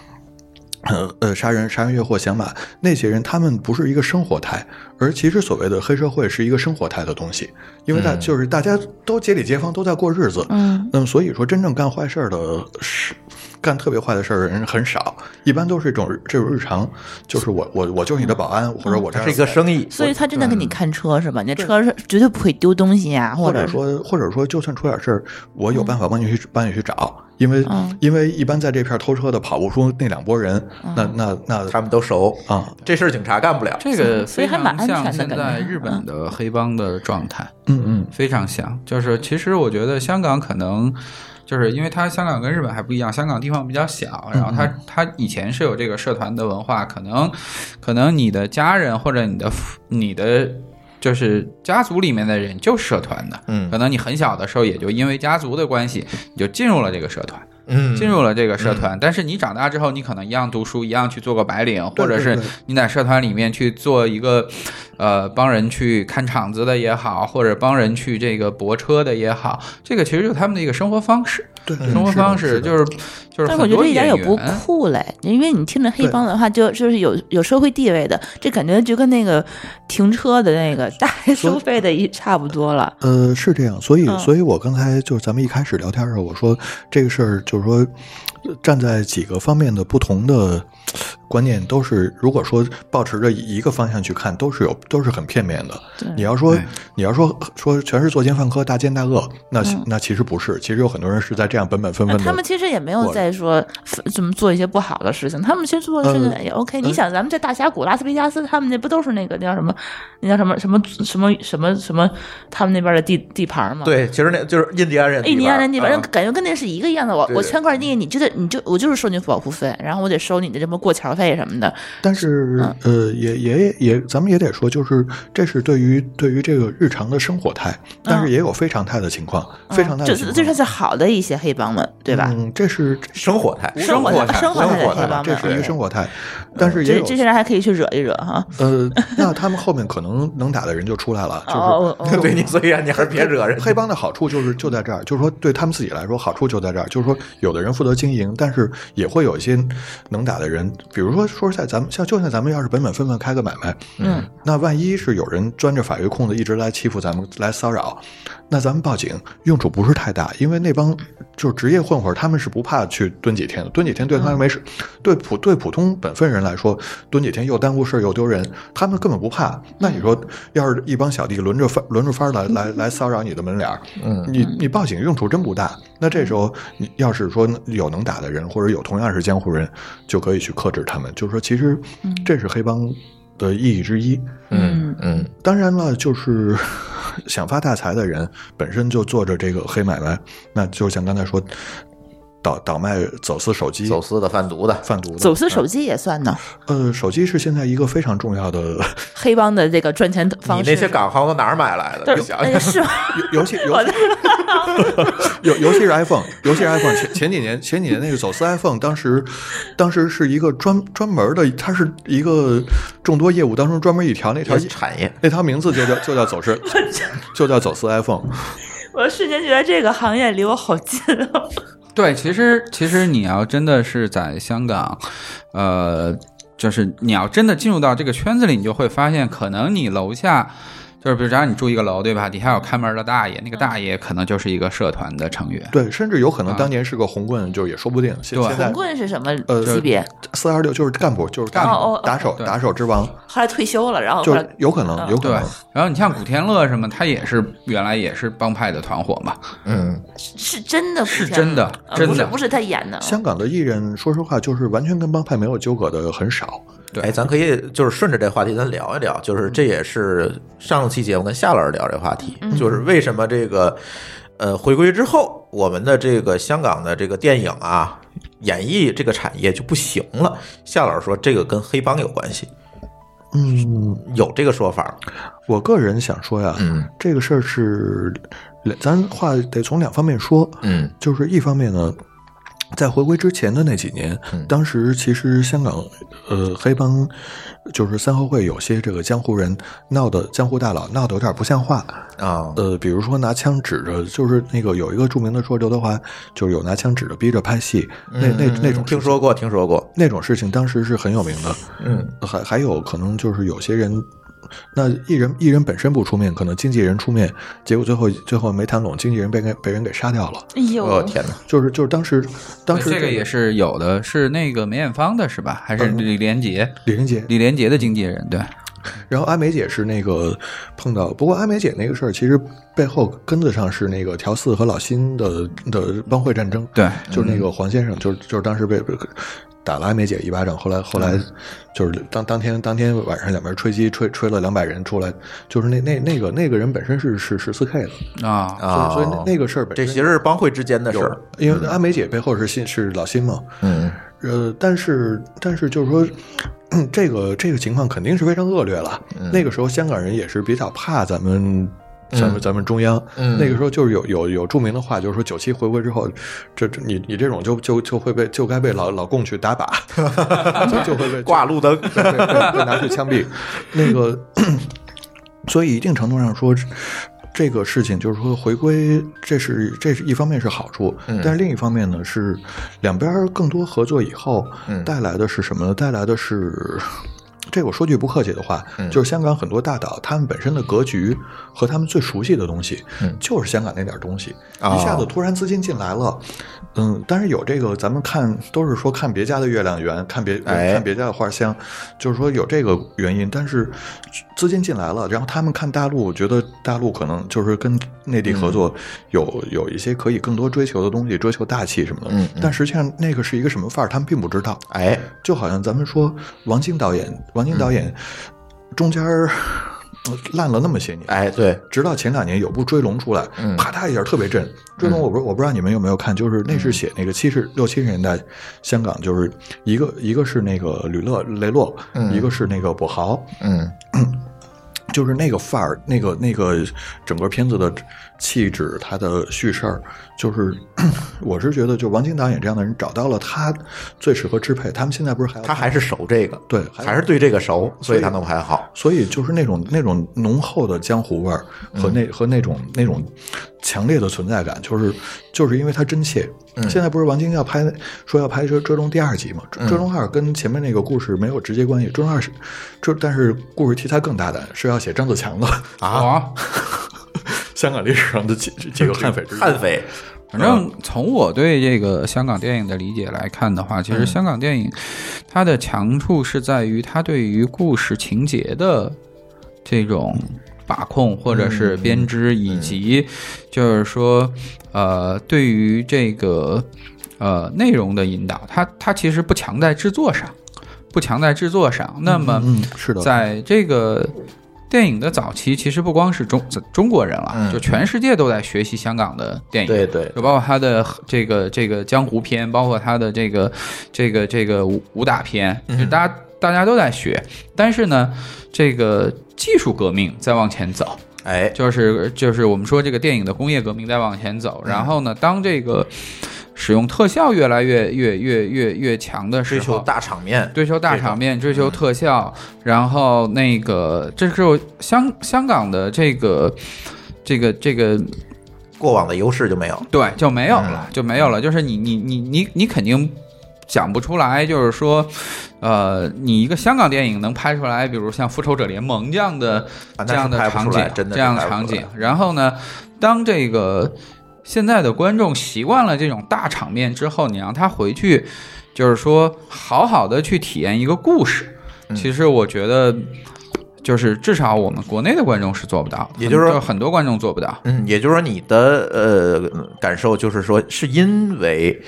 Speaker 4: 呃呃，杀人、杀人越货、响马那些人，他们不是一个生活态，而其实所谓的黑社会是一个生活态的东西，因为
Speaker 2: 嗯
Speaker 4: 大、就是大家都街里街坊都在过日子，
Speaker 3: 嗯，
Speaker 4: 那么所以说真正干坏事儿的是。干特别坏的事儿的人很少，一般都是这种这种日常，就是我我我就是你的保安，或者我
Speaker 2: 嗯
Speaker 4: 这
Speaker 2: 它
Speaker 4: 儿
Speaker 2: 是一个生意。
Speaker 3: 所以他真的给你看车是吧？你的车是绝对不会丢东西呀，
Speaker 4: 或
Speaker 3: 者
Speaker 4: 者
Speaker 3: 是
Speaker 4: 说，或者说，就算出点事儿，我有办法帮你去、帮你去找，因为、
Speaker 3: 嗯
Speaker 4: 因为一般在这片儿偷车的跑不出那两拨人，那那那
Speaker 2: 他们都熟
Speaker 4: 啊，
Speaker 2: 这事儿警察干不了。
Speaker 5: 这个
Speaker 3: 嗯所以还蛮安全的
Speaker 5: 非常像现在
Speaker 3: 感觉嗯
Speaker 5: 日本的黑帮的状态，
Speaker 4: 嗯嗯
Speaker 5: 非常像，就是其实我觉得香港可能。就是因为它香港跟日本还不一样，香港地方比较小，然后它
Speaker 3: 嗯
Speaker 5: 它以前是有这个社团的文化，可能可能你的家人或者你的父你的就是家族里面的人就是社团的，
Speaker 2: 嗯
Speaker 5: 可能你很小的时候也就因为家族的关系你就进入了这个社团，
Speaker 2: 嗯
Speaker 5: 进入了这个社团。但是你长大之后，你可能一样读书，一样去做个白领，
Speaker 4: 对
Speaker 5: 或者是
Speaker 4: 对对
Speaker 5: 你在社团里面去做一个，呃，帮人去看场子的也好，或者帮人去这个泊车的也好，这个其实就是他们的一个生活方式，
Speaker 4: 对，对
Speaker 5: 生活
Speaker 4: 嗯是的
Speaker 5: 方
Speaker 4: 是
Speaker 5: 式
Speaker 3: 嗯
Speaker 4: 的
Speaker 5: 就是就是
Speaker 3: 但
Speaker 5: 很
Speaker 3: 是我觉得
Speaker 5: 多
Speaker 3: 这一点
Speaker 5: 演
Speaker 3: 也不
Speaker 5: 员
Speaker 3: 酷嘞，因为你听着黑
Speaker 4: 对
Speaker 3: 帮的话，就就是有有社会地位的，这感觉就跟那个停车的那个大爷收费的一差不多了。
Speaker 4: 呃，是这样，所以，
Speaker 3: 嗯
Speaker 4: 所以我刚才就是咱们一开始聊天的时候，我说这个事儿就是说，呃站在几个方面的不同的观念，都是如果说保持着一个方向去看，都是有都是很片面的。你
Speaker 3: 对，
Speaker 4: 要说
Speaker 5: 对
Speaker 4: 你要说说全是作奸犯科、大奸大恶，那其
Speaker 3: 嗯
Speaker 4: 那其实不是，其实有很多人是在这样本本分分
Speaker 3: 那
Speaker 4: 的。
Speaker 3: 他们其实也没有在说怎么做一些不好的事情，他们其实做的事情也 OK。你想，咱们在大峡谷、拉斯维加斯，他们那不都是那个那叫什么，那叫什么什么什么什么什么，他们那边的地地盘吗？。
Speaker 2: 对，其实那就是印第安人地
Speaker 3: 印
Speaker 2: 盘，
Speaker 3: 第安人那边，
Speaker 2: 啊
Speaker 3: 感觉跟那是一个样的。我
Speaker 2: 对
Speaker 3: 我
Speaker 2: 对
Speaker 3: 圈块地，你就得你就我就是收你保护费，然后我得收你的什么过桥费什么的。
Speaker 4: 但是，
Speaker 3: 嗯
Speaker 4: 呃，也也也，咱们也得说，就是这是对于对于这个日常的生活态，但是也有非常态的情况，非常态
Speaker 3: 嗯这
Speaker 4: 的情
Speaker 3: 这
Speaker 4: 况，
Speaker 3: 这算是好的一些黑帮们，对吧？
Speaker 4: 嗯，这是
Speaker 2: 生活态，
Speaker 3: 生活
Speaker 2: 活
Speaker 3: 态
Speaker 2: 生
Speaker 3: 生活态的
Speaker 2: 活
Speaker 3: 黑帮
Speaker 4: 这
Speaker 3: 们
Speaker 4: 是一个生活态，但是也
Speaker 3: 这
Speaker 4: 有
Speaker 3: 这些人还可以去惹一惹哈。
Speaker 4: 呃，那他们后面可能能打的人就出 来了，就是。
Speaker 3: 哦哦
Speaker 2: 对你，所以啊，你还是别惹人家。
Speaker 4: 黑帮的好处就是就在这儿，就是说对他们自己来说好处就在这儿，就是说有的人负责经营，但是也会有一些能打的人，比如说说实在，咱们像就像咱们要是本本分分开个买卖，
Speaker 3: 嗯，
Speaker 4: 那万一是有人钻着法律空子一直来欺负咱们来骚扰，那咱们报警用处不是太大，因为那帮就是职业混混，他们是不怕去蹲几天的，蹲几天对他们没事，
Speaker 2: 嗯
Speaker 4: 对普对普通本分人来说，蹲几天又耽误事儿又丢人，他们根本不怕。那你
Speaker 2: 嗯
Speaker 4: 说，要是一帮小弟轮着翻轮着翻儿来 来来骚扰你的门脸儿，
Speaker 2: 嗯
Speaker 4: 你你报警用处真不大。那这时候你要是说有能打的人，或者有同样是江湖人，就可以去克制他们。就是说，其实这是黑帮的意义之一。
Speaker 2: 嗯嗯
Speaker 4: 当然了，就是 想发大财的人本身就做着这个黑买卖，那就像刚才说，倒倒卖走私手机、
Speaker 2: 走私的、贩毒的，
Speaker 4: 贩毒的
Speaker 3: 走。私手机也算呢，
Speaker 4: 呃，手机是现在一个非常重要的，
Speaker 3: 黑帮的这个赚钱
Speaker 2: 你
Speaker 3: 方式。
Speaker 2: 那些港行都哪儿买来的？
Speaker 3: 对
Speaker 2: 你想
Speaker 3: 哎
Speaker 2: 想
Speaker 3: 呀，是吗？
Speaker 4: 尤尤其尤
Speaker 3: 我的
Speaker 4: 尤尤其是 iPhone，尤其是 iPhone 前前几年前几年那个走私 iPhone，当时当时是一个专专门的，它是一个众多业务当中专门一条，那条
Speaker 2: 这是产业，
Speaker 4: 那条名字就叫就叫走私，就叫走私 iPhone。
Speaker 3: 我瞬间觉得这个行业离我好近 哦。
Speaker 5: 对，其实其实你要真的是在香港，呃，就是你要真的进入到这个圈子里，你就会发现，可能你楼下。就是，比如，假如你住一个楼，对吧？底下有看门的大爷，那个大爷可能就是一个社团的成员。
Speaker 4: 对，甚至有可能当年是个红棍，就也说不定。现
Speaker 5: 对
Speaker 4: 现在
Speaker 3: 红棍是什么
Speaker 4: 呃
Speaker 3: 级别？
Speaker 4: 四二六就是干部，就是
Speaker 5: 干
Speaker 3: 部哦哦哦
Speaker 4: 打手
Speaker 5: 对
Speaker 4: 打手之王，
Speaker 3: 后来退休了，然后后
Speaker 4: 就
Speaker 3: 来
Speaker 4: 是有可能
Speaker 3: 嗯
Speaker 4: 有可
Speaker 5: 对
Speaker 4: 能。，
Speaker 5: 然后你像古天乐什么，他也是原来也是帮派的团伙嘛，
Speaker 2: 嗯，
Speaker 3: 是真的，
Speaker 5: 是真的
Speaker 3: 啊
Speaker 5: 真的
Speaker 3: 不是不是他演的。
Speaker 4: 香港的艺人，说实话，就是完全跟帮派没有纠葛的很少。
Speaker 5: 对
Speaker 2: 哎，咱可以就是顺着这话题，咱聊一聊，就是
Speaker 4: 嗯
Speaker 2: 这也是上期节目跟夏老师聊这话题，就是
Speaker 4: 嗯
Speaker 2: 为什么这个呃回归之后，我们的这个香港的这个电影啊，演艺这个产业就不行了。夏老师说这个跟黑帮有关系，
Speaker 4: 嗯，
Speaker 2: 有这个说法吗，
Speaker 4: 我个人想说呀，
Speaker 2: 嗯
Speaker 4: 这个事儿是，咱话得从两方面说。
Speaker 2: 嗯
Speaker 4: 就是一方面呢，在回归之前的那几年，当时其实香港呃黑帮就是三合会有些这个江湖人闹的江湖大佬闹得有点不像话，
Speaker 2: 啊，
Speaker 4: 呃，比如说拿枪指着，就是那个有一个著名的说刘德华就是有拿枪指着逼着拍戏，那那那种
Speaker 2: 嗯听说过，听说过，
Speaker 4: 那种事情当时是很有名的，呃
Speaker 2: 嗯
Speaker 4: 还还有可能就是有些人，那艺人艺人本身不出面，可能经纪人出面，结果最后最后没谈拢，经纪人被给被人给杀掉了。
Speaker 3: 哎呦，
Speaker 2: 我哦呃天哪，
Speaker 4: 就是就是当时当时
Speaker 5: 对这个呃也是有的，是那个梅艳芳的是吧？还是李连杰？
Speaker 4: 李连杰，
Speaker 5: 李连杰的经纪人对，
Speaker 4: 然后阿梅姐是那个碰到，不过阿梅姐那个事儿其实背后根子上是那个条四和老辛的的帮会战争，
Speaker 5: 对
Speaker 4: 就是那个黄先生，就是就是当时被被打了阿梅姐一巴掌，后来后来就是当当天当天晚上两边吹鸡吹吹了两百人出来，就是那那那个那个人本身是是十四 K 的，
Speaker 5: 啊、
Speaker 2: 啊，
Speaker 4: 嗯所以所以那那个事儿本
Speaker 2: 这
Speaker 4: 身
Speaker 2: 其实是帮会之间的事儿
Speaker 4: 有，，因为阿梅姐背后是辛是老辛嘛，
Speaker 2: 嗯
Speaker 4: 呃，但是但是就是说，
Speaker 2: 嗯
Speaker 4: 这个这个情况肯定是非常恶劣了。那个时候香港人也是比较怕咱们咱们咱们中央，
Speaker 2: 嗯
Speaker 4: 那个时候就是有有有著名的话，就是说九七回归之后，这这你你这种就就就会被就该被老老共去打靶， 就就会被
Speaker 2: 挂路灯，
Speaker 4: 对对对被拿去枪毙。那个， 所以一定程度上说，这个事情就是说回归，这是这是一方面是好处，
Speaker 2: 嗯
Speaker 4: 但是另一方面呢是两边儿更多合作以后、
Speaker 2: 嗯
Speaker 4: 带来的是什么呢？带来的是。这我说句不客气的话，
Speaker 2: 嗯
Speaker 4: 就是香港很多大岛，他们本身的格局和他们最熟悉的东西，
Speaker 2: 嗯
Speaker 4: 就是香港那点儿东西，
Speaker 2: 哦
Speaker 4: 嗯一下子突然资金进来了，嗯，但是有这个，咱们看都是说看别家的月亮圆，看别
Speaker 2: 哎
Speaker 4: 看别家的花香，就是说有这个原因。但是资金进来了，然后他们看大陆，觉得大陆可能就是跟内地合作
Speaker 2: 嗯
Speaker 4: 有、有一些可以更多追求的东西，追求大气什么的。
Speaker 2: 嗯嗯
Speaker 4: 但实际上那个是一个什么范儿，他们并不知道。
Speaker 2: 哎，
Speaker 4: 就好像咱们说王晶导演，王晶导
Speaker 2: 嗯
Speaker 4: 演中间儿 呃烂了那么些年，
Speaker 2: 哎，对，
Speaker 4: 直到前两年有部《追龙》出来，
Speaker 2: 嗯
Speaker 4: 啪嗒一下特别震。《追龙》我不我不知道你们有没有看，就是那是
Speaker 2: 嗯
Speaker 4: 写那个七十六七十年代香港，就是一个一个是那个吕乐雷洛，一个是那个跛豪，
Speaker 2: 嗯
Speaker 4: 就是那个范儿，那个那个整个片子的气质，它的叙事儿，就是 我是觉得，就王晶导演这样的人找到了他最适合支配。他们现在不是还要
Speaker 2: 他还是熟这个，
Speaker 4: 对
Speaker 2: 还是对这个熟，所以他弄还好。
Speaker 4: 所以就是那种那种浓厚的江湖味儿和那、
Speaker 2: 嗯
Speaker 4: 和那种那种强烈的存在感，就是就是因为它真切。
Speaker 2: 嗯
Speaker 4: 现在不是王晶要拍说要拍《追追龙》第二集嘛？追追龙二》跟前面那个故事没有直接关系，《追龙二》是这但是故事题材更大胆，是要写张子强的
Speaker 5: 啊，
Speaker 4: 香港历史上 的几几个悍匪之一。
Speaker 2: 悍匪，
Speaker 5: 反正从我对这个香港电影的理解来看的话，其实香港电影它的强处是在于它对于故事情节的这种把控或者是编织，以及就是说，呃，对于这个呃内容的引导，它它其实不强在制作上，不强在制作上。那么，
Speaker 4: 嗯，是的，
Speaker 5: 在这个电影的早期，其实不光是中中国人了，
Speaker 2: 嗯
Speaker 5: 就全世界都在学习香港的电影。
Speaker 2: 对对，
Speaker 5: 就包括他的这个这个江湖片，包括他的这个这个这个武武打片，
Speaker 2: 嗯
Speaker 5: 就大家大家都在学。但是呢，这个技术革命在往前走，
Speaker 2: 哎，
Speaker 5: 就是就是我们说这个电影的工业革命在往前
Speaker 2: 嗯
Speaker 5: 走。然后呢，当这个使用特效越来越越越越越强的时
Speaker 2: 追
Speaker 5: 候，
Speaker 2: 求大场面，
Speaker 5: 追求大场面，追求特效，然后那个这是我香香港的这个这个这个
Speaker 2: 过往的优势就没有。
Speaker 5: 对就没有了，
Speaker 2: 嗯
Speaker 5: 就没有了。就是你你你你你肯定想不出来，就是说，呃，你一个香港电影能拍出来，比如像《复仇者联盟》这样的、
Speaker 2: 啊那是
Speaker 5: 这样
Speaker 2: 拍不出
Speaker 5: 场景
Speaker 2: 来，真的是
Speaker 5: 这样
Speaker 2: 拍不出
Speaker 5: 场景
Speaker 2: 来。
Speaker 5: 然后呢，当这个现在的观众习惯了这种大场面之后，你让他回去，就是说好好的去体验一个故事。
Speaker 2: 嗯
Speaker 5: 其实我觉得，就是至少我们国内的观众是做不到的，
Speaker 2: 也就是说
Speaker 5: 很多观众做不到。
Speaker 2: 嗯，也就是说你的呃感受就是说，是因为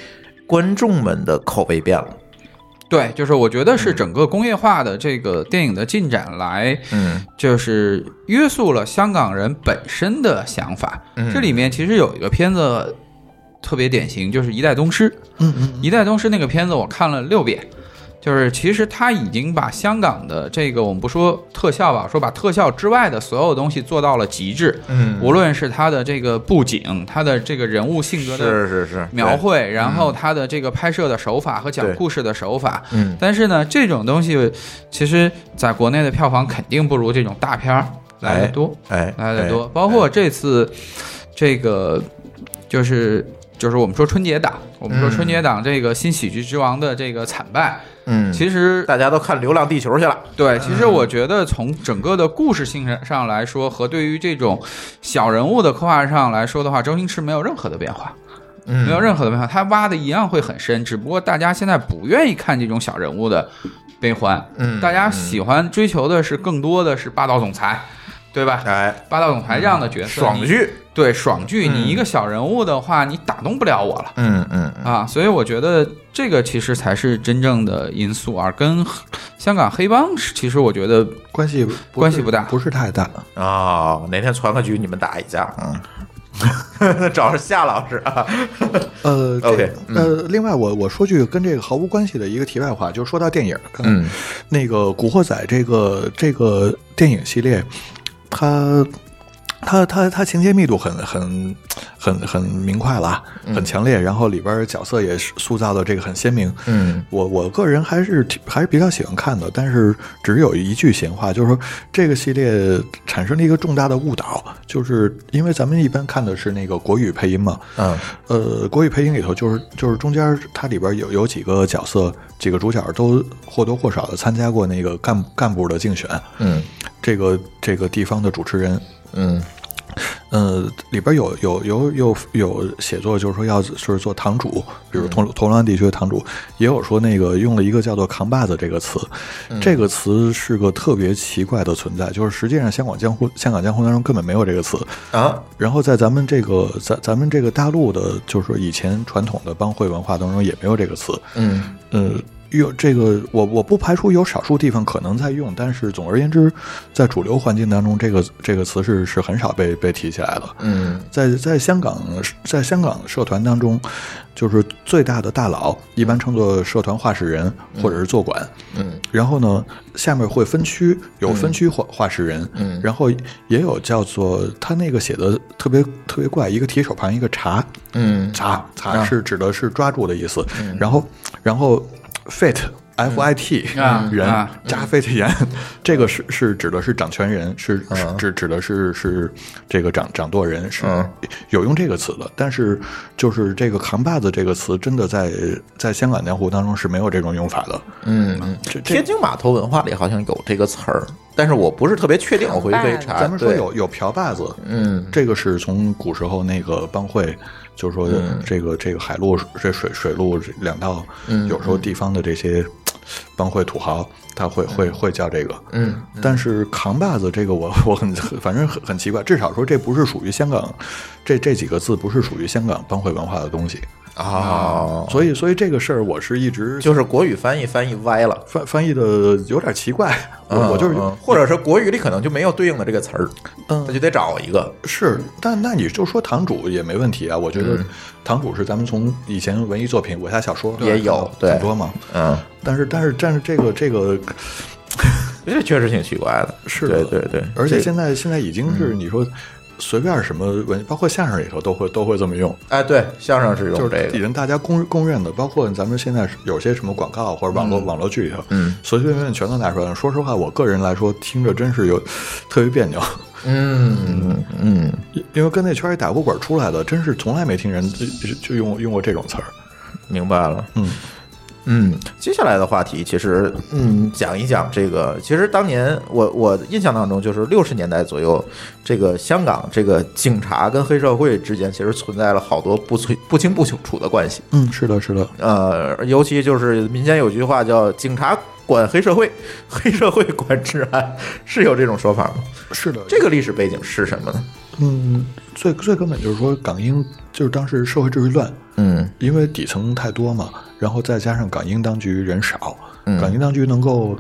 Speaker 2: 观众们的口味变了。
Speaker 5: 对，就是我觉得是整个工业化的这个电影的进展来，
Speaker 2: 嗯
Speaker 5: 就是约束了香港人本身的想法。
Speaker 2: 嗯
Speaker 5: 这里面其实有一个片子特别典型，就是《一代宗师》。
Speaker 4: 嗯嗯，
Speaker 5: 一代宗师那个片子我看了六遍，就是其实他已经把香港的这个我们不说特效吧，说把特效之外的所有东西做到了极致。
Speaker 2: 嗯
Speaker 5: 无论是他的这个布景，他的这个人物性格的
Speaker 2: 是是是，
Speaker 5: 描绘，然后他的这个拍摄的手法和讲
Speaker 2: 对
Speaker 5: 故事的手法，
Speaker 2: 对，嗯
Speaker 5: 但是呢，这种东西其实在国内的票房肯定不如这种大片儿来的多，
Speaker 2: 哎，
Speaker 5: 来的多。
Speaker 2: 哎
Speaker 5: 包括这次这个就是就是我们说春节档，我们说春节档这个新喜剧之王的这个惨败，
Speaker 2: 嗯，
Speaker 5: 其实
Speaker 2: 大家都看《流浪地球》去了。
Speaker 5: 对，其实我觉得从整个的故事性上来说，和对于这种小人物的刻画上来说的话，周星驰没有任何的变化。
Speaker 2: 嗯
Speaker 5: 没有任何的变化，他挖的一样会很深，只不过大家现在不愿意看这种小人物的悲欢，
Speaker 2: 嗯
Speaker 5: 大家喜欢追求的是更多的是霸道总裁，对嗯吧？
Speaker 2: 哎，
Speaker 5: 霸道总裁这样的角色，
Speaker 2: 爽
Speaker 5: 你
Speaker 2: 剧，
Speaker 5: 对爽剧，
Speaker 2: 嗯
Speaker 5: 你一个小人物的话，你打动不了我了
Speaker 2: 嗯嗯
Speaker 5: 啊！所以我觉得这个其实才是真正的因素，而跟香港黑帮是其实我觉得
Speaker 4: 关系不
Speaker 5: 关
Speaker 4: 是
Speaker 5: 系不大
Speaker 4: 不是太大。
Speaker 2: 哦，哪天传个局你们打一架，嗯， 找着夏老师啊，
Speaker 4: 呃
Speaker 2: OK，嗯
Speaker 4: 这呃，另外我我说句跟这个毫无关系的一个题外话，就是说到电影，刚才
Speaker 2: 嗯，
Speaker 4: 那个《古惑仔》这个这个电影系列，它它它它情节密度很很很很明快了，啊很强烈，然后里边角色也是塑造的这个很鲜明。
Speaker 2: 嗯，
Speaker 4: 我我个人还是挺还是比较喜欢看的，但是只有一句闲话，就是说这个系列产生了一个重大的误导，就是因为咱们一般看的是那个国语配音嘛，
Speaker 2: 嗯，
Speaker 4: 呃，国语配音里头就是就是中间它里边有有几个角色，几个主角都或多或少的参加过那个干干部的竞选，
Speaker 2: 嗯
Speaker 4: 这个这个地方的主持人，
Speaker 2: 嗯
Speaker 4: 呃，里边有有有有有写作，就是说要就是做堂主，比
Speaker 2: 嗯
Speaker 4: 如铜铜锣湾地区的堂主，也有说那个用了一个叫做“扛把子”这个词，
Speaker 2: 嗯
Speaker 4: 这个词是个特别奇怪的存在，就是实际上香港江湖香港江湖当中根本没有这个词，
Speaker 2: 啊，
Speaker 4: 然后在咱们这个咱咱们这个大陆的，就是说以前传统的帮会文化当中也没有这个词，
Speaker 2: 嗯
Speaker 4: 呃，有这个，我我不排除有少数地方可能在用，但是总而言之，在主流环境当中，这个这个词是是很少被被提起来的。
Speaker 2: 嗯
Speaker 4: 在在香港，在香港社团当中，就是最大的大佬一般称作社团话事人或者是坐馆。
Speaker 2: 嗯
Speaker 4: 然后呢，下面会分区，有分区话话事人，
Speaker 2: 嗯
Speaker 4: 然后也有叫做他那个写的特别特别怪，一个提手旁一个查，
Speaker 2: 嗯
Speaker 4: 查
Speaker 2: 啊嗯
Speaker 4: 查是指的是抓住的意思，然后然后 fit f i t
Speaker 2: 嗯
Speaker 5: 啊
Speaker 4: 人
Speaker 5: 啊
Speaker 4: 加 fit 言，这个是是指的是掌权人，是是指指的是是这个掌掌舵人，是
Speaker 2: 嗯
Speaker 4: 有用这个词的，但是就是这个扛把子这个词，真的在在香港江湖当中是没有这种用法的，
Speaker 2: 嗯嗯，
Speaker 4: 这这
Speaker 2: 天津码头文化里好像有这个词儿，但是我不是特别确定，我回去可以查。
Speaker 4: 咱们说
Speaker 2: 啊对，
Speaker 4: 有有瓢把子，
Speaker 2: 嗯
Speaker 4: 这个是从古时候那个帮会，就是说
Speaker 2: 嗯
Speaker 4: 这个、这个海陆这水水陆两道，
Speaker 2: 嗯
Speaker 4: 有时候地方的这些帮会土豪，他会会会叫这个。
Speaker 2: 嗯，
Speaker 4: 但是扛把子这个我我很反正很很奇怪，至少说这不是属于香港，这这几个字不是属于香港帮会文化的东西。
Speaker 2: 哦，
Speaker 4: 所以所以这个事儿我是一直
Speaker 2: 就是国语翻译翻译歪了。
Speaker 4: 翻翻译的有点奇怪，我我就是
Speaker 2: 嗯嗯或者是国语里可能就没有对应的这个词儿，嗯，他就得找一个，
Speaker 4: 是，但那你就说堂主也没问题啊。我觉
Speaker 2: 嗯
Speaker 4: 得堂主是咱们从以前文艺作品、武侠小说啊
Speaker 2: 也有对
Speaker 4: 很多嘛。
Speaker 2: 嗯，
Speaker 4: 但是但是但是这个这个
Speaker 2: 这确实挺奇怪的，
Speaker 4: 是
Speaker 2: 对
Speaker 4: 的
Speaker 2: 对对，
Speaker 4: 而
Speaker 2: 这嗯
Speaker 4: 且现在现在已经是你说随便什么文，包括相声里头都会都会这么用，
Speaker 2: 哎对，相声是
Speaker 4: 就
Speaker 2: 用
Speaker 4: 是
Speaker 2: 这
Speaker 4: 已
Speaker 2: 个，
Speaker 4: 经大家公公认的，包括咱们现在有些什么广告或者网络网络剧里头，
Speaker 2: 嗯，
Speaker 4: 随随便便全都拿出来了。说实话，我个人来说听着真是有特别别扭。
Speaker 2: 嗯嗯，
Speaker 4: 因因为跟那圈儿里打过滚儿出来的，真是从来没听人就就就用用过这种词儿。
Speaker 2: 明白了，
Speaker 4: 嗯
Speaker 2: 嗯，接下来的话题其实，嗯，讲一讲这个。其实当年我我印象当中，就是六十年代左右，这个香港这个警察跟黑社会之间其实存在了好多不清不清不楚的关系。
Speaker 4: 嗯，是的，是的，
Speaker 2: 呃，尤其就是民间有句话叫“警察管黑社会，黑社会管治安”，是有这种说法吗？
Speaker 4: 是的。
Speaker 2: 这个历史背景是什么呢？
Speaker 4: 嗯，最最根本就是说，港英就是当时社会秩序乱，
Speaker 2: 嗯
Speaker 4: 因为底层太多嘛，然后再加上港英当局人少，
Speaker 2: 嗯
Speaker 4: 港英当局能够，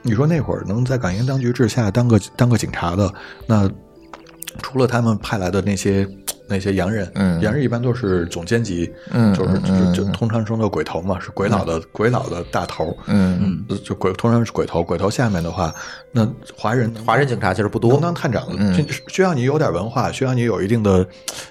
Speaker 4: 你说那会儿能在港英当局之下当个当个警察的，那除了他们派来的那些。那些洋人，
Speaker 2: 嗯
Speaker 4: 洋人一般都是总监级，
Speaker 2: 嗯
Speaker 4: 就是
Speaker 2: 嗯
Speaker 4: 就就通常称作鬼头嘛，是鬼佬的、鬼佬的大头，
Speaker 2: 嗯，
Speaker 4: 呃就鬼通常是鬼头，鬼头下面的话，那华人
Speaker 2: 华人警察其实不多嗯
Speaker 4: 能。当探长，这需要你有点文化，需要你有一定的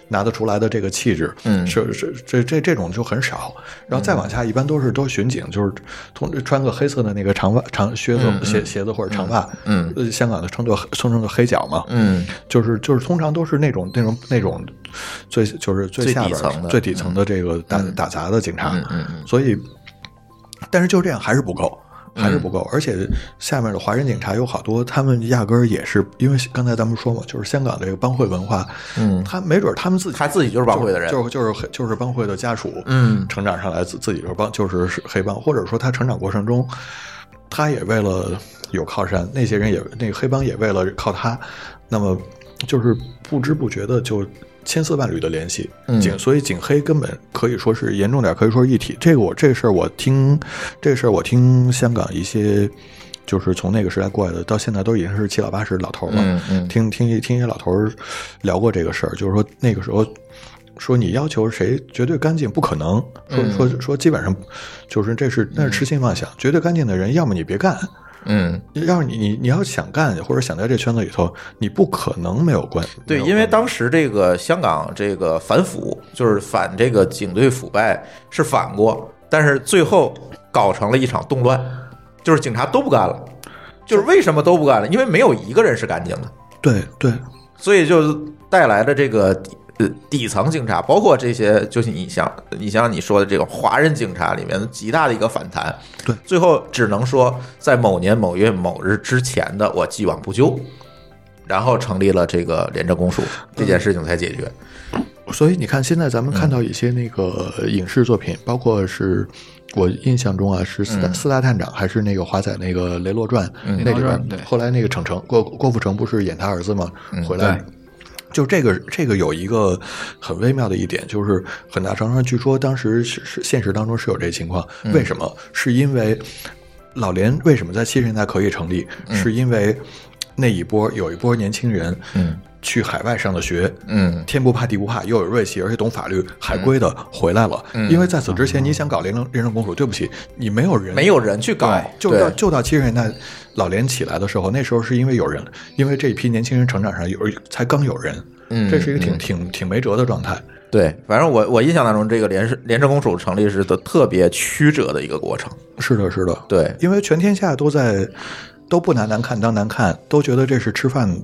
Speaker 4: 拿得出来的这个气质。
Speaker 2: 嗯
Speaker 4: 是是这这这种就很少。然后再往下，一般都是都是巡警，就是通穿个黑色的那个长袜、长靴子、鞋鞋子或者长袜。
Speaker 2: 嗯
Speaker 4: 呃，香港的称作称作黑脚嘛。
Speaker 2: 嗯
Speaker 4: 就是就是通常都是那种那种那种最就是最
Speaker 2: 最
Speaker 4: 下
Speaker 2: 底
Speaker 4: 边
Speaker 2: 层的嗯
Speaker 4: 最底层的这个打、打杂的警察，所以，但是就这样还是不够。
Speaker 2: 嗯
Speaker 4: 还是不够，而且下面的华人警察有好多，他们压根儿也是因为刚才咱们说嘛，就是香港这个帮会文化，
Speaker 2: 嗯，
Speaker 4: 他没准儿他们自己
Speaker 2: 他自己就是帮会的人
Speaker 4: 就是就是就是帮会的家属，
Speaker 2: 嗯
Speaker 4: 成长上来自自己就是帮就是是黑帮，或者说他成长过程中，他也为了有靠山，那些人也那个黑帮也为了靠他，那么就是不知不觉的就千丝万缕的联系，
Speaker 2: 嗯
Speaker 4: 警所以警黑根本可以说是严重点，可以说是一体。这个我这个事儿我听，这个事儿我听香港一些。就是从那个时代过来的，到现在都已经是七老八十的老头儿了。
Speaker 2: 嗯嗯
Speaker 4: 听听一听一些老头儿聊过这个事儿，就是说那个时候说你要求谁绝对干净不可能，
Speaker 5: 嗯
Speaker 4: 说说说基本上就是这是那是痴心妄想，绝对干净的人，要么你别干，
Speaker 2: 嗯，
Speaker 4: 要是你你你要想干或者想在这圈子里头，你不可能没有关
Speaker 2: 对，因为当时这个香港这个反腐，就是反这个警队腐败是反过，但是最后搞成了一场动乱，就是警察都不干了，就是为什么都不干了？因为没有一个人是干净的，
Speaker 4: 对对
Speaker 2: 所以就带来了这个底呃底层警察，包括这些就是你想你想你说的这个华人警察里面的极大的一个反弹，
Speaker 4: 对，
Speaker 2: 最后只能说在某年某月某日之前的我既往不咎。然后成立了这个廉政公署，
Speaker 4: 嗯
Speaker 2: 这件事情才解决。
Speaker 4: 所以你看，现在咱
Speaker 5: 嗯
Speaker 4: 们看到一些那个影视作品，包括是我印象中啊，是四大、四大探长，还是那个华仔那个《雷洛传》那里
Speaker 5: 嗯雷洛
Speaker 4: 边
Speaker 5: 传对，嗯
Speaker 4: 后来那个程程郭郭富城不是演他儿子吗？回来。
Speaker 5: 对
Speaker 4: 就这个，这个有一个很微妙的一点，就是很大程度上，据说当时是是现实当中是有这情况。
Speaker 2: 嗯
Speaker 4: 为什么？是因为老联为什么在七十年代可以成立？
Speaker 2: 嗯
Speaker 4: 是因为那一波有一波年轻人，嗯，去海外上的学，
Speaker 2: 嗯
Speaker 4: 天不怕地不怕，又有锐气，而且懂法律，海归的回来了。
Speaker 2: 嗯
Speaker 4: 因为在此之前，你想搞廉政廉政公署，对不起，你没有人，
Speaker 2: 没有人去搞
Speaker 5: 对，
Speaker 4: 就
Speaker 2: 对
Speaker 4: 到就到七十年代老联起来的时候，那时候是因为有人，因为这一批年轻人成长上有才刚有人，
Speaker 2: 嗯
Speaker 4: 这是一个挺挺挺没辙的状态。
Speaker 2: 对，反正我我印象当中，这个廉廉政公署成立是的特别曲折的一个过程。
Speaker 4: 是的，是的，
Speaker 2: 对，
Speaker 4: 因为全天下都在都不拿难看当难看，都觉得这是吃饭。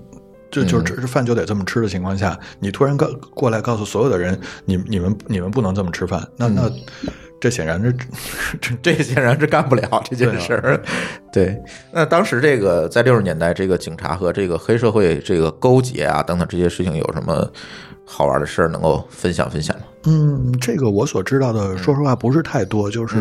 Speaker 4: 就
Speaker 2: 嗯
Speaker 4: 就吃饭就得这么吃的情况下，你突然告过来告诉所有的人，你你们你们不能这么吃饭，那
Speaker 2: 嗯
Speaker 4: 那这显然是这
Speaker 2: 这显然是干不了这件事儿。对，啊那当时这个在六十年代，这个警察和这个黑社会这个勾结啊等等这些事情，有什么好玩的事儿能够分享分享吗？
Speaker 4: 嗯，这个我所知道的，
Speaker 2: 嗯
Speaker 4: 说实话不是太多，就是、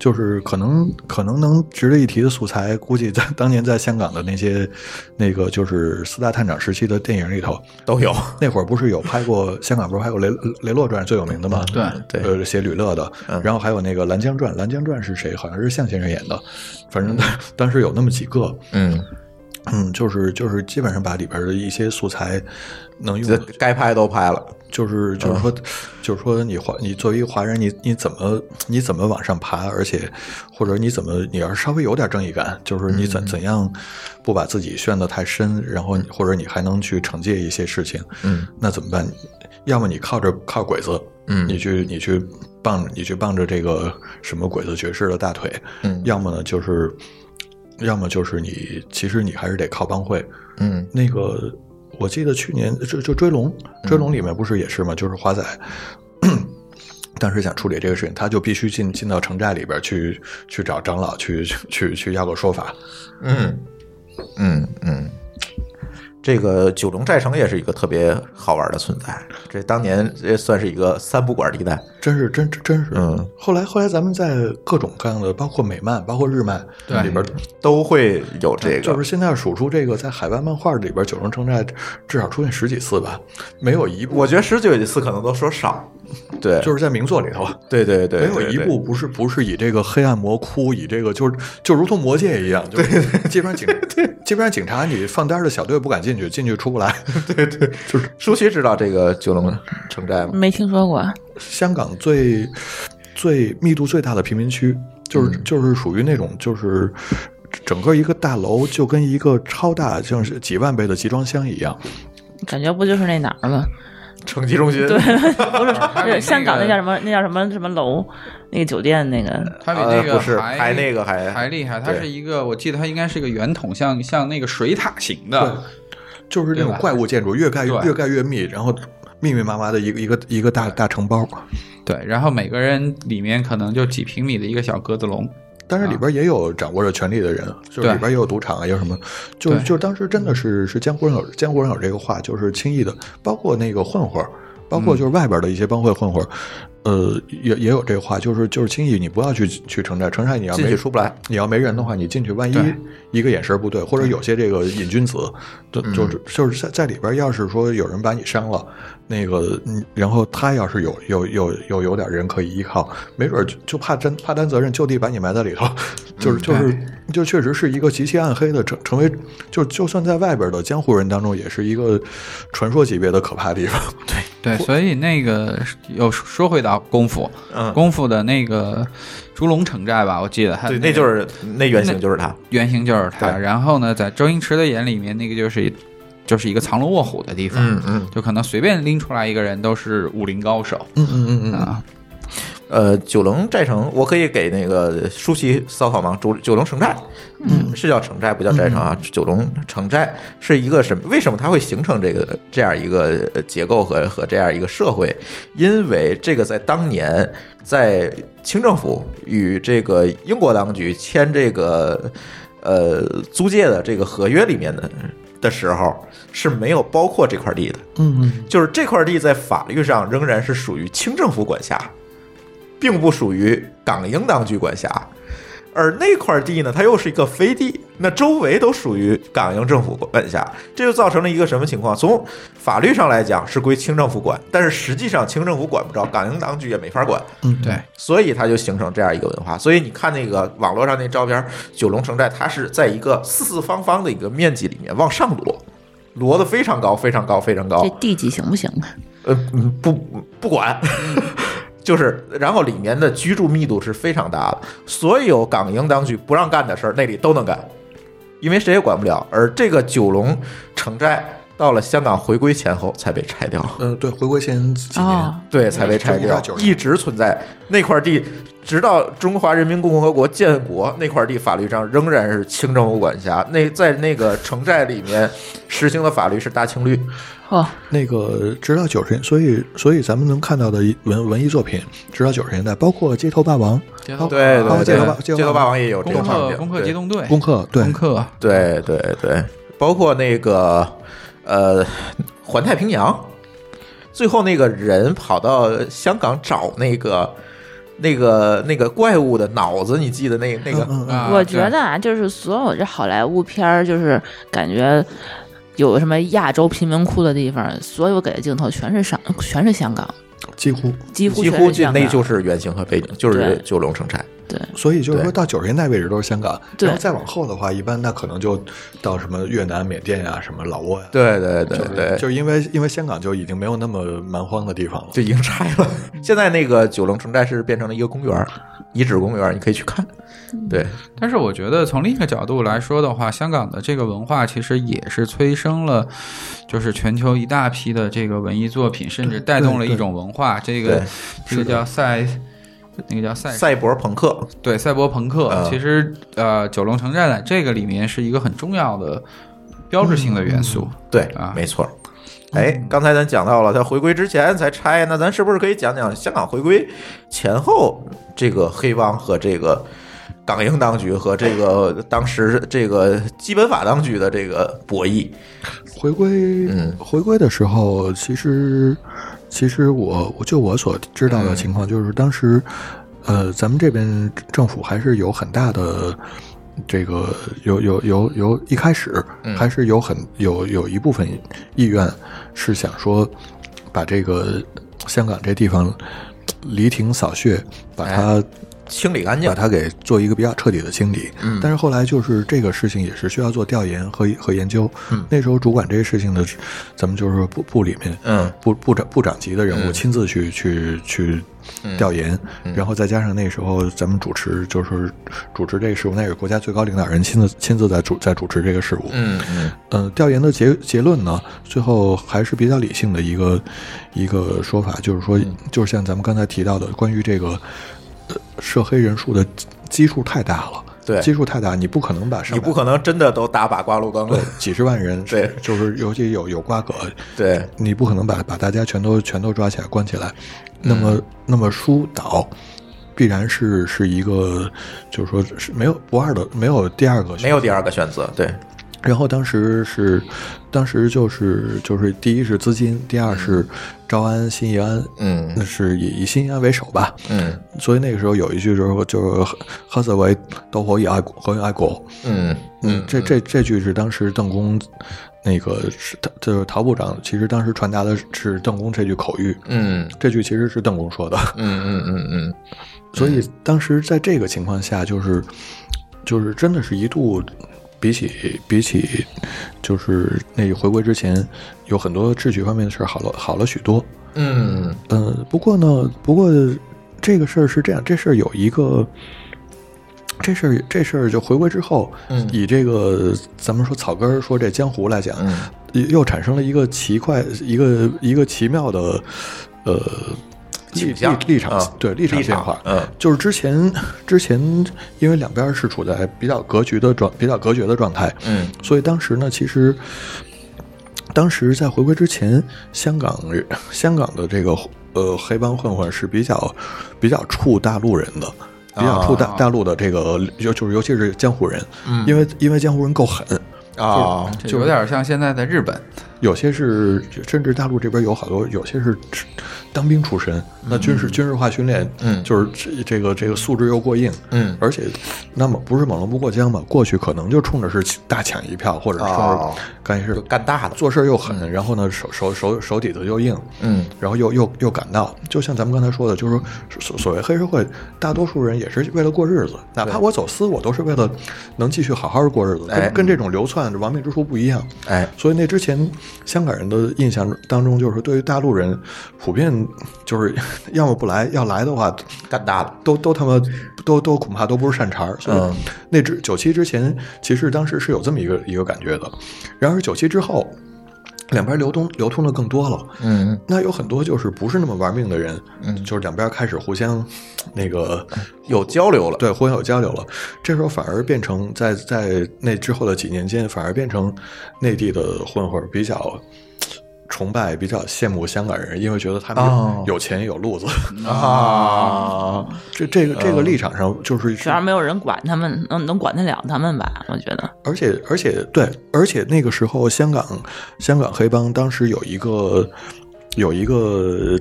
Speaker 4: 就是可能可能能值得一提的素材，估计在当年在香港的那些那个就是四大探长时期的电影里头，
Speaker 2: 都有。
Speaker 4: 那会儿不是有拍过香港不是拍过雷《雷洛传》最有名的吗？
Speaker 2: 对
Speaker 4: 呃，写吕乐的，然后还有那个《蓝江传》，《蓝江传》是谁？好像是向先生演的，反正当当时有那么几个，
Speaker 2: 嗯，
Speaker 4: 嗯，就是就是基本上把里边的一些素材能 用
Speaker 2: 这
Speaker 4: 的
Speaker 2: 该拍都拍了。
Speaker 4: 就是就是说，就是说你华你作为一个华人，你你怎么你怎么往上爬，而且或者你怎么你要是稍微有点正义感，就是你怎怎样不把自己陷得太深，然后或者你还能去惩戒一些事情，嗯，那怎么办？要么你靠着靠鬼子，嗯，你去你去傍你去傍着这个什么鬼子爵士的大腿，嗯，要么呢就是。要么就是你，其实你还是得靠帮会，
Speaker 2: 嗯
Speaker 4: 那个我记得去年就就追龙，追龙里面不是也是吗？就是华仔。 当时想处理这个事情，他就必须进进到城寨里边去去找长老去去去要个说法。
Speaker 2: 嗯嗯嗯，这个九龙寨城也是一个特别好玩的存在。这当年这算是一个三不管地带。
Speaker 4: 真是真真是，
Speaker 2: 嗯。
Speaker 4: 后来后来咱们在各种各样的，包括美漫，包括日漫
Speaker 5: 对
Speaker 4: 里边，
Speaker 2: 都会有这个，
Speaker 4: 就是现在数出这个在海外漫画里边，九龙城寨至少出现十几次吧，没有一部，
Speaker 2: 我觉得十九几次可能都说少，对，
Speaker 4: 就是是在名作里头，啊
Speaker 2: 对对对，
Speaker 4: 没有一部不是不是以这个黑暗魔窟，以这个就是就如同魔戒一样，就是基本上警基本上警察你放单儿的小队不敢进去，进去出不来。对对，就是
Speaker 2: 舒淇知道这个九龙城寨吗？
Speaker 3: 没听说过，
Speaker 4: 香港最最密度最大的贫民区，就是、
Speaker 2: 嗯
Speaker 4: 就是属于那种就是。整个一个大楼就跟一个超大，像是几万倍的集装箱一样，
Speaker 3: 感觉不就是那哪儿吗？
Speaker 2: 城际中心，
Speaker 3: 对，不是
Speaker 5: 还有那
Speaker 3: 是
Speaker 5: 个
Speaker 3: 香港那叫什么？那叫什么什么楼？那个酒店那个
Speaker 5: 它比那
Speaker 2: 呃
Speaker 5: 个
Speaker 2: 不是
Speaker 5: 还
Speaker 2: 还那个还
Speaker 5: 还厉害，它
Speaker 2: 对
Speaker 5: 是一个，我记得它应该是一个圆筒，像像那个水塔型的，
Speaker 4: 就是那
Speaker 5: 对
Speaker 4: 种
Speaker 5: 吧
Speaker 4: 怪物建筑，越盖
Speaker 5: 对
Speaker 4: 越盖越密，然后密密麻麻的一个一个一个大大城包。
Speaker 5: 对，然后每个人里面可能就几平米的一个小鸽子笼，
Speaker 4: 但是里边也有掌握着权力的人，就是
Speaker 5: 对
Speaker 4: 里边也有赌场啊，也有什么，就是
Speaker 5: 对嗯
Speaker 4: 就是当时真的是是江湖人有江湖人有这个话，就是轻易的，包括那个混混儿，包
Speaker 5: 嗯
Speaker 4: 括就是外边的一些帮会混混儿，呃，也也有这个话，就是就是轻易你不要去去城寨，城寨你要
Speaker 2: 进
Speaker 4: 没
Speaker 2: 去出不来，
Speaker 4: 你要没人的话，你进去万一
Speaker 5: 对
Speaker 4: 一个眼神不对，或者有些这个瘾君子，就就是就是在在里边，要是说有人把你伤了，那个，嗯然后他要是有有有有有点人可以依靠，没准就就怕担怕担责任，就地把你埋在里头， 就是就是就确实是一个极其暗黑的成成为，就就算在外边的江湖人当中，也是一个传说级别的可怕地方。对，
Speaker 5: 对，所以那个又说回到功夫，
Speaker 2: 嗯，
Speaker 5: 功夫的那个猪龙城寨吧，我记得他
Speaker 2: 对，那就是那原型就是他，
Speaker 5: 原型就是他。
Speaker 2: 对
Speaker 5: 然后呢，在周星驰的眼里面，那个就是一就是一个藏龙卧虎的地方，
Speaker 2: 嗯嗯
Speaker 5: 就可能随便拎出来一个人都是武林高手
Speaker 2: 嗯嗯嗯
Speaker 5: 啊。
Speaker 2: 呃，九龙寨城，我可以给那个舒淇骚草盲九九龙城寨，嗯，是叫城寨，不叫寨城啊。九龙城寨是一个什么？为什么它会形成这个这样一个呃结构和和这样一个社会？因为这个在当年，在清政府与这个英国当局签这个呃租界的这个合约里面的的时候是没有包括这块地的。
Speaker 4: 嗯
Speaker 2: 就是这块地在法律上仍然是属于清政府管辖，并不属于港英当局管辖。而那块地呢，它又是一个飞地，那周围都属于港英政府管辖，这就造成了一个什么情况？从法律上来讲是归清政府管，但是实际上清政府管不着，港英当局也没法管。
Speaker 4: 嗯，
Speaker 5: 对，
Speaker 2: 所以它就形成这样一个文化。所以你看那个网络上那照片，九龙城寨它是在一个四四方方的一个面积里面往上摞，摞得非常高，非常高，非常高
Speaker 3: 这。地级行不行啊？
Speaker 2: 呃，嗯不不管， 就是然后里面的居住密度是非常大的，所有港英当局不让干的事儿，那里都能干，因为谁也管不了。而这个九龙城寨到了香港回归前后才被拆掉。
Speaker 4: 呃，对，回国前几
Speaker 3: 哦
Speaker 4: 年，，
Speaker 2: 对，才被拆
Speaker 4: 中国
Speaker 2: 掉
Speaker 4: 大，九十
Speaker 2: 一直存在那块地，直到中华人民共和国建国，那块地法律上仍然是清政府管辖。那在那个城寨里面实行的法律是大清律，
Speaker 3: 哦，
Speaker 4: 那个直到九十年，所以所以咱们能看到的文文艺作品，直到九十年代，包括《街头霸王》
Speaker 5: 头
Speaker 2: 对
Speaker 4: 包括
Speaker 2: 对
Speaker 4: 《街头霸
Speaker 2: 对，
Speaker 4: 街
Speaker 2: 街头霸
Speaker 4: 王
Speaker 2: 王也有这
Speaker 5: 攻
Speaker 2: 个场
Speaker 5: 克
Speaker 2: 景，
Speaker 5: 攻克机动队，》
Speaker 4: 功课，对
Speaker 5: 哎攻，克
Speaker 2: 对对对，包括那个呃，环太平洋，最后那个人跑到香港找那个那个那个怪物的脑子，你记得那那个？
Speaker 4: 嗯嗯
Speaker 5: 啊，
Speaker 3: 我觉得啊，就是所有这好莱坞片儿，就是感觉有什么亚洲贫民窟的地方，所有给的镜头全是上，全是香港，
Speaker 4: 几乎。
Speaker 3: 几乎
Speaker 2: 几
Speaker 3: 全
Speaker 2: 乎就
Speaker 3: 是香
Speaker 2: 那
Speaker 3: 港。
Speaker 2: 就是原型和背景，就是
Speaker 3: 对
Speaker 2: 九龙城寨。
Speaker 3: 对，
Speaker 4: 所以就是说
Speaker 2: 对
Speaker 4: 到九十年代为止都是香港，
Speaker 3: 对
Speaker 4: 然后再往后的话，一般那可能就到什么越南、缅甸啊，什么老挝呀、
Speaker 2: 对对对对，
Speaker 4: 就是因为因为香港就已经没有那么蛮荒的地方了。
Speaker 2: 就已经拆了。现在那个九龙城寨是变成了一个公园儿，遗址公园儿，你可以去看。对，
Speaker 5: 但是我觉得从另一个角度来说的话，香港的这个文化其实也是催生了，就是全球一大批的这个文艺作品，甚至带动了一种文化。这个
Speaker 2: 对
Speaker 5: 这个叫赛，那个叫赛
Speaker 2: 赛博朋克，
Speaker 5: 对赛博朋克。
Speaker 4: 啊
Speaker 2: 嗯
Speaker 5: 其实呃，九龙城寨在这个里面是一个很重要的标志性的元素。
Speaker 4: 嗯
Speaker 2: 对，
Speaker 5: 啊
Speaker 2: 没错儿。哎，刚才咱讲到了，他回归之前才拆，那咱是不是可以讲讲香港回归前后这个黑帮和这个港英当局和这个当时这个基本法当局的这个博弈？
Speaker 4: 回归，
Speaker 2: 嗯
Speaker 4: 回归的时候，其实其实我我就我所知道的情况，就是当时，呃，咱们这边政府还是有很大的。这个有有有有，一开始还是有很有有一部分意愿是想说，把这个香港这地方犁庭扫穴，把它
Speaker 2: 清理干净
Speaker 4: 把，它给做一个比较彻底的清理。
Speaker 2: 嗯
Speaker 4: 但是后来就是这个事情也是需要做调研和和研究。
Speaker 2: 嗯
Speaker 4: 那时候主管这些事情的，咱们就是部部里面，
Speaker 2: 嗯，
Speaker 4: 部部长部长级的人物
Speaker 2: 嗯
Speaker 4: 亲自去、去去调研，然后再加上那时候咱们主持就是主持这个事务，那个国家最高领导人亲自亲自在主在主持这个事务。
Speaker 2: 嗯嗯
Speaker 4: 呃，调研的结结论呢，最后还是比较理性的一个一个说法，就是说，
Speaker 2: 嗯
Speaker 4: 就是像咱们刚才提到的，关于这个呃涉黑人数的基基数太大了，
Speaker 2: 对
Speaker 4: 基数太大，你不可能把上
Speaker 2: 你
Speaker 4: 百
Speaker 2: 不可能真的都打把挂路灯了
Speaker 4: 对，几十万人，
Speaker 2: 对，
Speaker 4: 就是尤其有有瓜葛，
Speaker 2: 对，
Speaker 4: 你不可能把把大家全都全都抓起来关起来，那么、
Speaker 2: 嗯
Speaker 4: 那么疏导。必然是是一个，就是说是没有不二的，没有第二个选择，
Speaker 2: 没有第二个选择，对，
Speaker 4: 然后当时是，当时就是就是第一是资金，第二是招安新义安，
Speaker 2: 嗯
Speaker 4: 那是以以新义安为首吧。
Speaker 2: 嗯
Speaker 4: 所以那个时候有一句就是就是“黑社会都可以爱国，可以爱国”。
Speaker 2: 嗯
Speaker 4: 嗯，这这这句是当时邓公，那个是他就是陶部长，其实当时传达的是邓公这句口谕。
Speaker 2: 嗯
Speaker 4: 这句其实是邓公说的，
Speaker 2: 嗯嗯嗯嗯，
Speaker 4: 所以当时在这个情况下，就是就是真的是一度比起比起就是那回归之前，有很多秩序方面的事儿好了好了许多。
Speaker 2: 嗯
Speaker 4: 呃，不过呢，不过这个事儿是这样，这事儿有一个，这事儿这事儿就回归之后，
Speaker 2: 嗯
Speaker 4: 以这个咱们说草根儿说这江湖来讲，
Speaker 2: 嗯
Speaker 4: 又产生了一个奇怪，一个一个奇妙的，呃，立
Speaker 2: 倾向
Speaker 4: 立立场、
Speaker 2: 嗯
Speaker 4: 对立场
Speaker 2: 立场
Speaker 4: 变化，
Speaker 2: 嗯
Speaker 4: 就是之前 之前因为两边是处在比较格局的状比较隔绝的状态，
Speaker 2: 嗯
Speaker 4: 所以当时呢，其实当时在回归之前，香港人 香港的这个呃黑帮混混是比较比较怵大陆人的。比较怵大
Speaker 5: 啊
Speaker 4: 大陆的这个，尤就是尤其是江湖人，
Speaker 2: 嗯
Speaker 4: 因为因为江湖人够狠，
Speaker 2: 啊
Speaker 5: 这有点像现在的日本，
Speaker 4: 有些是甚至大陆这边有好多，有些是当兵出身，那军事、军事化训练，
Speaker 2: 嗯
Speaker 4: 就是这这个这个素质又过硬，
Speaker 2: 嗯
Speaker 4: 而且那么不是猛龙不过江嘛，过去可能就冲着是大抢一票，或者冲着
Speaker 2: 哦
Speaker 4: 干一事、
Speaker 2: 就干大的
Speaker 4: 做事又狠，然后呢手手手手底子又硬，
Speaker 2: 嗯
Speaker 4: 然后又又又赶到，就像咱们刚才说的，就是说所所谓黑社会，大多数人也是为了过日子，哪怕我走私，我都是为了能继续好好的过日子，
Speaker 2: 哎
Speaker 4: 跟跟这种流窜亡命之徒不一样。
Speaker 2: 哎
Speaker 4: 所以那之前香港人的印象当中，就是对于大陆人普遍就是 要么不来，要来的话
Speaker 2: 干大的，
Speaker 4: 都都他妈都都恐怕都不是善茬儿。所
Speaker 2: 嗯
Speaker 4: 以那之九七之前，其实当时是有这么一个一个感觉的，然而九七之后。两边流通流通的更多了，
Speaker 2: 嗯
Speaker 4: 那有很多就是不是那么玩命的人，就是两边开始互相那个
Speaker 2: 有交流了，
Speaker 4: 对互相有交流了。这时候反而变成在在那之后的几年间，反而变成内地的混混比较。崇拜比较羡慕香港人，因为觉得他们
Speaker 2: 哦
Speaker 4: 有钱有路子。
Speaker 2: 啊，
Speaker 4: 这这个这个立场上就是
Speaker 3: 主要没有人管他们，能能管得了他们吧？我觉得，
Speaker 4: 而且而且对，而且那个时候香港香港黑帮当时有一个有一个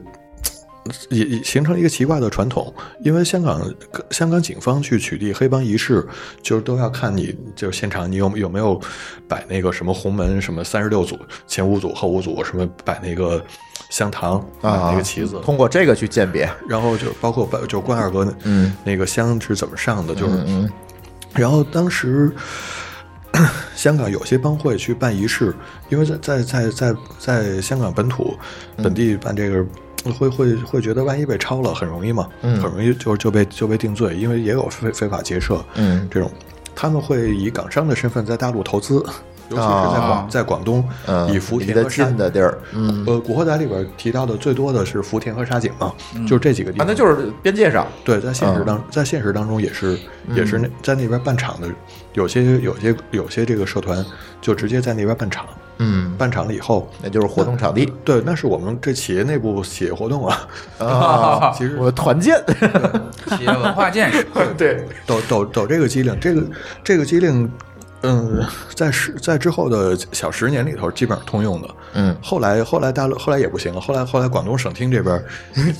Speaker 4: 也也形成了一个奇怪的传统，因为香港香港警方去取缔黑帮仪式，就是都要看你就是现场你有有没有摆那个什么红门什么三十六组前五组后五组什么摆那个香堂摆那个旗子，
Speaker 2: 通过这个去鉴别，
Speaker 4: 然后就包括把就关二哥那
Speaker 2: 嗯
Speaker 4: 那个香是怎么上的，就是
Speaker 2: 嗯
Speaker 4: 然后当时香港有些帮会去办仪式，因为在在在在在香港本土
Speaker 2: 嗯
Speaker 4: 本地办这个。会会会觉得万一被抄了很容易嘛，
Speaker 2: 嗯
Speaker 4: 很容易就就被就被定罪，因为也有非非法结社，
Speaker 2: 嗯
Speaker 4: 这种，他们会以港商的身份在大陆投资，尤其是在广、在广东，
Speaker 2: 嗯，
Speaker 4: 以福
Speaker 2: 离
Speaker 4: 田
Speaker 2: 得
Speaker 4: 和沙
Speaker 2: 近的地儿，嗯
Speaker 4: 呃《古惑仔》里边提到的最多的是福田和沙井嘛，就是这几个地
Speaker 2: 啊，
Speaker 4: 方，
Speaker 2: 那就是嗯边界上，
Speaker 4: 对，在现实当、在现实当中也是也是
Speaker 2: 嗯
Speaker 4: 那在那边办场的，有些有些有些这个社团就直接在那边办场，
Speaker 2: 嗯，
Speaker 4: 办场了以后，
Speaker 2: 那就是活动场地
Speaker 4: 对，那是我们这企业内部企业活动啊，
Speaker 2: 啊，
Speaker 4: 其实
Speaker 2: 我团建，
Speaker 5: 企业文化建设。
Speaker 2: 对，
Speaker 4: 抖抖抖这个机灵，这个这个机灵，嗯，在十在之后的小十年里头基本上通用的，
Speaker 2: 嗯，
Speaker 4: 后来后来大陆后来也不行了，后来后来广东省厅这边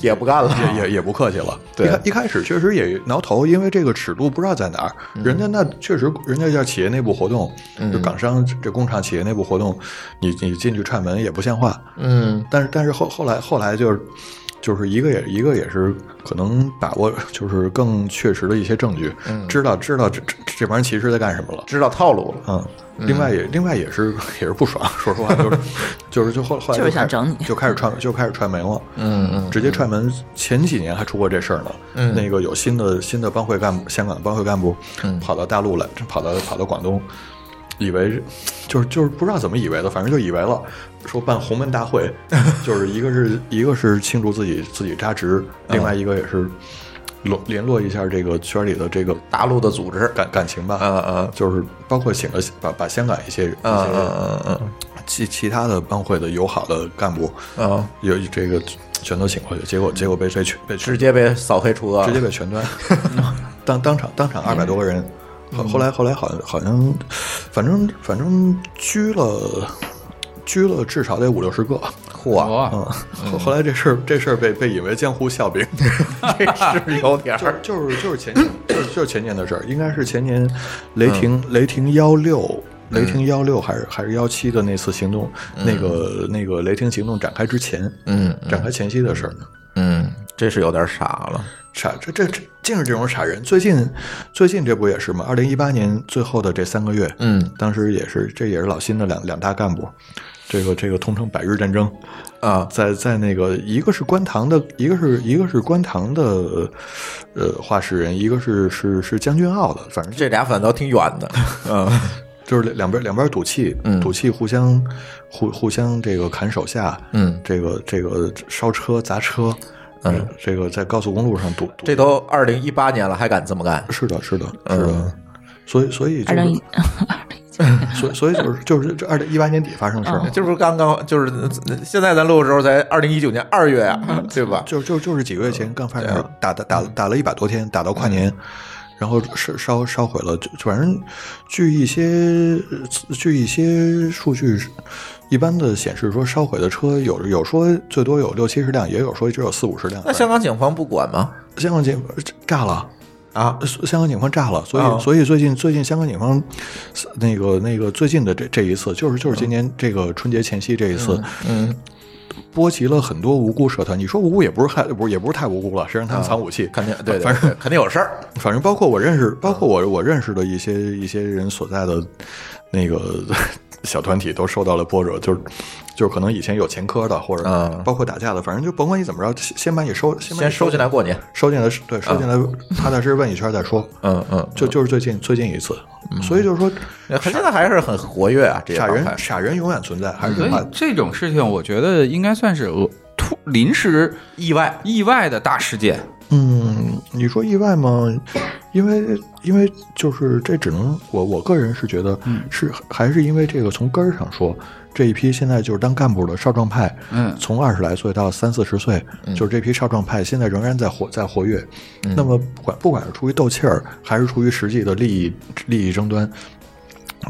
Speaker 2: 也不干了，
Speaker 4: 也也也不客气了。
Speaker 2: 对
Speaker 4: 一开一开始确实也挠头，因为这个尺度不知道在哪儿。人家那确实，人家叫企业内部活动，就港商这工厂企业内部活动，你你进去串门也不像话。
Speaker 2: 嗯
Speaker 4: 但是但是后后来后来就是就是一个也一个也是可能把握就是更确实的一些证据，知道知道这这这帮人其实在干什么了。
Speaker 2: 知道套路了，
Speaker 4: 嗯，另外也另外也是 也是不爽，说实话就是就是就后后来
Speaker 3: 就是想
Speaker 4: 开始
Speaker 3: 整你
Speaker 4: 就开始串就开始串门了，
Speaker 2: 嗯嗯
Speaker 4: 直接踹门。前几年还出过这事儿呢。
Speaker 2: 嗯
Speaker 4: 那个有新的新的帮会干部，香港的帮会干部，
Speaker 2: 嗯
Speaker 4: 跑到大陆来，跑到跑到广东，以为是就是就是不知道怎么以为的，反正就以为了，说办鸿门大 会，就是一个是一个是庆祝自己自己扎职，
Speaker 2: 嗯
Speaker 4: 另外一个也是联联络一下这个圈里的这个
Speaker 2: 大陆的组织，
Speaker 4: 感感情吧。
Speaker 2: 嗯嗯
Speaker 4: 就是包括请了把把香港一些一些
Speaker 2: 嗯嗯嗯嗯
Speaker 4: 其其他的帮会的友好的干部，
Speaker 2: 嗯，
Speaker 4: 有这个全都请过去，结果结果被被全被全
Speaker 2: 直接啊被扫黑除恶，
Speaker 4: 直接被全端， 当当场当场二百多个人，
Speaker 2: 嗯
Speaker 4: 后后来后来好像好像，反正反正拘了拘了至少得五六十个，
Speaker 2: 嚯，
Speaker 5: 哇
Speaker 4: 嗯，后后来这事儿这事儿被被引为江湖笑柄，
Speaker 2: 这是有点
Speaker 4: 就是
Speaker 2: 儿，
Speaker 4: 就是就是前年，就是就是前年的事儿，应该是前年雷
Speaker 2: 嗯
Speaker 4: 霆、雷霆幺六。雷霆幺六还是还是幺七的那次行动，那个那个雷霆行动展开之前，
Speaker 2: 嗯
Speaker 4: 展开前夕的事儿，
Speaker 2: 嗯，这是有点傻了，
Speaker 4: 傻这这这净是这种傻人。最近最近这不也是吗？二零一八年最后的这三个月，
Speaker 2: 嗯
Speaker 4: 当时也是这也是老新的两两大干部，这个这个通称百日战争，
Speaker 2: 啊
Speaker 4: 在在那个一个是观塘的，一个是一个是观塘的呃画室人，一个是是是将军澳的，反正
Speaker 2: 这俩反倒挺远的，嗯
Speaker 4: 就是两边两边赌气，
Speaker 2: 嗯
Speaker 4: 赌气互相互互相这个砍手下，
Speaker 2: 嗯，
Speaker 4: 这个这个烧车砸车，
Speaker 2: 嗯，
Speaker 4: 这个在高速公路上赌，赌
Speaker 2: 这都二零一八年了，还敢这么干？
Speaker 4: 是的，是的，是的。
Speaker 2: 嗯
Speaker 4: 所以，所以就
Speaker 3: 二零
Speaker 4: 是
Speaker 3: 一，
Speaker 4: 所以，所以就是就是这二零一八年底发生的事儿嘛，
Speaker 2: 这不是刚刚就是呃现在咱录的时候，才二零一九年二月啊，对吧？
Speaker 4: 就就就是几个月前刚发生的事儿，打打打打了一百多天，打到跨年，然后烧烧烧毁了，就反正据一些据一些数据，一般的显示说烧毁的车有有说最多有六七十辆，也有说只有四五十辆。啊
Speaker 2: 那香港警方不管吗？
Speaker 4: 香港警炸了。
Speaker 2: 啊，
Speaker 4: 香港警方炸了，所以、
Speaker 2: 哦
Speaker 4: 所以最近最近香港警方那个那个最近的这这一次，就是就是今年这个春节前夕这一次，
Speaker 2: 嗯，
Speaker 4: 波及了很多无辜社团。你说无辜也不是害，不是也不是太无辜了，谁让他
Speaker 2: 哦
Speaker 4: 们藏武器？
Speaker 2: 肯定对，对
Speaker 4: 反
Speaker 2: 对肯定有事儿。
Speaker 4: 反正包括我认识，包括我我认识的一些一些人所在的那个 小团体都受到了波折，就是就是可能以前有前科的，或者
Speaker 2: 嗯
Speaker 4: 包括打架的，反正就甭管你怎么着，先先把你收先把
Speaker 2: 先
Speaker 4: 你
Speaker 2: 收进来过年。
Speaker 4: 收进来，对，收进来， 踏踏实实问一圈再说。
Speaker 2: 嗯嗯，
Speaker 4: 就就是最近最近一次，所以就是说，
Speaker 2: 他现在还是很活跃嗯啊，这些
Speaker 4: 傻
Speaker 2: 帮派
Speaker 4: 人傻人永远存在，还是
Speaker 5: 所
Speaker 4: 这
Speaker 5: 以
Speaker 4: 话。
Speaker 5: 这种事情，我觉得应该算是呃突临时
Speaker 2: 意外
Speaker 5: 意外的大事件。
Speaker 4: 嗯，你说意外吗？因为因为就是这只能我我个人是觉得
Speaker 5: 嗯
Speaker 4: 是、还是因为这个从根儿上说，这一批现在就是当干部的少壮派，
Speaker 5: 嗯
Speaker 4: 从二十来岁到三四十岁，
Speaker 2: 嗯
Speaker 4: 就是这批少壮派现在仍然在活在活跃。那么不管不管是出于斗气儿，还是出于实际的利益利益争端，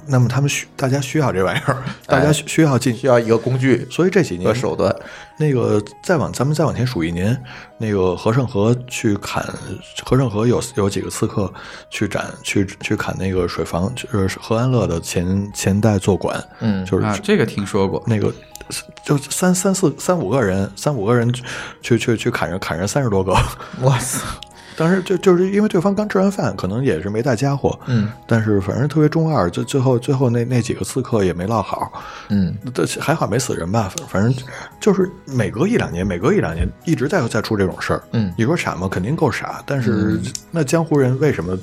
Speaker 4: 那么他们需大家需要这玩意儿，大家需需要进
Speaker 2: 哎需要一个工具
Speaker 4: 所以这几年
Speaker 2: 和呃手段。
Speaker 4: 那个再往咱们再往前数一年，那个和盛和去砍和盛和有有几个刺客去斩去去砍那个水房，就是和安乐的前前代坐馆，
Speaker 2: 嗯
Speaker 4: 就是
Speaker 5: 啊，这个听说过。
Speaker 4: 那个就三三四三五个人，三五个人去去去砍人砍人三十多个，
Speaker 2: 哇塞，
Speaker 4: 当时就就是因为对方刚吃完饭，可能也是没带家伙，
Speaker 2: 嗯，
Speaker 4: 但是反正特别中二，最最后最后那那几个刺客也没落好，
Speaker 2: 嗯，
Speaker 4: 但是还好没死人吧，反反正就是每隔一两年，每隔一两年一直在在出这种事儿，
Speaker 2: 嗯
Speaker 4: 你说傻吗？肯定够傻，但是那江湖人为什么？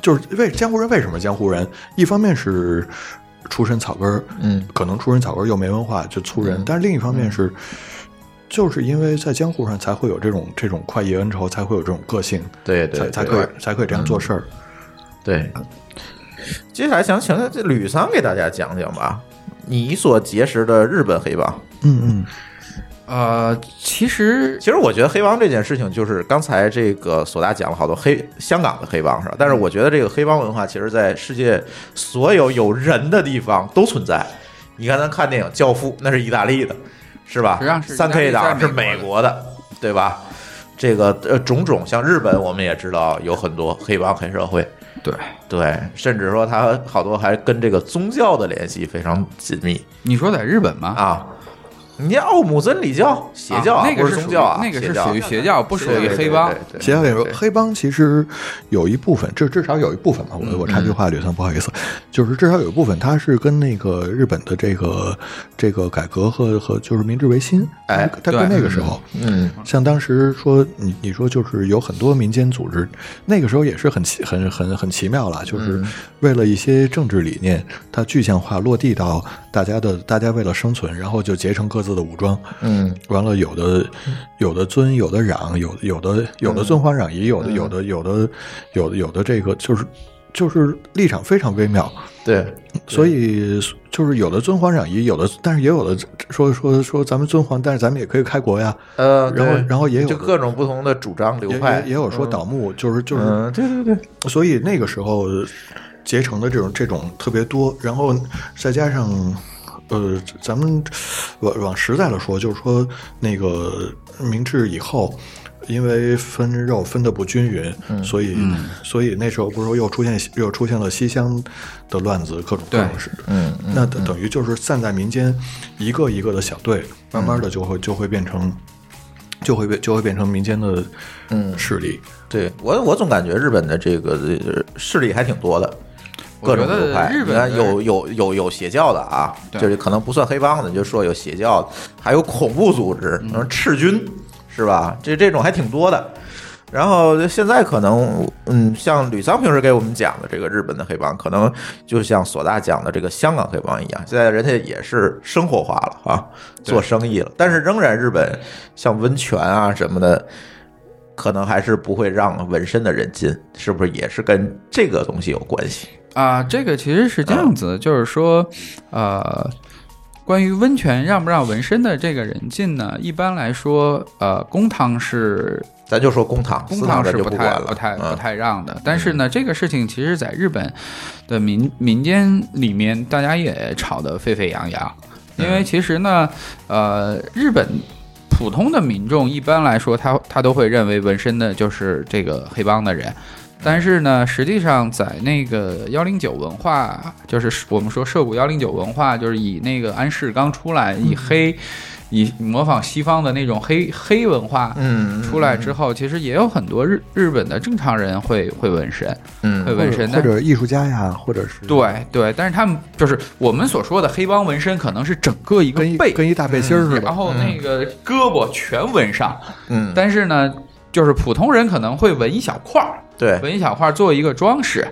Speaker 4: 就是为江湖人为什么江湖人？一方面是出身草根儿，
Speaker 2: 嗯，
Speaker 4: 可能出身草根儿又没文化就粗人，但是另一方面是。就是因为在江湖上才会有这种这种快意恩仇，才会有这种个性，
Speaker 2: 对对
Speaker 4: 才才
Speaker 2: 对嗯
Speaker 4: 可以才可以这样做事儿。
Speaker 2: 对。接下来想请这吕桑给大家讲讲吧，你所结识的日本黑帮。
Speaker 4: 嗯嗯，
Speaker 5: 呃，其实
Speaker 2: 其实我觉得黑帮这件事情，就是刚才这个索大讲了好多黑香港的黑帮是吧？但是我觉得这个黑帮文化，其实在世界所有有人的地方都存在。你看咱看电影《教父》，那是意大利的，是吧
Speaker 5: 实际上？是
Speaker 2: 三 K
Speaker 5: 意大
Speaker 2: 党
Speaker 5: 利
Speaker 2: 是
Speaker 5: 在
Speaker 2: 美
Speaker 5: 美
Speaker 2: 国的，对吧？这个呃，种种像日本，我们也知道有很多黑帮黑社会，
Speaker 5: 对，
Speaker 2: 对，甚至说他好多还跟这个宗教的联系非常紧密
Speaker 5: 你说在日本吗？
Speaker 2: 啊。你像奥姆真理教邪教、
Speaker 5: 啊那
Speaker 2: 不
Speaker 5: 个
Speaker 2: 是
Speaker 5: 是
Speaker 2: 宗教啊，
Speaker 5: 属于那个
Speaker 2: 邪
Speaker 5: 是
Speaker 2: 教
Speaker 5: 属于邪教，不属于黑帮
Speaker 2: 对。对对对
Speaker 4: 其他跟你说，
Speaker 2: 对
Speaker 4: 黑帮其实有一部分，至至少有一部分吧。
Speaker 2: 嗯
Speaker 4: 我我插句话，吕桑，不好意思，就是至少有一部分，它是跟那个日本的这个这个改革和和就是明治维新，
Speaker 2: 哎
Speaker 4: 它
Speaker 5: 对
Speaker 4: 跟那个时候，
Speaker 2: 嗯，
Speaker 4: 像当时说你你说就是有很多民间组织，那个时候也是很奇很很很奇妙了，就是
Speaker 2: 嗯
Speaker 4: 为了一些政治理念，它具象化落地到大家的，大家为了生存，然后就结成各自的武装，
Speaker 2: 嗯，
Speaker 4: 完了有的有的尊，有的攘，有有的有
Speaker 2: 嗯
Speaker 4: 的尊皇攘夷，有的有的有的有的有的这个就是就是立场非常微妙，
Speaker 2: 对，
Speaker 4: 所以就是有的尊皇攘夷，有的但是也有的说说说咱们尊皇，但是咱们也可以开国呀。
Speaker 2: 呃，
Speaker 4: 然后
Speaker 2: 对
Speaker 4: 然后也有
Speaker 2: 就各种不同的主张流
Speaker 4: 也
Speaker 2: 派，
Speaker 4: 也也有说倒幕，就是就是
Speaker 2: 嗯，嗯，对对对，
Speaker 4: 所以那个时候结成的这种这种特别多，然后再加上呃，咱们往往实在了说，就是说那个明治以后。因为分肉分的不均匀，所以、所以那时候不是又出现又出现了西乡的乱子，各种各
Speaker 5: 对
Speaker 4: 种事。嗯，那等等于就是散在民间一个一个的小队，慢慢的就会就会变成就会变就会变成民间的势力。
Speaker 2: 对我我总感觉日本的这个呃势力还挺多的，各种
Speaker 5: 我觉得
Speaker 2: 流派，
Speaker 5: 日本
Speaker 2: 你看
Speaker 5: 的
Speaker 2: 有有有有邪教的啊，
Speaker 5: 对
Speaker 2: 就是可能不算黑帮的，你就说有邪教的，还有恐怖组织，
Speaker 5: 嗯
Speaker 2: 什么赤军是吧？这这种还挺多的。然后现在可能，嗯，像吕桑平时给我们讲的这个日本的黑帮，可能就像索大讲的这个香港黑帮一样，现在人家也是生活化了啊，做生意了，但是仍然日本像温泉啊什么的，可能还是不会让纹身的人进，是不是也是跟这个东西有关系？
Speaker 5: 啊，这个其实是这样
Speaker 2: 嗯
Speaker 5: 子，就是说，呃，关于温泉让不让纹身的这个人进呢，一般来说，呃，公堂是
Speaker 2: 咱就说公堂，
Speaker 5: 公
Speaker 2: 私堂
Speaker 5: 堂
Speaker 2: 咱
Speaker 5: 是
Speaker 2: 就
Speaker 5: 不太
Speaker 2: 管了，
Speaker 5: 不太
Speaker 2: 嗯
Speaker 5: 不太让的。但是呢，这个事情其实在日本的民民间里面，大家也吵得沸沸扬扬，因
Speaker 2: 嗯
Speaker 5: 为其实呢，呃，日本。普通的民众一般来说，他他都会认为纹身的就是这个黑帮的人，但是呢，实际上在那个幺零九文化，就是我们说涉谷幺零九文化，就是以那个安室刚出来，
Speaker 2: 嗯
Speaker 5: 以黑，以模仿西方的那种黑黑文化，
Speaker 2: 嗯，
Speaker 5: 出来之后，其实也有很多日日本的正常人会会纹身，
Speaker 2: 嗯
Speaker 5: 会纹身，
Speaker 4: 或
Speaker 5: 但
Speaker 4: 者艺术家呀，或者是
Speaker 5: 对对，但是他们就是我们所说的黑帮纹身，可能是整个一个
Speaker 4: 跟一
Speaker 5: 背，
Speaker 4: 跟一大背心儿似
Speaker 5: 然
Speaker 4: 的，
Speaker 5: 后那个胳膊全纹上，
Speaker 2: 嗯，
Speaker 5: 但是呢，就是普通人可能会纹一小块儿，
Speaker 2: 对，
Speaker 5: 纹一小块儿做一个装饰。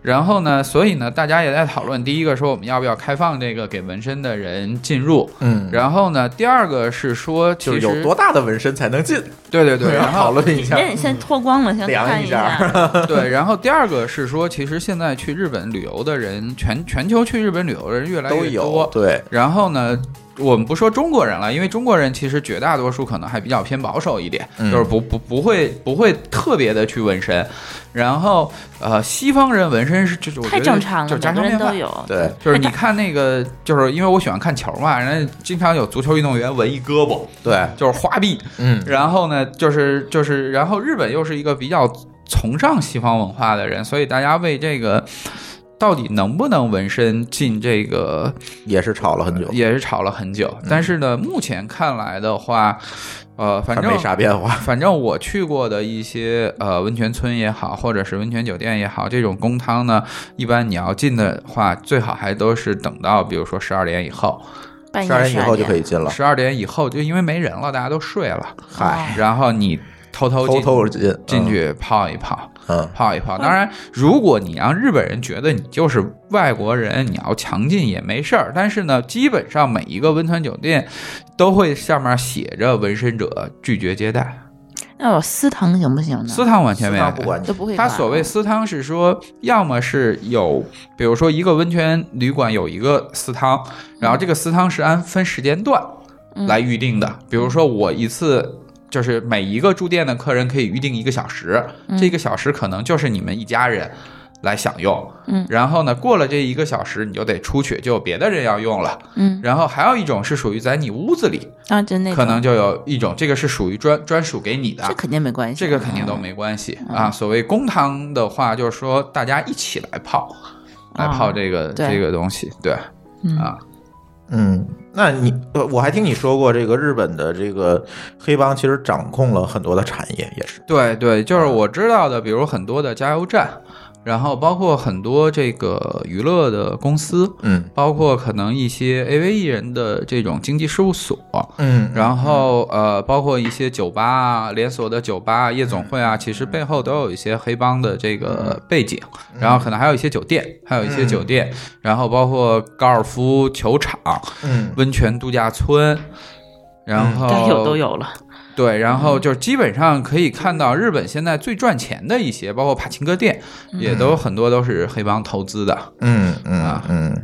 Speaker 5: 然后呢，所以呢，大家也在讨论，第一个说我们要不要开放这个给纹身的人进入，
Speaker 2: 嗯，
Speaker 5: 然后呢，第二个是说，其
Speaker 2: 就
Speaker 5: 实
Speaker 2: 是有多大的纹身才能进？
Speaker 5: 对对对，然后
Speaker 2: 讨论一下
Speaker 3: 那，
Speaker 5: 嗯
Speaker 3: 你先脱光了，先
Speaker 2: 量
Speaker 3: 看
Speaker 2: 一下
Speaker 3: 下。
Speaker 5: 对，然后第二个是说，其实现在去日本旅游的人，全全球去日本旅游的人越来
Speaker 2: 都
Speaker 5: 越
Speaker 2: 有，
Speaker 5: 多。
Speaker 2: 对，
Speaker 5: 然后呢，我们不说中国人了，因为中国人其实绝大多数可能还比较偏保守一点，
Speaker 2: 嗯
Speaker 5: 就是不不不会不会特别的去纹身。然后呃，西方人纹身是就是我
Speaker 3: 太
Speaker 5: 觉得
Speaker 3: 正常
Speaker 5: 就
Speaker 3: 了，
Speaker 5: 是家
Speaker 3: 每
Speaker 5: 常
Speaker 3: 个人
Speaker 5: 便
Speaker 3: 都
Speaker 5: 饭。
Speaker 3: 有。
Speaker 2: 对，
Speaker 5: 就是你看那个，就是因为我喜欢看球嘛，人家经常有足球运动员纹一胳膊，
Speaker 2: 对，
Speaker 5: 就是花臂，
Speaker 2: 嗯，
Speaker 5: 然后呢，就是就是，然后日本又是一个比较崇尚西方文化的人，所以大家为这个到底能不能纹身进这个
Speaker 2: 也是吵了很久，
Speaker 5: 也是吵了很久。
Speaker 2: 嗯
Speaker 5: 但是呢，目前看来的话，呃，反
Speaker 2: 还
Speaker 5: 正
Speaker 2: 没啥变化，
Speaker 5: 反正我去过的一些呃温泉村也好，或者是温泉酒店也好，这种公汤呢，一般你要进的话，最好还都是等到比如说十二点以后，
Speaker 3: 半夜
Speaker 2: 杀人以后就可
Speaker 3: 以。
Speaker 2: 以进了，
Speaker 5: 十二点以后就因为没人了，大家都 睡了，
Speaker 2: 嗨，
Speaker 5: 然后你偷偷
Speaker 2: 偷
Speaker 5: 进
Speaker 2: 偷进
Speaker 5: 进，去泡一泡，
Speaker 2: 嗯嗯，
Speaker 5: 泡一泡。当然，如果你让日本人觉得你就是外国人，你要强进也没事儿。但是呢，基本上每一个温泉酒店都会上面写着纹身者拒绝接待，
Speaker 3: 那我私堂行不行呢？
Speaker 5: 私汤完全
Speaker 2: 私
Speaker 5: 没
Speaker 2: 堂
Speaker 5: 有。
Speaker 2: 不管你
Speaker 3: 都，不会管。
Speaker 5: 他所谓私汤是说，要么是有，比如说一个温泉旅馆有一个私汤，然后这个私汤是按分时间段
Speaker 3: 嗯
Speaker 5: 来预定的。比如说我一次就是每一个住店的客人可以预定一个小时，
Speaker 3: 嗯
Speaker 5: 这一个小时可能就是你们一家人来享用。
Speaker 3: 嗯
Speaker 5: 然后呢，过了这一个小时你就得出去，就有别的人要用了。
Speaker 3: 嗯
Speaker 5: 然后还有一种是属于在你屋子里，
Speaker 3: 啊，就那种
Speaker 5: 可能就有一种这个是属于专专属给你的，
Speaker 3: 这肯定没关系，
Speaker 5: 这个肯定都没关系啊。所谓公汤的话，就是说大家一起来泡，来泡这个
Speaker 3: 对
Speaker 5: 这个东西，对
Speaker 3: 嗯
Speaker 5: 啊，
Speaker 2: 嗯。那你呃，我还听你说过，这个日本的这个黑帮其实掌控了很多的产业，也是，
Speaker 5: 对对，就是我知道的，比如很多的加油站，然后包括很多这个娱乐的公司，
Speaker 2: 嗯
Speaker 5: 包括可能一些 AV 艺人的这种经纪事务所，
Speaker 2: 嗯，
Speaker 5: 然后呃，包括一些酒吧啊、连锁的酒吧啊、夜总会啊，其实背后都有一些黑帮的这个背景，
Speaker 2: 嗯
Speaker 5: 然后可能还有一些酒店，还有一些酒店，然后包括高尔夫球场、
Speaker 2: 嗯
Speaker 5: 温泉度假村，然后
Speaker 3: 该有都有了。
Speaker 5: 对，然
Speaker 2: 嗯
Speaker 5: 后就是基本上可以看到日本现在最赚钱的一些，包括帕琴哥店，
Speaker 3: 嗯
Speaker 5: 也都很多都是黑帮投资的。
Speaker 2: 嗯嗯
Speaker 5: 啊
Speaker 2: 嗯，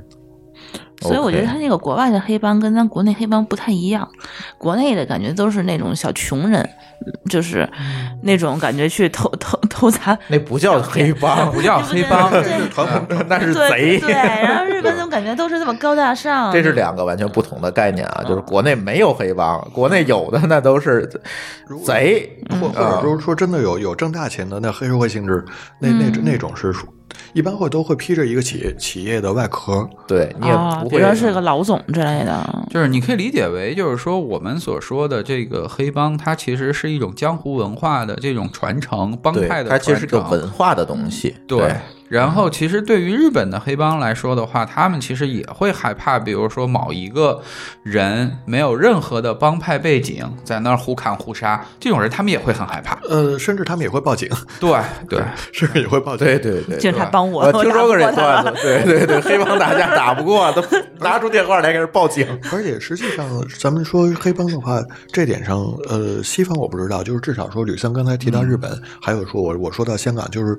Speaker 3: 所以我觉得他那个国外的黑帮跟咱国内黑帮不太一样，国内的感觉都是那种小穷人，就是那种感觉去偷偷偷砸。
Speaker 2: 那不叫黑帮，
Speaker 5: 不 叫黑帮，
Speaker 3: 对
Speaker 2: 那是团伙， 那是
Speaker 3: 对
Speaker 2: 贼
Speaker 3: 对。对，然后日本总感觉都是这么高大上，
Speaker 2: 这是两个完全不同的概念啊，
Speaker 3: 嗯
Speaker 2: 就是国内没有黑帮，国内有的那都是贼，
Speaker 4: 或或
Speaker 2: 啊
Speaker 4: 者说说真的有有挣大钱的那黑社会性质，那那那种是属，一般会都会披着一个企企业的外壳，
Speaker 2: 对你也
Speaker 3: 啊，
Speaker 2: 不
Speaker 3: 比
Speaker 2: 会
Speaker 3: 如说是个老总之类的，
Speaker 5: 就是你可以理解为，就是说我们所说的这个黑帮，它其实是一种江湖文化的这种传承，帮
Speaker 2: 对
Speaker 5: 派，的
Speaker 2: 它其实是
Speaker 5: 传承
Speaker 2: 个文化的东西，
Speaker 5: 对然后，其实对于日本的黑帮来说的话，他们其实也会害怕，比如说某一个人没有任何的帮派背景，在那儿胡砍胡杀，这种人他们也会很害怕。
Speaker 4: 呃，甚至他们也会报警，
Speaker 5: 对 对，
Speaker 4: 甚至也会报警。
Speaker 2: 对对对，
Speaker 3: 警察帮我，
Speaker 2: 我听说过这
Speaker 3: 我打不过他
Speaker 2: 段子，对对对，黑帮打架打不过， 都拿出电话来开始报警。
Speaker 4: 而且实际上，咱们说黑帮的话，这点上，呃，西方我不知道，就是至少说，吕森刚才提到日
Speaker 2: 嗯
Speaker 4: 本，还有说我我说到香港，就是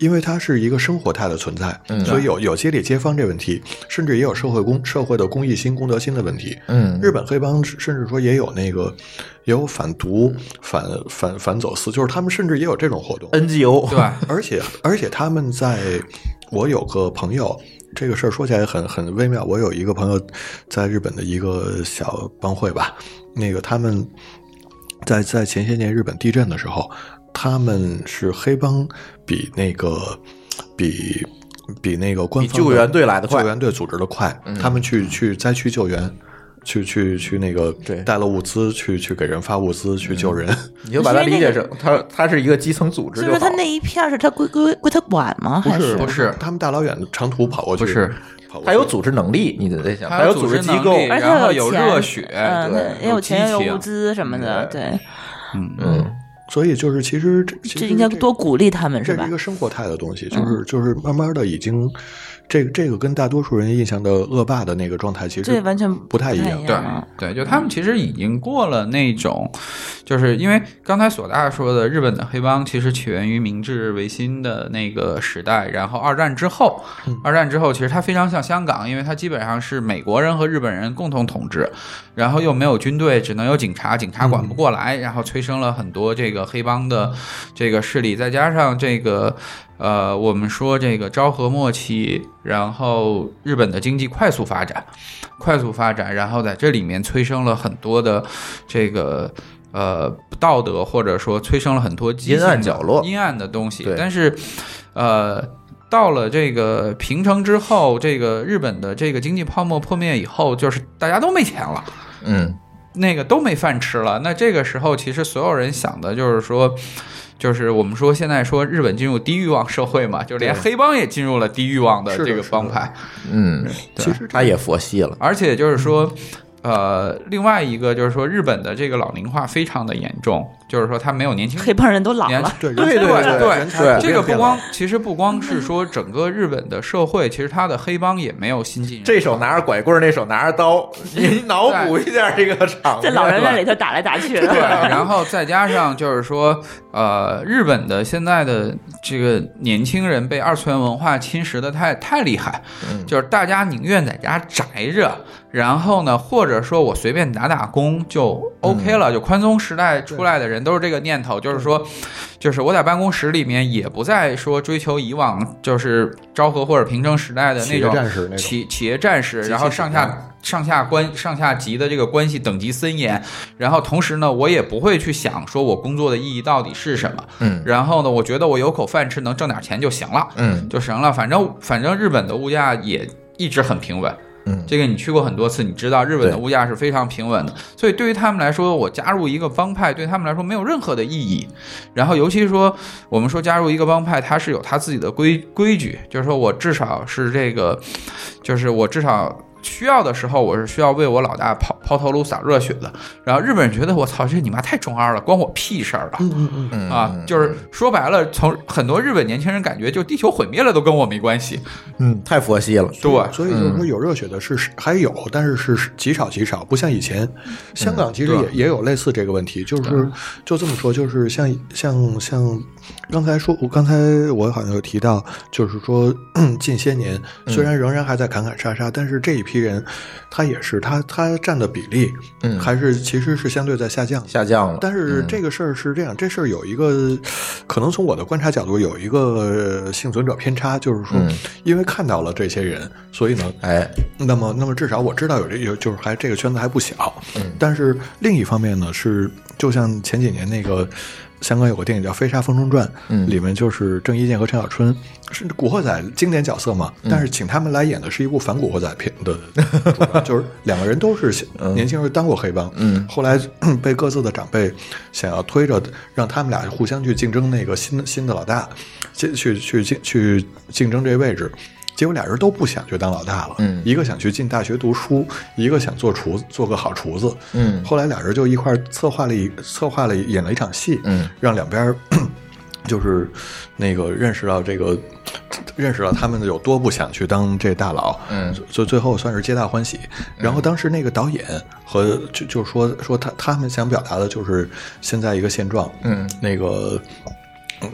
Speaker 4: 因为它是一个生活态的存在，
Speaker 2: 嗯
Speaker 4: 所以有有街里街坊这问题，甚至也有社会公社会的公益心、公德心的问题。
Speaker 2: 嗯
Speaker 4: 日本黑帮甚至说也有那个，也有反毒、反反反走私，就是他们甚至也有这种活动。
Speaker 2: NGO，
Speaker 5: 对，
Speaker 4: 而且而且他们在，我有个朋友，这个事儿说起来很很微妙。我有一个朋友在日本的一个小帮会吧，那个他们在在前些年日本地震的时候，他们是黑帮比那个比比那个官
Speaker 2: 比
Speaker 4: 方
Speaker 2: 救
Speaker 4: 的
Speaker 2: 援队来得快
Speaker 4: 救援队组织的快，他们去去灾区救援。去去去那个
Speaker 2: 对
Speaker 4: 带了物资，去去给人发物资，去救人。
Speaker 2: 你就把它理解成它它是一个基层组织
Speaker 3: 是
Speaker 2: 就好。
Speaker 3: 不是他那一片儿是他归归归他管吗？还
Speaker 5: 不是
Speaker 4: 他们大老远长途跑过去，
Speaker 5: 不是
Speaker 4: 跑过去
Speaker 2: 它有组织能力，你得在想，
Speaker 5: 他
Speaker 2: 它
Speaker 5: 有
Speaker 2: 有组织机
Speaker 5: 能
Speaker 2: 构
Speaker 5: 力，
Speaker 3: 而且
Speaker 5: 然后
Speaker 3: 有
Speaker 5: 有
Speaker 3: 钱
Speaker 5: 热血，
Speaker 3: 嗯，
Speaker 2: 对
Speaker 3: 也有钱，也有
Speaker 5: 激
Speaker 3: 物
Speaker 5: 情，
Speaker 3: 资什么的，对，
Speaker 2: 嗯，
Speaker 4: 所以就是其实这其实
Speaker 3: 这应该
Speaker 4: 个
Speaker 3: 多鼓励他们是
Speaker 4: 这
Speaker 3: 吧嗯
Speaker 4: 是一？个生活态的东西，就是就是慢慢的已经，这个这个跟大多数人印象的恶霸的那个状态其
Speaker 3: 这
Speaker 4: 实
Speaker 3: 完全
Speaker 4: 不太一样
Speaker 3: 样。
Speaker 5: 对
Speaker 3: 啊
Speaker 5: 对，就他们其实已经过了那种，就是因为刚才索大说的，日本的黑帮其实起源于明治维新的那个时代，然后二战之后，
Speaker 3: 嗯
Speaker 5: 二战之后其实它非常像香港，因为它基本上是美国人和日本人共同统治，然后又没有军队，只能有警察，警察管不过来，然后催生了很多这个黑帮的这个势力，再加上这个。呃，我们说这个昭和末期，然后日本的经济快速发展，快速发展，然后在这里面催生了很多的这个呃不道德，或者说催生了很多畸
Speaker 2: 阴暗
Speaker 5: 形的
Speaker 2: 角落
Speaker 5: 阴暗的东西
Speaker 2: 对。
Speaker 5: 但是，呃，到了这个平成之后，这个日本的这个经济泡沫破灭以后，就是大家都没钱了。
Speaker 2: 嗯，
Speaker 5: 那个都没饭吃了。那这个时候，其实所有人想的就是说，就是我们说现在说日本进入低欲望社会嘛，就连黑帮也进入了低欲望的
Speaker 4: 是的
Speaker 5: 这个
Speaker 4: 是的
Speaker 5: 帮派，
Speaker 2: 嗯，
Speaker 4: 其实
Speaker 2: 他也佛系了。
Speaker 5: 而且就是说。呃，另外一个就是说，日本的这个老龄化非常的严重，就是说他没有年轻
Speaker 3: 黑帮人都老
Speaker 5: 年
Speaker 3: 了，
Speaker 4: 对
Speaker 5: 对
Speaker 4: 人才
Speaker 5: 对对
Speaker 4: 人才普遍
Speaker 5: 这个不
Speaker 4: 变
Speaker 5: 光
Speaker 4: 了
Speaker 5: 其实不光是说整个日本的社会，其实他的黑帮也没有新进人。
Speaker 2: 这手拿着拐棍儿，那手拿着刀，你脑补一下这个场
Speaker 3: 在
Speaker 2: 面。
Speaker 3: 老人院里头打来打去的。
Speaker 5: 对，然后再加上就是说，呃，日本的现在的这个年轻人被二次元文化侵蚀的太太厉害，
Speaker 2: 嗯
Speaker 5: 就是大家宁愿在家宅着，然后呢，或者说我随便打打工就 OK 了。就宽松时代出来的人都是这个念头，就是说，就是我在办公室里面也不再说追求以往就是昭和或者平成时代的那
Speaker 4: 企业
Speaker 5: 种
Speaker 4: 战士那种，
Speaker 5: 企企业战士，然后上下上下关上下级的这个关系等级森严，然后同时呢，我也不会去想说我工作的意义到底是什么，
Speaker 2: 嗯
Speaker 5: 然后呢，我觉得我有口饭吃，能挣点钱就行了，
Speaker 2: 嗯
Speaker 5: 就行了，反正反正日本的物价也一直很平稳，
Speaker 2: 嗯，
Speaker 5: 这个你去过很多次，你知道日本的
Speaker 2: 对
Speaker 5: 物价是非常平稳的，所以对于他们来说，我加入一个帮派对他们来说没有任何的意义。然后，尤其是说我们说加入一个帮派，它是有它自己的规规矩，就是说我至少是这个，就是我至少。需要的时候，我是需要为我老大抛抛头颅洒热血的。然后日本人觉得我操，这你妈太中二了，关我屁事儿了。
Speaker 4: 嗯嗯嗯，
Speaker 2: 嗯
Speaker 5: 啊，就是说白了，从很多日本年轻人感觉，就地球毁灭了都跟我没关系。
Speaker 2: 嗯太佛系了。
Speaker 5: 对，嗯
Speaker 4: 所以就是说有热血的是是还有，但是是极少极少，不像以前。香港其实也、
Speaker 5: 嗯对
Speaker 4: 也有类似这个问题，就是就这么说，就是像像像刚才说，我刚才我好像有提到，就是说近些年
Speaker 5: 嗯
Speaker 4: 虽然仍然还在砍砍杀杀，但是这一批人他也是他他占的比例，
Speaker 2: 嗯
Speaker 4: 还是其实是相对在下降的。
Speaker 2: 下降了，嗯
Speaker 4: 但是这个事儿是这样，这事儿有一个，可能从我的观察角度有一个呃幸存者偏差，就是说
Speaker 2: 嗯，
Speaker 4: 因为看到了这些人，所以呢，
Speaker 2: 哎，
Speaker 4: 那么那么至少我知道有这有就是还这个圈子还不小，但是另一方面呢是，就像前几年那个香港有个电影叫《飞沙风中传》，
Speaker 2: 嗯
Speaker 4: 里面就是郑伊健和陈小春是古惑仔经典角色嘛，但是请他们来演的是一部反古惑仔片的主角，就是两个人都是年轻时候当过黑帮，嗯，后来咳被各自的长辈想要推着让他们俩互相去竞争那个新的新的老大，去去去竞去竞争这位置。结果俩人都不想去当老大了，
Speaker 2: 嗯
Speaker 4: 一个想去进大学读书，一个想做厨做个好厨子，
Speaker 2: 嗯
Speaker 4: 后来俩人就一块儿策划了一策划了一演了一场戏，
Speaker 2: 嗯，
Speaker 4: 让两边儿 就是那个认识到这个认识到他们有多不想去当这大佬，
Speaker 2: 嗯
Speaker 4: 所以最后算是皆大欢喜。然后当时那个导演和就就说说他他们想表达的就是现在一个现状，
Speaker 2: 嗯，
Speaker 4: 那个。嗯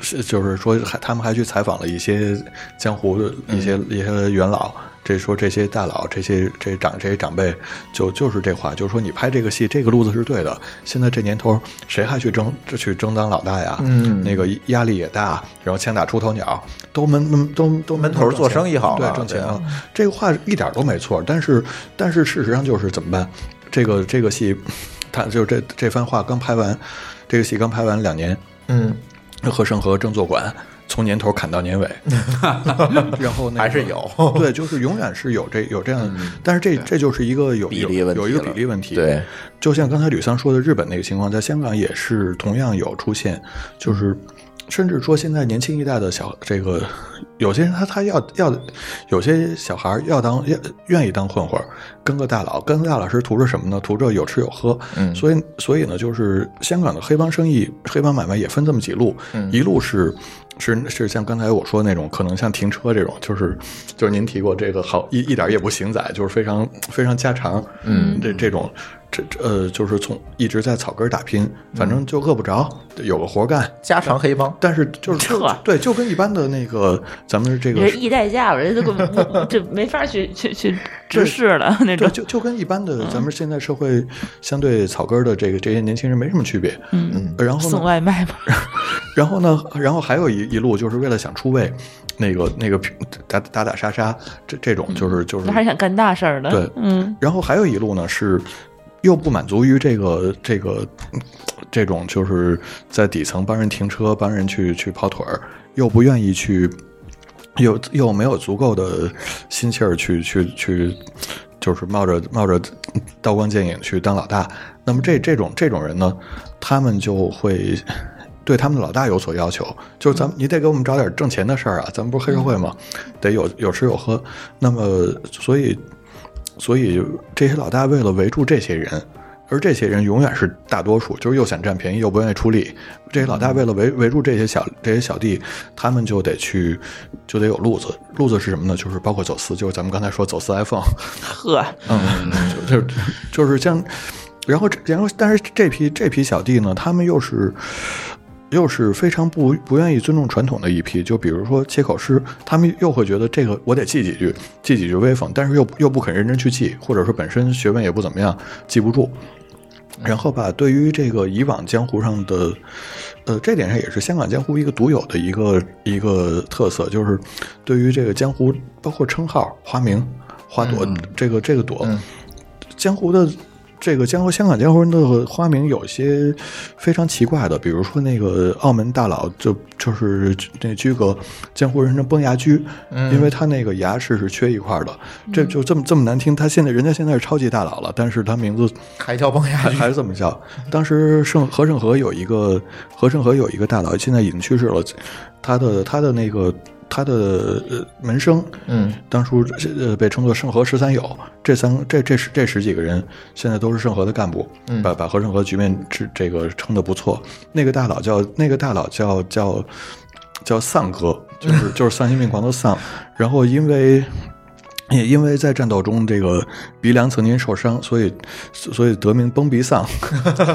Speaker 4: 是，就是说还，他们还去采访了一些江湖的一些、
Speaker 2: 嗯
Speaker 4: 一些元老，这说这些大佬、这些这长这些长辈，就就是这话，就是说你拍这个戏，这个路子是对的。现在这年头，谁还去争这去争当老大呀？
Speaker 2: 嗯
Speaker 4: 那个压力也大，然后枪打出头鸟，都闷闷都都
Speaker 2: 闷头做生意好
Speaker 4: 对
Speaker 2: 了，
Speaker 4: 挣钱
Speaker 2: 对嗯
Speaker 4: 了。这个话一点都没错，但是但是事实上就是怎么办？这个这个戏，他就这这番话刚拍完，这个戏刚拍完两年，
Speaker 2: 嗯，
Speaker 4: 和盛和正坐馆从年头砍到年尾， 然后、那个、嗯
Speaker 2: 还是 有
Speaker 4: 对，就是永远是有这有这样的，但是这这就是一个有
Speaker 2: 比例问题
Speaker 4: 有有一个
Speaker 2: 了
Speaker 4: 比例问题。
Speaker 2: 对，
Speaker 4: 就像刚才吕桑说的，日本那个情况，在香港也是同样有出现，就是。甚至说，现在年轻一代的小这个，有些人他他要要，有些小孩儿要当要愿意当混混儿，跟个大佬，跟个大佬是图着什么呢？图着有吃有喝。
Speaker 2: 嗯
Speaker 4: 所以所以呢，就是香港的黑帮生意、黑帮买卖也分这么几路，
Speaker 2: 嗯
Speaker 4: 一路是是是像刚才我说的那种，可能像停车这种，就是就是您提过这个好一一点也不行仔，就是非常非常家常，
Speaker 3: 嗯
Speaker 4: 这这种。这这呃，就是从一直在草根儿打拼，反
Speaker 3: 嗯
Speaker 4: 正就饿不着，有个活儿干。
Speaker 2: 家常黑帮，
Speaker 4: 但是就是就
Speaker 3: 呵
Speaker 4: 对，就跟一般的那个咱们这
Speaker 3: 你
Speaker 4: 个
Speaker 3: 这一代价，我这都 我这没法去去去直视了那
Speaker 4: 对，
Speaker 3: 种。嗯
Speaker 4: 就就跟一般的咱们现在社会相对草根儿的这个这些年轻人没什么区别。
Speaker 3: 嗯，
Speaker 4: 呃然后呢
Speaker 3: 送，外卖吧，
Speaker 4: 然后呢，然后还有一一路就是为了想出位，那个那个打打打杀杀这这种就是就是
Speaker 3: 嗯
Speaker 5: 嗯
Speaker 3: 那还是想干大事儿的。
Speaker 4: 对
Speaker 3: 嗯，
Speaker 4: 然后还有一路呢是又不满足于这个这个嗯这种就是在底层帮人停车、帮人去去跑腿儿，又不愿意去，又又没有足够的心气儿去去去，就是冒着冒着刀光剑影去当老大。那么这这种这种人呢，他们就会。对他们的老大有所要求，就是咱们你得给我们找点挣钱的事儿啊，咱们不是黑社会吗？得有有吃有喝。那么，所以所以这些老大为了围住这些人，而这些人永远是大多数，就是又想占便宜又不愿意出力。这些老大为了围围住这些小这些小弟，他们就得去，就得有路子。路子是什么呢？就是包括走私，就是咱们刚才说走私 iPhone，
Speaker 3: 呵，
Speaker 4: 嗯，就就就是像，然后这然后但是这批这批小弟呢，他们又是。又是非常不不愿意尊重传统的一批，就比如说切口师，他们又会觉得这个我得记几句，记几句威风，但是又又不肯认真去记，或者说本身学问也不怎么样，记不住。然后把对于这个以往江湖上的，呃，这点上也是香港江湖一个独有的一个一个特色，就是对于这个江湖，包括称号、花名、花朵，这个这个朵，江湖的这个江湖香港江湖人的花名有些非常奇怪的，比如说那个澳门大佬就就是那居哥，江湖人称崩牙驹，因为他那个牙齿是缺一块的，这就这么这么难听。他现在人家现在是超级大佬了，但是他名字
Speaker 2: 还叫崩牙
Speaker 4: 还还是这么叫。当时盛和盛和有一个和盛和有一个大佬，现在已经去世了，他的他的那个他的呃门生，
Speaker 2: 嗯，
Speaker 4: 当初呃被称作盛和十三友，这三这这十这十几个人现在都是盛和的干部，
Speaker 2: 嗯
Speaker 4: 把把和盛和局面这这个撑得不错。那个大佬叫那个大佬叫叫叫丧哥，就是就是丧心病狂的丧，然后因为。也因为在战斗中，这个鼻梁曾经受伤，所以所以得名崩鼻丧。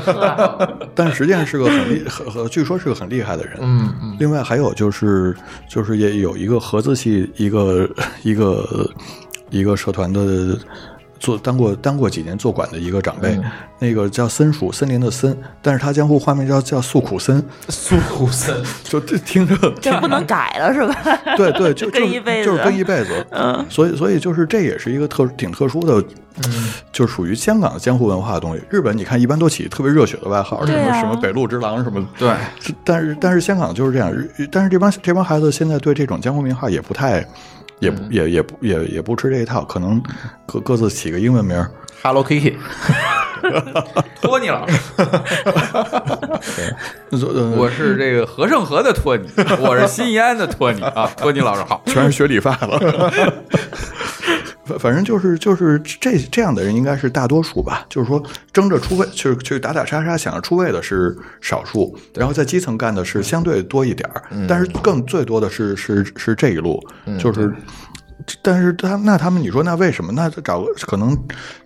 Speaker 4: 但实际上是个很厉，很很据说是个很厉害的人。
Speaker 2: 嗯嗯
Speaker 4: 另外还有就是，就是 也有一个合资系一个一个一个社团的做当过当过几年坐馆的一个长辈，
Speaker 5: 嗯
Speaker 4: 那个叫森鼠，森林的森，但是他江户化名叫叫诉苦森，
Speaker 5: 诉苦森，
Speaker 4: 就这听着
Speaker 3: 这不能改了是 吧？
Speaker 4: 对对，就
Speaker 3: 跟
Speaker 4: 就
Speaker 3: 一辈子
Speaker 4: 就是跟一辈子。嗯，所以所以就是这也是一个特挺特殊的，就属于香港的江湖文化的东西。日本你看一般都起特别热血的外号，什
Speaker 3: 对
Speaker 4: 么
Speaker 3: 啊
Speaker 4: 什么北路之狼什么。
Speaker 5: 对，
Speaker 4: 这 但是但是香港就是这样，日但是这帮这帮孩子现在对这种江湖名号也不太。也不也也不也也不吃这一套，可能各各自起个英文名儿，
Speaker 2: Hello Kitty，
Speaker 5: 托尼老师，
Speaker 4: 呃
Speaker 5: 我是这个和盛和的托尼，我是新义安的托尼啊，托尼老师好。
Speaker 4: 全是学理发了。反反正就是就是这这样的人应该是大多数吧，就是说争着出位，去去打打杀杀，想着出位的是少数，然后在基层干的是相对多一点儿，
Speaker 2: 嗯
Speaker 4: 但是更最多的是是是这一路，就是。但是他那他们你说那为什么？那找个可能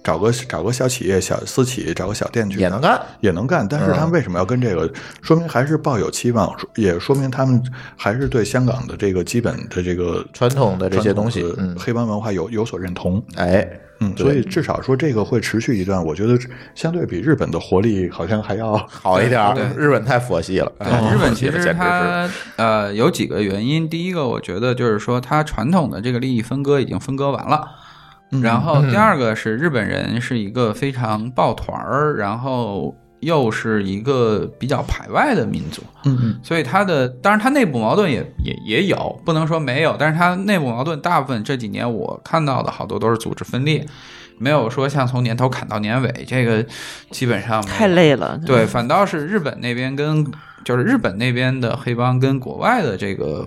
Speaker 4: 找个找个小企业、小私企，找个小店去
Speaker 2: 也能嗯干，
Speaker 4: 也能干，但是他们为什么要跟这个？说明还是抱有期望，也说明他们还是对香港的这个基本的这个
Speaker 2: 传统的这些东西
Speaker 4: 传统的
Speaker 2: 嗯
Speaker 4: 黑帮文化有有所认同。
Speaker 2: 哎，
Speaker 4: 嗯，所以至少说这个会持续一段，我觉得相对比日本的活力好像还要
Speaker 2: 好一点儿，日本太佛系了，
Speaker 5: 呃日本其
Speaker 2: 简
Speaker 5: 实
Speaker 2: 直是
Speaker 5: 它呃有几个原因，第一个我觉得就是说它传统的这个利益分割已经分割完了，
Speaker 3: 嗯
Speaker 5: 然后第二个是日本人是一个非常抱团儿，然后又是一个比较排外的民族，
Speaker 4: 嗯嗯
Speaker 5: 所以它的当然它内部矛盾也也也有，不能说没有，但是它内部矛盾大部分这几年我看到的好多都是组织分裂，没有说像从年头砍到年尾，这个基本上没有
Speaker 3: 太累了，
Speaker 5: 对，反倒是日本那边跟就是日本那边的黑帮跟国外的这个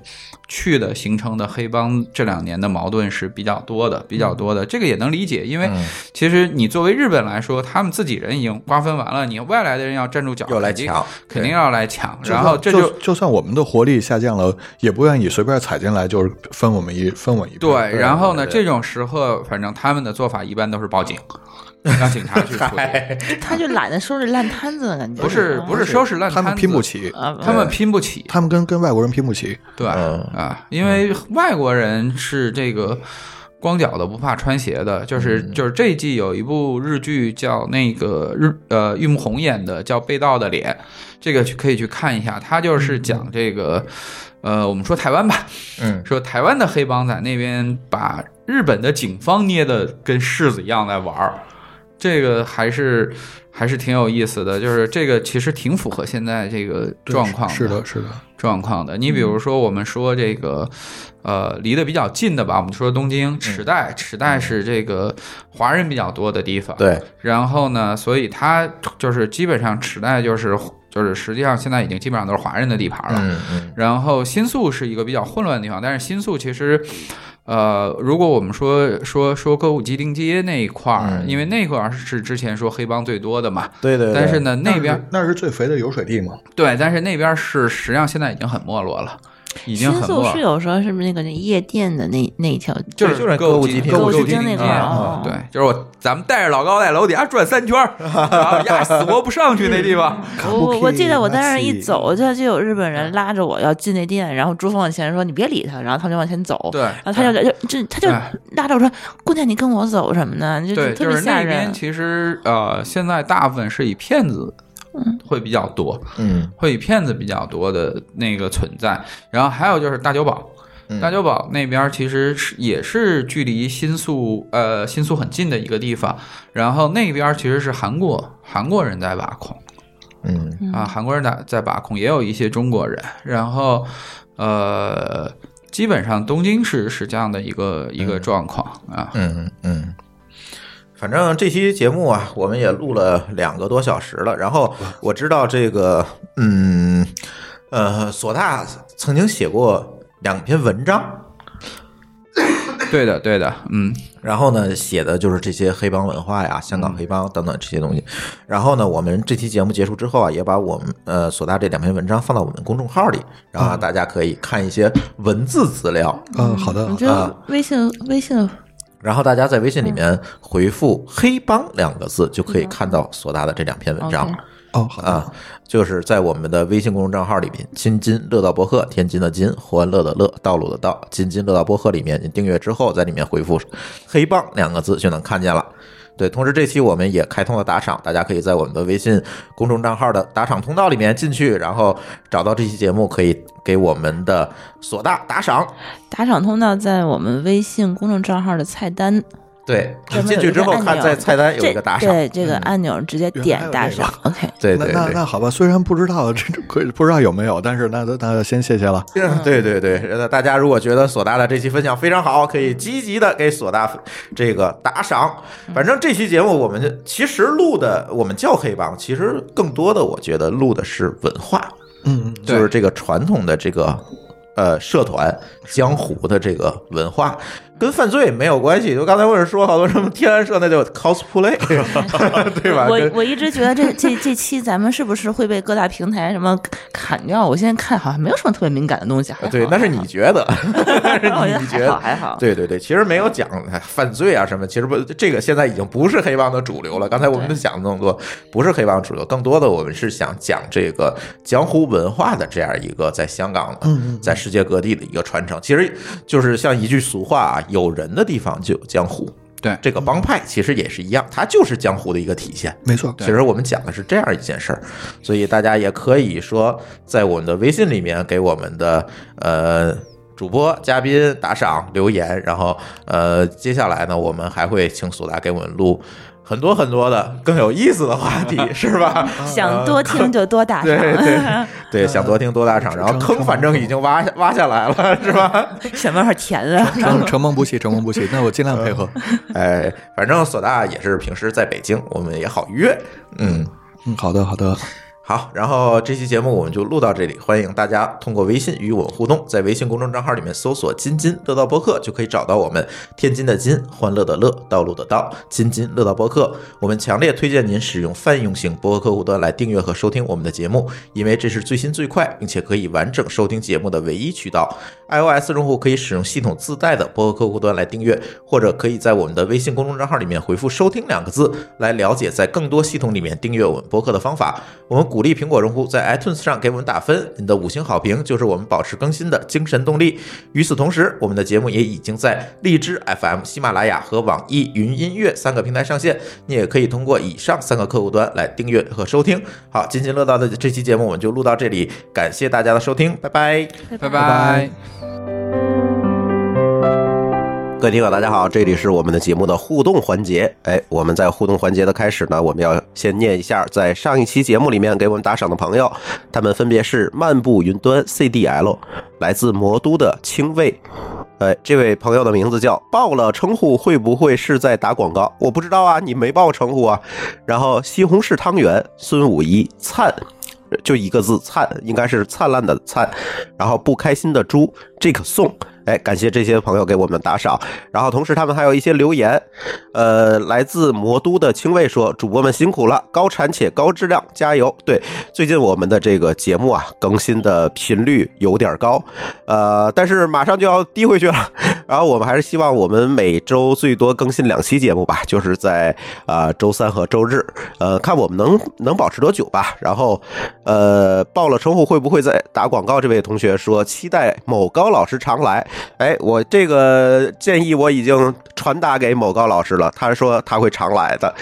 Speaker 5: 去的形成的黑帮这两年的矛盾是比较多的，比较多的，这个也能理解，因为其实你作为日本来说，他们自己人已经瓜分完了，你外来的人要站住脚，
Speaker 2: 又来
Speaker 5: 肯定
Speaker 2: 抢，
Speaker 5: 肯定要来抢，
Speaker 4: 就算
Speaker 5: 然后这
Speaker 4: 就就算我们的活力下降了，也不愿意随便踩进来，就是分我们一分我一杯
Speaker 5: 对，然后呢，这种时候，反正他们的做法一般都是报警，让警察去处理，
Speaker 3: 他就懒得收拾烂摊子的感觉。
Speaker 5: 不是不是收拾烂
Speaker 4: 他
Speaker 5: 摊子，
Speaker 4: 们拼不，起，
Speaker 3: 啊，
Speaker 5: 他们拼不起，
Speaker 4: 他们跟跟外国人拼不起。
Speaker 5: 对
Speaker 2: 嗯
Speaker 5: 啊，因为外国人是这个光脚的不怕穿鞋的，就是
Speaker 4: 嗯
Speaker 5: 就是这一季有一部日剧叫那个日呃玉木宏演的叫《被盗的脸》，这个去可以去看一下，他就是讲这个呃我们说台湾吧，
Speaker 2: 嗯，
Speaker 5: 说台湾的黑帮在那边把日本的警方捏的跟柿子一样在玩儿，这个还是。还是挺有意思的，就是这个其实挺符合现在这个
Speaker 4: 对
Speaker 5: 状况
Speaker 4: 是的，是的，
Speaker 5: 状况的。你比
Speaker 2: 嗯
Speaker 5: 如说，我们说这个，呃，离得比较近的吧，我们说东
Speaker 2: 嗯
Speaker 5: 京池袋，池袋是这个华人比较多的地方。。
Speaker 2: 对，
Speaker 5: 然后呢，所以它就是基本上池袋就是就是实际上现在已经基本上都是华人的地盘了。
Speaker 2: 嗯嗯，
Speaker 5: 然后新宿是一个比较混乱的地方，但是新宿其实，呃，如果我们说说说歌舞伎町街那一块儿，因为那块儿是之前说黑帮最多的嘛，
Speaker 2: 嗯对对，对
Speaker 5: 但是呢那边
Speaker 4: 那是最肥的油水地嘛。
Speaker 5: 对，但是那边是实际上现在已经很没落了，已经
Speaker 3: 新
Speaker 5: 很没
Speaker 3: 宿
Speaker 5: 落
Speaker 3: 是。有时候是不是那个那夜店的那那一条？
Speaker 5: 就
Speaker 2: 对就是
Speaker 5: 歌
Speaker 2: 歌舞
Speaker 5: 伎
Speaker 2: 伎町
Speaker 5: 歌
Speaker 3: 歌舞伎
Speaker 5: 伎
Speaker 3: 町那
Speaker 5: 街
Speaker 3: 块儿哦
Speaker 5: 啊对，就是我，咱们带着老高在楼底下转三圈儿，然后呀死活不上去那地 方。
Speaker 3: 我哦我我记得我在那儿一走，就就有日本
Speaker 5: 嗯
Speaker 3: 人拉着我要进那店，然后朱峰往前说你别理他，然后他们就往前走，
Speaker 5: 对，
Speaker 3: 然后他就就就他就
Speaker 5: 哎
Speaker 3: 拉着我说姑娘你跟我走什么的，就
Speaker 5: 对，
Speaker 3: 特
Speaker 5: 就
Speaker 3: 别
Speaker 5: 是
Speaker 3: 吓
Speaker 5: 那边
Speaker 3: 人。
Speaker 5: 其实呃，现在大部分是以骗子会比较多，
Speaker 2: 嗯
Speaker 5: 会以骗子比较多的那个存在。然后还有就是大久保。
Speaker 2: 嗯
Speaker 5: 大久保那边其实是也是距离新宿呃新宿很近的一个地方，然后那边其实是韩国韩国人在把控，
Speaker 2: 嗯
Speaker 5: 啊，韩国人在在把控，也有一些中国人，然后呃，基本上东京市是这样的一个一个状况啊，
Speaker 2: 嗯嗯。反正这期节目啊，我们也录了两个多小时了。然后我知道这个，嗯，呃，索大曾经写过两篇文章，
Speaker 5: 对的对的，嗯，
Speaker 2: 然后呢，写的就是这些黑帮文化呀、香港黑帮等等这些东西。然后呢，我们这期节目结束之后啊，也把我们呃索大这两篇文章放到我们公众号里，然后大家可以看一些文字资料。
Speaker 4: 嗯，好的，
Speaker 3: 我觉得微信微信
Speaker 2: 然后大家
Speaker 3: 嗯
Speaker 2: 在微信里面回复“黑帮”两个字，就可以看到索大的这两篇文章。
Speaker 3: 嗯 OK
Speaker 4: 哦，好的
Speaker 2: 啊，就是在我们的微信公众账号里面，“津津乐道播客”，天津的津，欢乐的乐，道路的道，津津乐道播客里面，你订阅之后，在里面回复“黑棒”两个字就能看见了。对，同时这期我们也开通了打赏，大家可以在我们的微信公众账号的打赏通道里面进去，然后找到这期节目，可以给我们的索大打赏。
Speaker 3: 打赏通道在我们微信公众账号的菜单，
Speaker 2: 对，你
Speaker 3: 专门
Speaker 2: 啊进
Speaker 3: 有
Speaker 2: 去
Speaker 3: 一
Speaker 2: 之
Speaker 3: 个
Speaker 2: 后
Speaker 3: 按
Speaker 2: 看，
Speaker 3: 钮
Speaker 2: 在菜单有
Speaker 3: 这
Speaker 2: 一个打赏，嗯
Speaker 3: 对这个按钮直接
Speaker 4: 原来
Speaker 3: 点
Speaker 4: 有
Speaker 3: 打
Speaker 4: 这
Speaker 3: 赏。OK，
Speaker 2: 对
Speaker 4: 那
Speaker 2: 对
Speaker 4: 那
Speaker 2: 对。
Speaker 4: 那好吧，虽然不知道这可以不知道有没有，但是那那先谢谢了。
Speaker 2: 对对对，那大家如果觉得索大的这期分享非常好，可以积极的给索大这个打赏。反正这期节目我们其实录的，我们叫黑帮，其实更多的我觉得录的是文化，
Speaker 4: 嗯，
Speaker 5: 对
Speaker 2: 就是这个传统的这个呃社团江湖的这个文化，跟犯罪没有关系。就刚才我也说好多什么天安社，那就 cosplay，对吧？
Speaker 3: 我
Speaker 2: 跟
Speaker 3: 我一直觉得这这这期咱们是不是会被各大平台什么砍掉？我现在看好像没有什么特别敏感的东西。还好
Speaker 2: 啊对，那是你觉得， 那
Speaker 3: 还好我觉
Speaker 2: 是
Speaker 3: 得
Speaker 2: 你觉
Speaker 3: 还好
Speaker 2: 得。
Speaker 3: 还好。嗯
Speaker 2: 对对对，其实没有讲哎犯罪啊什么，其实不，这个现在已经不是黑帮的主流了。刚才我们
Speaker 3: 对
Speaker 2: 讲的那么多，不是黑帮主流，更多的我们是想讲这个江湖文化的这样一个在香港
Speaker 3: 嗯
Speaker 2: 的、在世界各地的一个传承。其实就是像一句俗话啊，有人的地方就有江湖。
Speaker 5: 对
Speaker 2: 这个帮派其实也是一样，它就是江湖的一个体现。
Speaker 4: 没错，
Speaker 2: 其实我们讲的是这样一件事儿，所以大家也可以说在我们的微信里面给我们的呃主播嘉宾打赏留言，然后呃接下来呢，我们还会请索达给我们录很多很多的更有意思的话题，是吧？
Speaker 3: 想多听就多打赏。
Speaker 2: 啊对 对对，想多听多打赏，然后坑反正已经挖挖下来了，是吧？
Speaker 3: 想办法填 啊。
Speaker 4: 承承蒙不弃，承蒙不弃。那我尽量配合。
Speaker 2: 哎，反正索大也是平时在北京，我们也好约，嗯。
Speaker 4: 嗯，好的，好的，
Speaker 2: 好，然后这期节目我们就录到这里，欢迎大家通过微信与我们互动，在微信公众账号里面搜索“津津乐道播客”就可以找到我们。天津的津，欢乐的乐，道路的道，津津乐道播客。我们强烈推荐您使用泛用型播客客户端来订阅和收听我们的节目，因为这是最新最快，并且可以完整收听节目的唯一渠道。iOS 用户可以使用系统自带的播客客户端来订阅，或者可以在我们的微信公众账号里面回复“收听”两个字来了解在更多系统里面订阅我们播客的方法。我们鼓励苹果用户在 iTunes 上给我们打分，你的五星好评就是我们保持更新的精神动力。与此同时，我们的节目也已经在荔枝 FM、喜马拉雅和网易云音乐三个平台上线，你也可以通过以上三个客户端来订阅和收听。好，津津乐道的这期节目我们就录到这里，感谢大家的收听，拜拜。
Speaker 5: 拜拜。
Speaker 1: 各位听友，大家好，这里是我们的节目的互动环节。哎，我们在互动环节的开始呢，我们要先念一下在上一期节目里面给我们打赏的朋友，他们分别是漫步云端 CDL，来自魔都的清卫。哎，这位朋友的名字叫报了称呼，会不会是在打广告？我不知道啊，你没报称呼啊。然后西红柿汤圆，孙武一灿，就一个字灿，应该是灿烂的灿。然后不开心的猪，Jake 宋。哎，感谢这些朋友给我们打赏，然后同时他们还有一些留言，呃，来自魔都的清卫说：“主播们辛苦了，高产且高质量，加油！”对，最近我们的这个节目啊，更新的频率有点高，呃，但是马上就要低回去了。然后我们还是希望我们每周最多更新两期节目吧，就是在啊、呃周三和周日，呃，看我们能能保持多久吧。然后，呃，报了称呼会不会再打广告？这位同学说期待某高老师常来。哎，我这个建议我已经传达给某高老师了，他说他会常来的。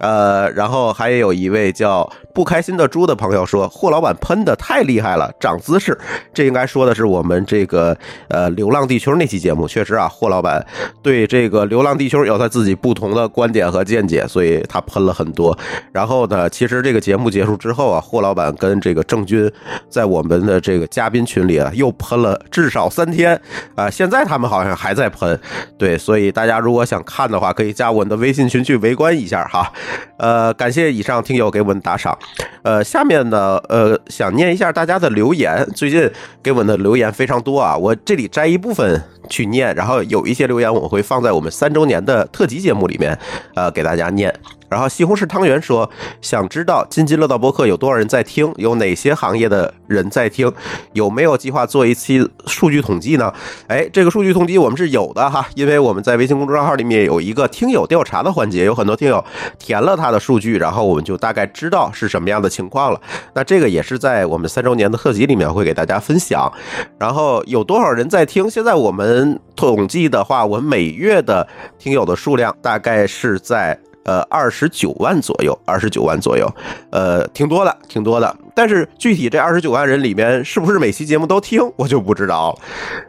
Speaker 1: 呃，然后还有一位叫不开心的猪的朋友说，霍老板喷的太厉害了，长姿势。这应该说的是我们这个呃《流浪地球》那期节目，确实啊，霍老板对这个《流浪地球》有他自己不同的观点和见解，所以他喷了很多。然后呢，其实这个节目结束之后啊，霍老板跟这个郑钧在我们的这个嘉宾群里啊，又喷了至少三天啊、现在他们好像还在喷，对，所以大家如果想看的话，可以加我们的微信群去围观一下哈。呃，感谢以上听友给我们打赏。呃，下面呢，呃，想念一下大家的留言，最近给我们的留言非常多啊，我这里摘一部分去念，然后有一些留言我会放在我们三周年的特辑节目里面，呃，给大家念。然后西红柿汤圆说，想知道津津乐道播客有多少人在听，有哪些行业的人在听，有没有计划做一期数据统计呢？哎，这个数据统计我们是有的哈，因为我们在微信公众号里面有一个听友调查的环节，有很多听友填了他的数据，然后我们就大概知道是什么样的情况了。那这个也是在我们三周年的特辑里面会给大家分享。然后有多少人在听？现在我们统计的话，我们每月的听友的数量大概是在呃二十九万左右，二十九万左右，呃，挺多的，挺多的。但是具体这二十九万人里面，是不是每期节目都听，我就不知道了。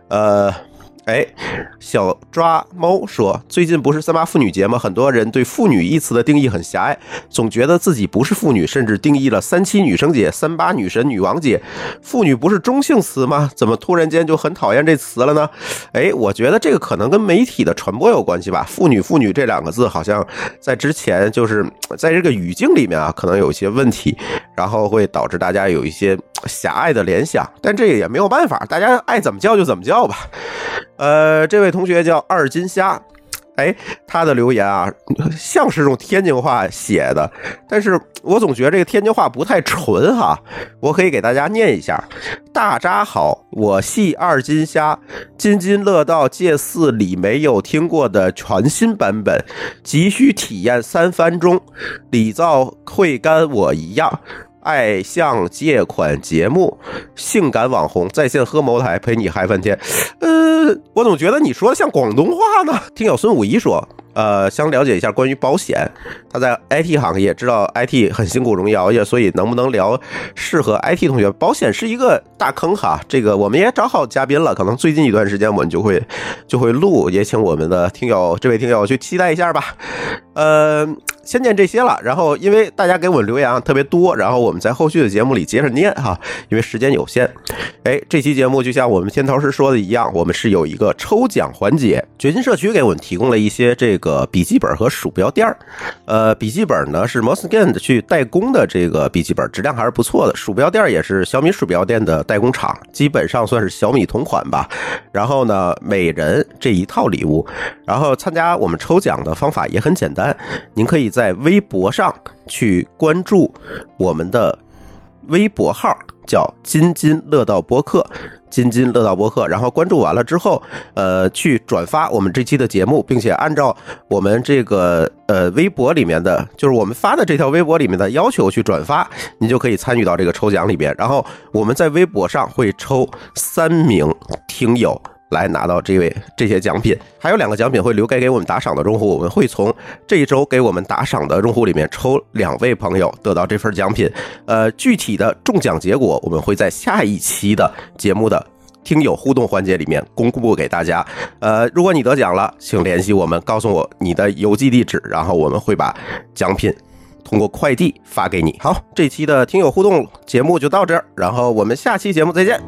Speaker 1: 呃。哎，小抓猫说，最近不是三八妇女节吗？很多人对“妇女”一词的定义很狭隘，总觉得自己不是妇女，甚至定义了三七女生节、三八女神、女王节。妇女不是中性词吗？怎么突然间就很讨厌这词了呢？哎，我觉得这个可能跟媒体的传播有关系吧。“妇女”“妇女”这两个字好像在之前就是在这个语境里面啊，可能有一些问题，然后会导致大家有一些呃狭隘的联想。但这也没有办法，大家爱怎么叫就怎么叫吧。呃，这位同学叫二金虾，哎，他的留言啊，像是用天津话写的，但是我总觉得这个天津话不太纯哈，我可以给大家念一下：大家好，我系二金虾，津津乐道界寺里没有听过的全新版本，急需体验三番钟，李造会跟我一样。爱向借款节目，性感网红在线喝茅台，陪你嗨翻天。呃，我总觉得你说的像广东话呢。听友孙五一说，呃，想了解一下关于保险，他在 IT 行业，知道 IT 很辛苦，容易熬夜，所以能不能聊适合 IT 同学？保险是一个大坑哈，这个我们也找好嘉宾了，可能最近一段时间我们就会就会录，也请我们的听友这位听友去期待一下吧。呃，先念这些了，然后因为大家给我留言啊特别多，然后我们在后续的节目里接着念哈、因为时间有限。哎，这期节目就像我们天桃师说的一样，我们是有一个抽奖环节。掘金社区给我们提供了一些这个笔记本和鼠标垫儿，呃，笔记本呢是 Mosgan 去代工的这个笔记本，质量还是不错的。鼠标垫儿也是小米鼠标垫的代工厂，基本上算是小米同款吧。然后呢，每人这一套礼物。然后参加我们抽奖的方法也很简单，您可以在微博上去关注我们的微博号，叫“津津乐道播客”。津津乐道播客，然后关注完了之后，呃，去转发我们这期的节目，并且按照我们这个呃微博里面的，就是我们发的这条微博里面的要求去转发，您就可以参与到这个抽奖里边。然后我们在微博上会抽三名听友来拿到这位这些奖品，还有两个奖品会留给给我们打赏的用户，我们会从这一周给我们打赏的用户里面抽两位朋友得到这份奖品。呃，具体的中奖呃结果我们会在下一期的节目的。听友互动环节里面公布给大家，呃，如果你得奖了，请联系我们，告诉我你的邮寄地址，然后我们会把奖品通过快递发给你。好，这期的听友互动节目就到这儿，然后我们下期节目再见。